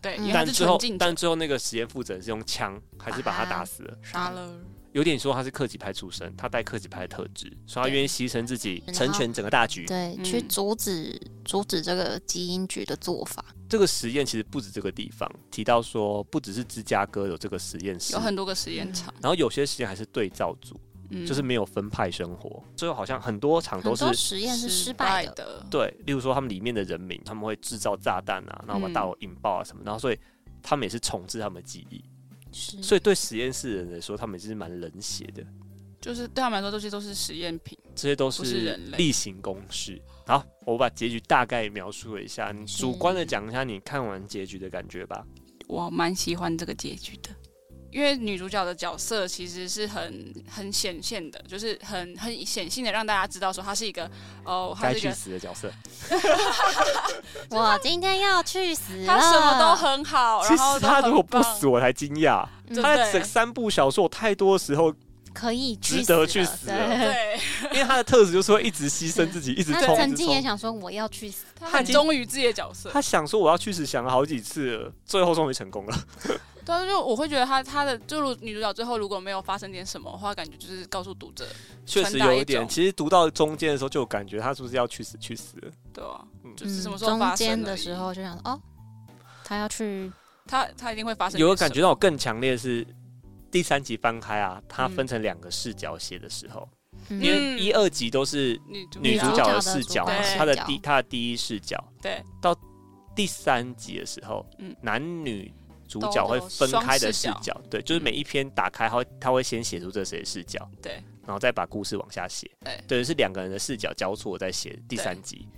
[SPEAKER 2] 对，
[SPEAKER 3] 嗯
[SPEAKER 2] 因为他
[SPEAKER 1] 但
[SPEAKER 2] 是
[SPEAKER 1] 最
[SPEAKER 2] 纯
[SPEAKER 1] 后
[SPEAKER 2] 净者啊
[SPEAKER 1] 但最后那个实验负责人是用枪，还是把他打死了。
[SPEAKER 2] 杀了，
[SPEAKER 1] 有点说他是克己派出身，他带克己派的特质，所以他
[SPEAKER 3] 对
[SPEAKER 1] 愿意牺牲自己，
[SPEAKER 3] 然后
[SPEAKER 1] 成全整个大局。
[SPEAKER 3] 对，
[SPEAKER 2] 嗯
[SPEAKER 3] 去阻止阻止这个基因局的做法。
[SPEAKER 1] 这个实验其实不止这个地方，提到说不只是芝加哥有这个实验室
[SPEAKER 2] 有，很多个实验场，
[SPEAKER 1] 然后有些实验还是对照组，
[SPEAKER 2] 嗯，
[SPEAKER 1] 就是没有分派生活。最后好像很多场
[SPEAKER 3] 很
[SPEAKER 1] 都是
[SPEAKER 3] 多实验是失败的，
[SPEAKER 2] 的，
[SPEAKER 1] 对，例如说他们里面的人民，他们会制造炸弹啊，然后把大楼引爆啊什么，然后所以他们也是重置他们的记忆，
[SPEAKER 3] 是
[SPEAKER 1] 所以对实验室的人来说，他们也是蛮冷血的。
[SPEAKER 2] 就是对他们来说，这些都是实验品，
[SPEAKER 1] 这些都
[SPEAKER 2] 不是
[SPEAKER 1] 是
[SPEAKER 2] 人类
[SPEAKER 1] 例行公事。好，我把结局大概描述了一下，
[SPEAKER 2] 嗯
[SPEAKER 1] 你
[SPEAKER 3] 是
[SPEAKER 1] 主观的讲一下你看完结局的感觉吧。
[SPEAKER 2] 我蛮喜欢这个结局的，因为女主角的角色其实是很很显现的，就是很很显性的让大家知道说她是一个哦，她
[SPEAKER 1] 该
[SPEAKER 2] 是一
[SPEAKER 1] 去
[SPEAKER 2] 个
[SPEAKER 1] 死的角色，
[SPEAKER 3] 我今天要去死了，
[SPEAKER 2] 她什么都很好，
[SPEAKER 1] 其
[SPEAKER 2] 然后
[SPEAKER 1] 实
[SPEAKER 2] 都
[SPEAKER 1] 他如果不
[SPEAKER 2] 很棒，
[SPEAKER 1] 死，我才惊讶。
[SPEAKER 3] 嗯
[SPEAKER 1] 他在
[SPEAKER 2] 对
[SPEAKER 1] 整三部小说，我太多时候，
[SPEAKER 3] 可以
[SPEAKER 1] 值得去死了
[SPEAKER 3] 对
[SPEAKER 2] 对，
[SPEAKER 1] 因为他的特质就是会一直牺牲自己，一直
[SPEAKER 3] 他
[SPEAKER 1] 冲，
[SPEAKER 3] 曾
[SPEAKER 1] 一直
[SPEAKER 3] 经也
[SPEAKER 1] 冲。
[SPEAKER 3] 想说我要去死，
[SPEAKER 2] 她
[SPEAKER 1] 她已
[SPEAKER 2] 很
[SPEAKER 1] 经
[SPEAKER 2] 忠于自己的角色，
[SPEAKER 1] 他想说我要去死，想了好几次了，最后终于成功了。
[SPEAKER 2] 对啊，就我会觉得她她的就如女主角最后如果没有发生点什么的话，感觉就是告诉读者，
[SPEAKER 1] 确实
[SPEAKER 2] 传达
[SPEAKER 1] 有
[SPEAKER 2] 一
[SPEAKER 1] 一点，
[SPEAKER 2] 种
[SPEAKER 1] 其实读到中间的时候就有感觉，他是不是要去死去死了？
[SPEAKER 2] 对啊，
[SPEAKER 1] 嗯
[SPEAKER 2] 就是什么时候
[SPEAKER 3] 中
[SPEAKER 2] 发
[SPEAKER 3] 间
[SPEAKER 2] 生而
[SPEAKER 3] 的
[SPEAKER 2] 已
[SPEAKER 3] 时，候就想哦，他要去
[SPEAKER 2] 她她一定会发生点什
[SPEAKER 1] 有
[SPEAKER 2] 么，
[SPEAKER 1] 个感觉让我更强烈的是第三集翻开啊，它分成两个视角写的时候，
[SPEAKER 3] 嗯
[SPEAKER 1] 因为一二集都是
[SPEAKER 2] 女啊主
[SPEAKER 1] 女主角的视角嘛
[SPEAKER 2] 女主角的主，观
[SPEAKER 1] 她的
[SPEAKER 3] 视角
[SPEAKER 1] 第她的第一视角，
[SPEAKER 2] 对
[SPEAKER 1] 第三集的时候，
[SPEAKER 2] 嗯
[SPEAKER 1] 男女主角会分开的视
[SPEAKER 2] 都有双视
[SPEAKER 1] 角，对，就是每一篇打开，他会他会先写出这谁的视角，
[SPEAKER 2] 对，
[SPEAKER 1] 然后再把故事往下写
[SPEAKER 2] 对，
[SPEAKER 1] 对，是两个人的视角交错在写第三集。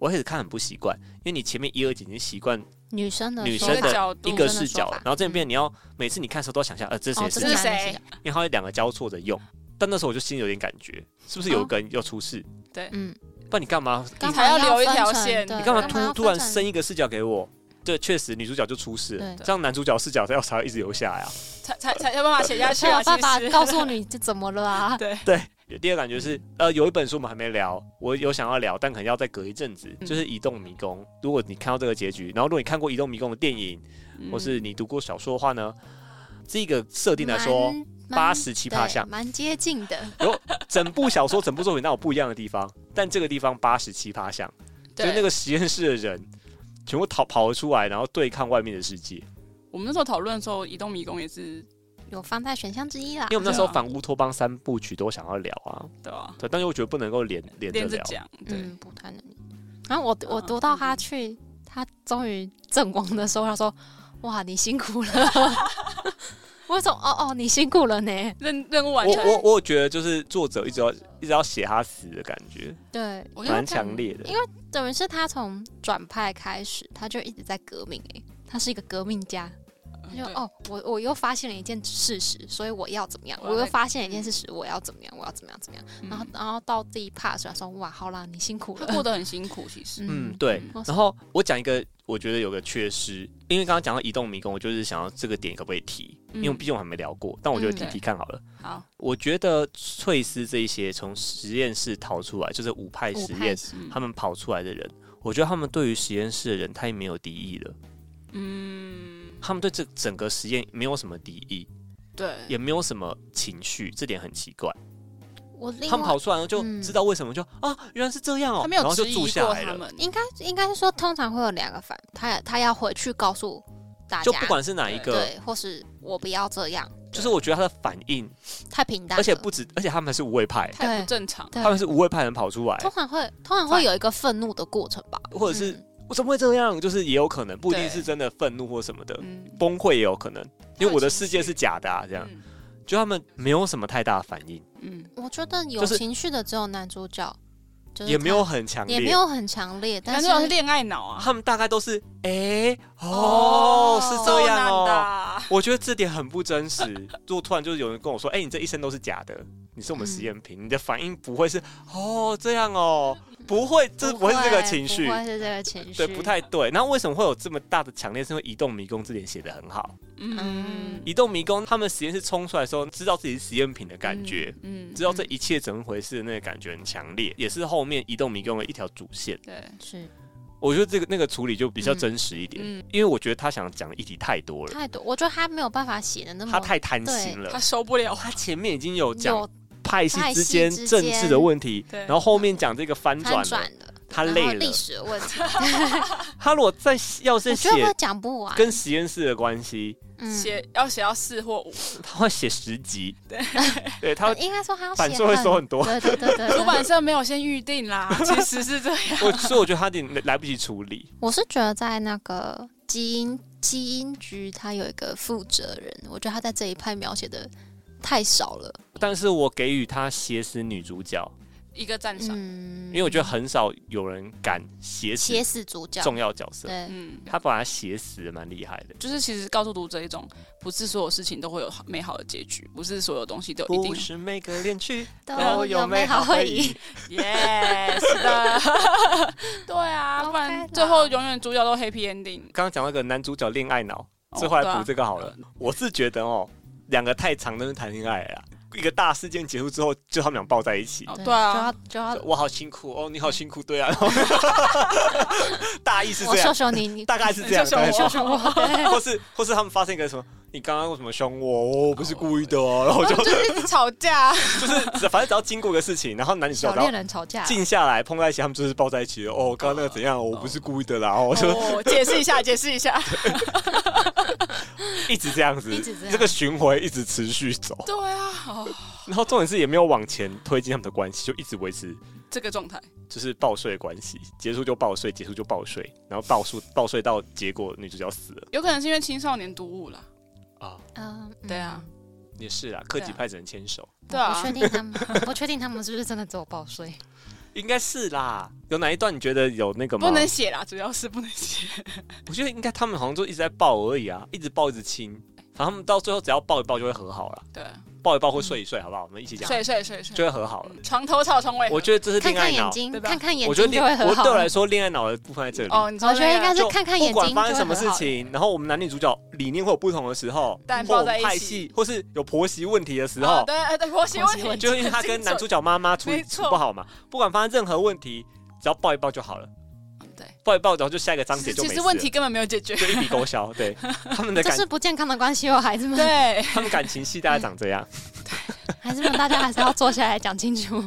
[SPEAKER 1] 我开始看很不习惯，因为你前面一二集已经习惯
[SPEAKER 3] 女生的
[SPEAKER 1] 女
[SPEAKER 3] 说
[SPEAKER 1] 生
[SPEAKER 2] 一
[SPEAKER 1] 的
[SPEAKER 2] 个角度
[SPEAKER 1] 一个视角
[SPEAKER 3] 女生的说
[SPEAKER 1] 了
[SPEAKER 3] 法，
[SPEAKER 1] 然后这边你要每次你看的时候都要想象，呃，这是
[SPEAKER 3] 法
[SPEAKER 1] 谁
[SPEAKER 3] 哦，
[SPEAKER 1] 的视
[SPEAKER 3] 这
[SPEAKER 1] 角？
[SPEAKER 3] 是
[SPEAKER 2] 是谁
[SPEAKER 3] 男的视嗯角
[SPEAKER 1] 因为它会两个交错着用。但那时候我就心里有点感觉，是不是有一个人要出事？
[SPEAKER 3] 嗯，
[SPEAKER 1] 不然你干嘛？
[SPEAKER 3] 哦干嘛
[SPEAKER 2] 还要留一条
[SPEAKER 3] 分成
[SPEAKER 2] 线
[SPEAKER 3] 对
[SPEAKER 1] 你干嘛
[SPEAKER 2] 干
[SPEAKER 1] 突突然生？一个视角给我？对，确实女主角就出事了，
[SPEAKER 3] 对
[SPEAKER 1] 这样男主角视角才要才会一直留下啊呀。
[SPEAKER 2] 才才才有办法写下去
[SPEAKER 3] 才
[SPEAKER 2] 啊，
[SPEAKER 3] 有
[SPEAKER 2] 其
[SPEAKER 3] 办法
[SPEAKER 2] 实
[SPEAKER 3] 告诉你这怎么了 啊？
[SPEAKER 2] 对。
[SPEAKER 1] 第二个感觉
[SPEAKER 3] 嗯
[SPEAKER 1] 是，呃，有一本书我们还没聊，我有想要聊，但可能要再隔一阵子，
[SPEAKER 2] 嗯
[SPEAKER 1] 就是《移动迷宫》。如果你看到这个结局，然后如果你看过《移动迷宫》的电影，
[SPEAKER 2] 嗯
[SPEAKER 1] 或是你读过小说的话呢，这个设定来说，
[SPEAKER 3] 蛮
[SPEAKER 1] 八十七趴
[SPEAKER 3] 对
[SPEAKER 1] 像
[SPEAKER 3] 蛮接近的，
[SPEAKER 1] 整部小说、整部作品，那有不一样的地方，但这个地方八十七趴像，就是那
[SPEAKER 2] 嗯对
[SPEAKER 1] 个实验室的人全部逃跑了出来，然后对抗外面的世界。
[SPEAKER 2] 我们那时候讨论的时候，移动迷宫也是
[SPEAKER 3] 有放在选项之一啦
[SPEAKER 1] 因为。我们那时候
[SPEAKER 2] 对啊
[SPEAKER 1] 反乌托邦三部曲都想要聊啊，
[SPEAKER 2] 对吧、
[SPEAKER 1] 对，但是我觉得不能够连连着
[SPEAKER 2] 连着
[SPEAKER 1] 聊。
[SPEAKER 2] 讲，对，嗯
[SPEAKER 3] 嗯，不太能。然后我我读到他去，他终于阵亡的时候，他说：“哇，你辛苦了。” 我说：“哦哦，你辛苦了呢。
[SPEAKER 2] 任任务完
[SPEAKER 1] 我
[SPEAKER 2] 成。
[SPEAKER 1] 我我觉得就是作者一直要一直要写他死的感觉，”
[SPEAKER 3] 对，
[SPEAKER 2] 我嗯
[SPEAKER 1] 蛮强烈的
[SPEAKER 3] 因。等于
[SPEAKER 2] 嗯
[SPEAKER 3] 是他从转派开始，他就一直在革命、欸。他是一个革命家，他就哦，我我又发现了一件事实，所以我要怎么样？
[SPEAKER 2] 我要
[SPEAKER 3] 我又
[SPEAKER 2] 再
[SPEAKER 3] 发现了一件事实，我要怎么样？我要怎么样？怎么样？
[SPEAKER 2] 嗯
[SPEAKER 3] 然后然后到这一 part 时候，他说哇，好啦，你辛苦
[SPEAKER 2] 他
[SPEAKER 3] 了。
[SPEAKER 2] 过得很辛苦，其实。
[SPEAKER 1] 嗯，对
[SPEAKER 2] 嗯。
[SPEAKER 1] 然后我讲一个，我觉得有个缺失，因为刚刚讲到移动迷宫，我就是想要这个点可不可以提，因为
[SPEAKER 2] 嗯
[SPEAKER 1] 毕竟我还没聊过，但我觉得
[SPEAKER 2] 嗯
[SPEAKER 1] 提
[SPEAKER 2] 对
[SPEAKER 1] 提看好了。
[SPEAKER 2] 好，
[SPEAKER 1] 我觉得翠丝这一些从实验室逃出来，就是五派
[SPEAKER 3] 五
[SPEAKER 1] 实
[SPEAKER 3] 派
[SPEAKER 1] 验，
[SPEAKER 3] 是
[SPEAKER 2] 嗯
[SPEAKER 1] 他们跑出来的人，我觉得他们对于实验室的人太没有敌意了，
[SPEAKER 2] 嗯，
[SPEAKER 1] 他们对这整个实验没有什么敌意，
[SPEAKER 2] 对，
[SPEAKER 1] 也没有什么情绪，这点很奇怪。
[SPEAKER 3] 我另
[SPEAKER 1] 他们
[SPEAKER 3] 外
[SPEAKER 1] 跑出来就
[SPEAKER 3] 嗯
[SPEAKER 1] 知道为什么，就啊，原来是这样哦、
[SPEAKER 2] 他没
[SPEAKER 1] 然
[SPEAKER 2] 有
[SPEAKER 1] 后就
[SPEAKER 2] 质疑
[SPEAKER 1] 住下
[SPEAKER 2] 过
[SPEAKER 1] 来
[SPEAKER 2] 他
[SPEAKER 1] 了。
[SPEAKER 2] 们。
[SPEAKER 3] 应该应该说，通常会有两个反，他他要回去告诉大家，
[SPEAKER 1] 就不管是哪一个，
[SPEAKER 3] 对，或是我不要这样，
[SPEAKER 1] 就是我觉得他的反应，
[SPEAKER 3] 太平淡了，
[SPEAKER 1] 而且不止，而且他们还是无畏派，
[SPEAKER 2] 太不正常，
[SPEAKER 3] 对
[SPEAKER 1] 他，们是无畏派人跑出来，
[SPEAKER 3] 通常会通常会有一个愤怒的过程吧，
[SPEAKER 1] 或者是
[SPEAKER 3] 嗯
[SPEAKER 1] 我怎么会这样？就是也有可能，不一定
[SPEAKER 2] 对
[SPEAKER 1] 是真的愤怒或什么的，
[SPEAKER 2] 嗯，
[SPEAKER 1] 崩溃也有可能，因为我的世界是假的啊，这
[SPEAKER 2] 这
[SPEAKER 3] 嗯
[SPEAKER 1] 样，就他们没有什么太大的反应，
[SPEAKER 2] 嗯，
[SPEAKER 3] 我觉得有
[SPEAKER 1] 就是
[SPEAKER 3] 情绪的只有男主角，就是
[SPEAKER 1] 也
[SPEAKER 3] 他
[SPEAKER 1] 没有很强
[SPEAKER 3] 嗯也没
[SPEAKER 1] 烈。
[SPEAKER 3] 有很强烈，但
[SPEAKER 2] 男
[SPEAKER 3] 是
[SPEAKER 2] 主角是恋爱脑啊，
[SPEAKER 1] 他们大概都是哎、哦
[SPEAKER 3] 哦
[SPEAKER 1] 是这样
[SPEAKER 2] 受难的
[SPEAKER 1] 哦，
[SPEAKER 2] 啊，
[SPEAKER 1] 我觉得这点很不真 实。如果突然就是有人跟我说，哎、你这一生都是假的，你是我们
[SPEAKER 3] 嗯嗯
[SPEAKER 1] 实验品，你的反应不会是哦这样哦，不会，这不会是这个情绪
[SPEAKER 3] 不，会是这个情绪，
[SPEAKER 1] 对，不太对。然后为什么会有这么大的强烈？是因为移动迷宫这点写的很好，
[SPEAKER 2] 嗯，
[SPEAKER 1] 移动迷宫他们实验室冲出来的时候，知道自己是实验品的感觉。
[SPEAKER 2] 嗯，嗯
[SPEAKER 1] 知道这一切怎么回事的那个感觉很强
[SPEAKER 3] 嗯
[SPEAKER 1] 烈，也是后面移动迷宫的一条主线。
[SPEAKER 2] 对，
[SPEAKER 3] 是
[SPEAKER 1] 我觉得这个那个处理就比较
[SPEAKER 3] 嗯
[SPEAKER 1] 真实一点，
[SPEAKER 2] 嗯，
[SPEAKER 1] 因为我觉得他想讲的议题太多了，
[SPEAKER 3] 太多，我觉得他没有办法写的那么
[SPEAKER 1] 他太贪心
[SPEAKER 2] 他
[SPEAKER 1] 了。
[SPEAKER 2] 受不了，
[SPEAKER 1] 他前面已经有讲
[SPEAKER 3] 有
[SPEAKER 1] 派系
[SPEAKER 3] 派
[SPEAKER 1] 之
[SPEAKER 3] 系
[SPEAKER 1] 间
[SPEAKER 3] 之
[SPEAKER 1] 政治
[SPEAKER 3] 间
[SPEAKER 1] 的问题，
[SPEAKER 2] 对
[SPEAKER 1] 然后后面讲这个翻转了，
[SPEAKER 3] 翻转的，
[SPEAKER 1] 他
[SPEAKER 3] 然
[SPEAKER 1] 累
[SPEAKER 3] 后
[SPEAKER 1] 了
[SPEAKER 3] 历。史的 问题，
[SPEAKER 1] 他如果再要
[SPEAKER 3] 我
[SPEAKER 1] 是写
[SPEAKER 3] 觉得会讲不完，
[SPEAKER 1] 跟实验室的关系，
[SPEAKER 3] 嗯
[SPEAKER 2] 写要写到四或五，
[SPEAKER 1] 他会写十集，
[SPEAKER 2] 对
[SPEAKER 1] 对， 他
[SPEAKER 3] 应该说他要
[SPEAKER 1] 反
[SPEAKER 3] 写
[SPEAKER 1] 社会收很多
[SPEAKER 3] 对对对对，对
[SPEAKER 2] 出版社没有先预定啦，其实是这样，
[SPEAKER 1] 我所以我觉得他有点来不及处理。
[SPEAKER 3] 我是觉得在那个基因基因局，他有一个负责人，我觉得他在这一派描写的太少了。
[SPEAKER 1] 但是我给予他写死女主角，
[SPEAKER 2] 一个赞赏，
[SPEAKER 3] 嗯，
[SPEAKER 1] 因为我觉得很少有人敢写死
[SPEAKER 3] 写死主角，
[SPEAKER 1] 重要角色，
[SPEAKER 3] 对，
[SPEAKER 2] 嗯，
[SPEAKER 1] 他把他写死蛮厉害的。
[SPEAKER 2] 就是其实告诉读者一种，不是所有事情都会有好美好的结局，不是所有东西都一定
[SPEAKER 1] 不是每个恋曲
[SPEAKER 3] 都有美好回忆。。
[SPEAKER 2] 耶，是的， 对啊，
[SPEAKER 3] OK
[SPEAKER 2] 不然最后永远主角都 happy ending。
[SPEAKER 1] 刚刚讲那个男主角恋爱脑，
[SPEAKER 2] 哦
[SPEAKER 1] 最后
[SPEAKER 2] 对
[SPEAKER 1] 来
[SPEAKER 2] 啊
[SPEAKER 1] 补这个好了。我是觉得哦，两个太长的人谈恋爱了啦，一个大事件结束之后，就他们俩抱在一起。
[SPEAKER 2] 哦对啊，
[SPEAKER 3] 就要就要，
[SPEAKER 1] 我好辛苦哦，你好辛苦，对 啊，然后大意是
[SPEAKER 3] 我
[SPEAKER 1] 这
[SPEAKER 3] 秀
[SPEAKER 1] 样，
[SPEAKER 3] 秀你，你
[SPEAKER 1] 大概是这样，
[SPEAKER 2] 你
[SPEAKER 1] 大概
[SPEAKER 2] 说
[SPEAKER 1] 是
[SPEAKER 2] 什
[SPEAKER 1] 这
[SPEAKER 2] 么
[SPEAKER 1] 样
[SPEAKER 3] 秀秀 我，对
[SPEAKER 1] 或是或是他们发现一个什么，你刚刚为什么凶我？哦我不是故意的哦、然后 就
[SPEAKER 2] 就是一直吵 架，
[SPEAKER 1] 就是反正只要经过一个事情，然后男女主角
[SPEAKER 3] 小
[SPEAKER 1] 只要
[SPEAKER 3] 恋人吵架，
[SPEAKER 1] 静下来碰在一起，他们就是抱在一起的。哦，刚刚那个怎样？我不是故意的啦，哦，就
[SPEAKER 2] 哦，解释一下，解释一下。
[SPEAKER 1] 一直这样子
[SPEAKER 3] 一直这，样
[SPEAKER 1] 这个循环一直持续走。
[SPEAKER 2] 对啊，哦
[SPEAKER 1] 然后重点是也没有往前推进他们的关系，就一直维持
[SPEAKER 2] 这个状态，
[SPEAKER 1] 就是报税的关系，结束就报税，结束就报税，然后报数报税到结果女主角死了
[SPEAKER 2] 有可能是因为青少年读物啦。
[SPEAKER 1] 啊，
[SPEAKER 3] 嗯，嗯
[SPEAKER 2] 对啊，，
[SPEAKER 1] 也是啦，克己
[SPEAKER 2] 对啊
[SPEAKER 1] 派只能牵手，
[SPEAKER 2] 对
[SPEAKER 3] 我
[SPEAKER 2] 啊
[SPEAKER 3] 不确，定 他们，我不确定他们是不是真的只有报税。
[SPEAKER 1] 应该是啦。有哪一段你觉得有那个吗？
[SPEAKER 2] 不能写啦，主要是不能写。
[SPEAKER 1] 我觉得应该他们好像就一直在抱而已啊，一直抱一直亲，反正他们到最后只要抱一抱就会和好了，
[SPEAKER 2] 对，
[SPEAKER 1] 抱一抱或睡一睡，好不好？我们一起讲，
[SPEAKER 2] 睡睡睡睡，
[SPEAKER 1] 就会和好了。
[SPEAKER 2] 床头吵，床尾和。
[SPEAKER 1] 我觉得这是
[SPEAKER 3] 看
[SPEAKER 1] 恋爱
[SPEAKER 3] 看
[SPEAKER 1] 脑
[SPEAKER 3] 眼，睛，
[SPEAKER 2] 对吧
[SPEAKER 3] 看看眼
[SPEAKER 1] 我觉得
[SPEAKER 3] 睛
[SPEAKER 1] 恋
[SPEAKER 3] 就会和
[SPEAKER 1] 我
[SPEAKER 3] 好。
[SPEAKER 1] 对我来说恋爱脑的部分在这里。
[SPEAKER 2] 哦，你知道
[SPEAKER 3] 我觉得
[SPEAKER 2] 那
[SPEAKER 3] 应
[SPEAKER 2] 个
[SPEAKER 3] 该是
[SPEAKER 1] 就
[SPEAKER 3] 看看眼
[SPEAKER 1] 不
[SPEAKER 3] 睛，
[SPEAKER 1] 管发生什么
[SPEAKER 3] 就会
[SPEAKER 1] 事
[SPEAKER 3] 和好
[SPEAKER 1] 情，然后我们男女主角理念会有不同的时候，
[SPEAKER 2] 但
[SPEAKER 1] 或
[SPEAKER 2] 抱
[SPEAKER 1] 我
[SPEAKER 2] 在
[SPEAKER 1] 们
[SPEAKER 2] 一
[SPEAKER 1] 派
[SPEAKER 2] 起
[SPEAKER 1] 系，或是有婆媳问题的时
[SPEAKER 2] 啊
[SPEAKER 1] 候，
[SPEAKER 2] 对呃对，婆媳问题，
[SPEAKER 1] 就是因为他跟男主角妈妈处理
[SPEAKER 2] 没
[SPEAKER 1] 处
[SPEAKER 2] 错
[SPEAKER 1] 不好嘛，不管发生任何问题，只要抱一抱就好了，
[SPEAKER 2] 对，
[SPEAKER 1] 抱一抱，然后就下一个章
[SPEAKER 2] 其
[SPEAKER 1] 节
[SPEAKER 2] 实
[SPEAKER 1] 就没事
[SPEAKER 2] 其实
[SPEAKER 1] 了，
[SPEAKER 2] 问题根本没有解决。
[SPEAKER 1] 就一笔勾销。对他们的
[SPEAKER 3] 这
[SPEAKER 1] 感
[SPEAKER 3] 是不健康的关系哦，孩子们。
[SPEAKER 2] 对，
[SPEAKER 1] 他们感情戏大概长这样。
[SPEAKER 3] 还是让大家还是要坐下来讲清楚。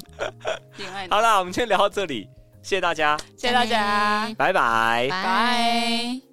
[SPEAKER 2] 恋爱脑。
[SPEAKER 1] 好啦，我们今天聊到这里，谢谢大家，
[SPEAKER 2] 谢谢大家，
[SPEAKER 1] 拜拜。
[SPEAKER 3] 拜
[SPEAKER 2] 拜。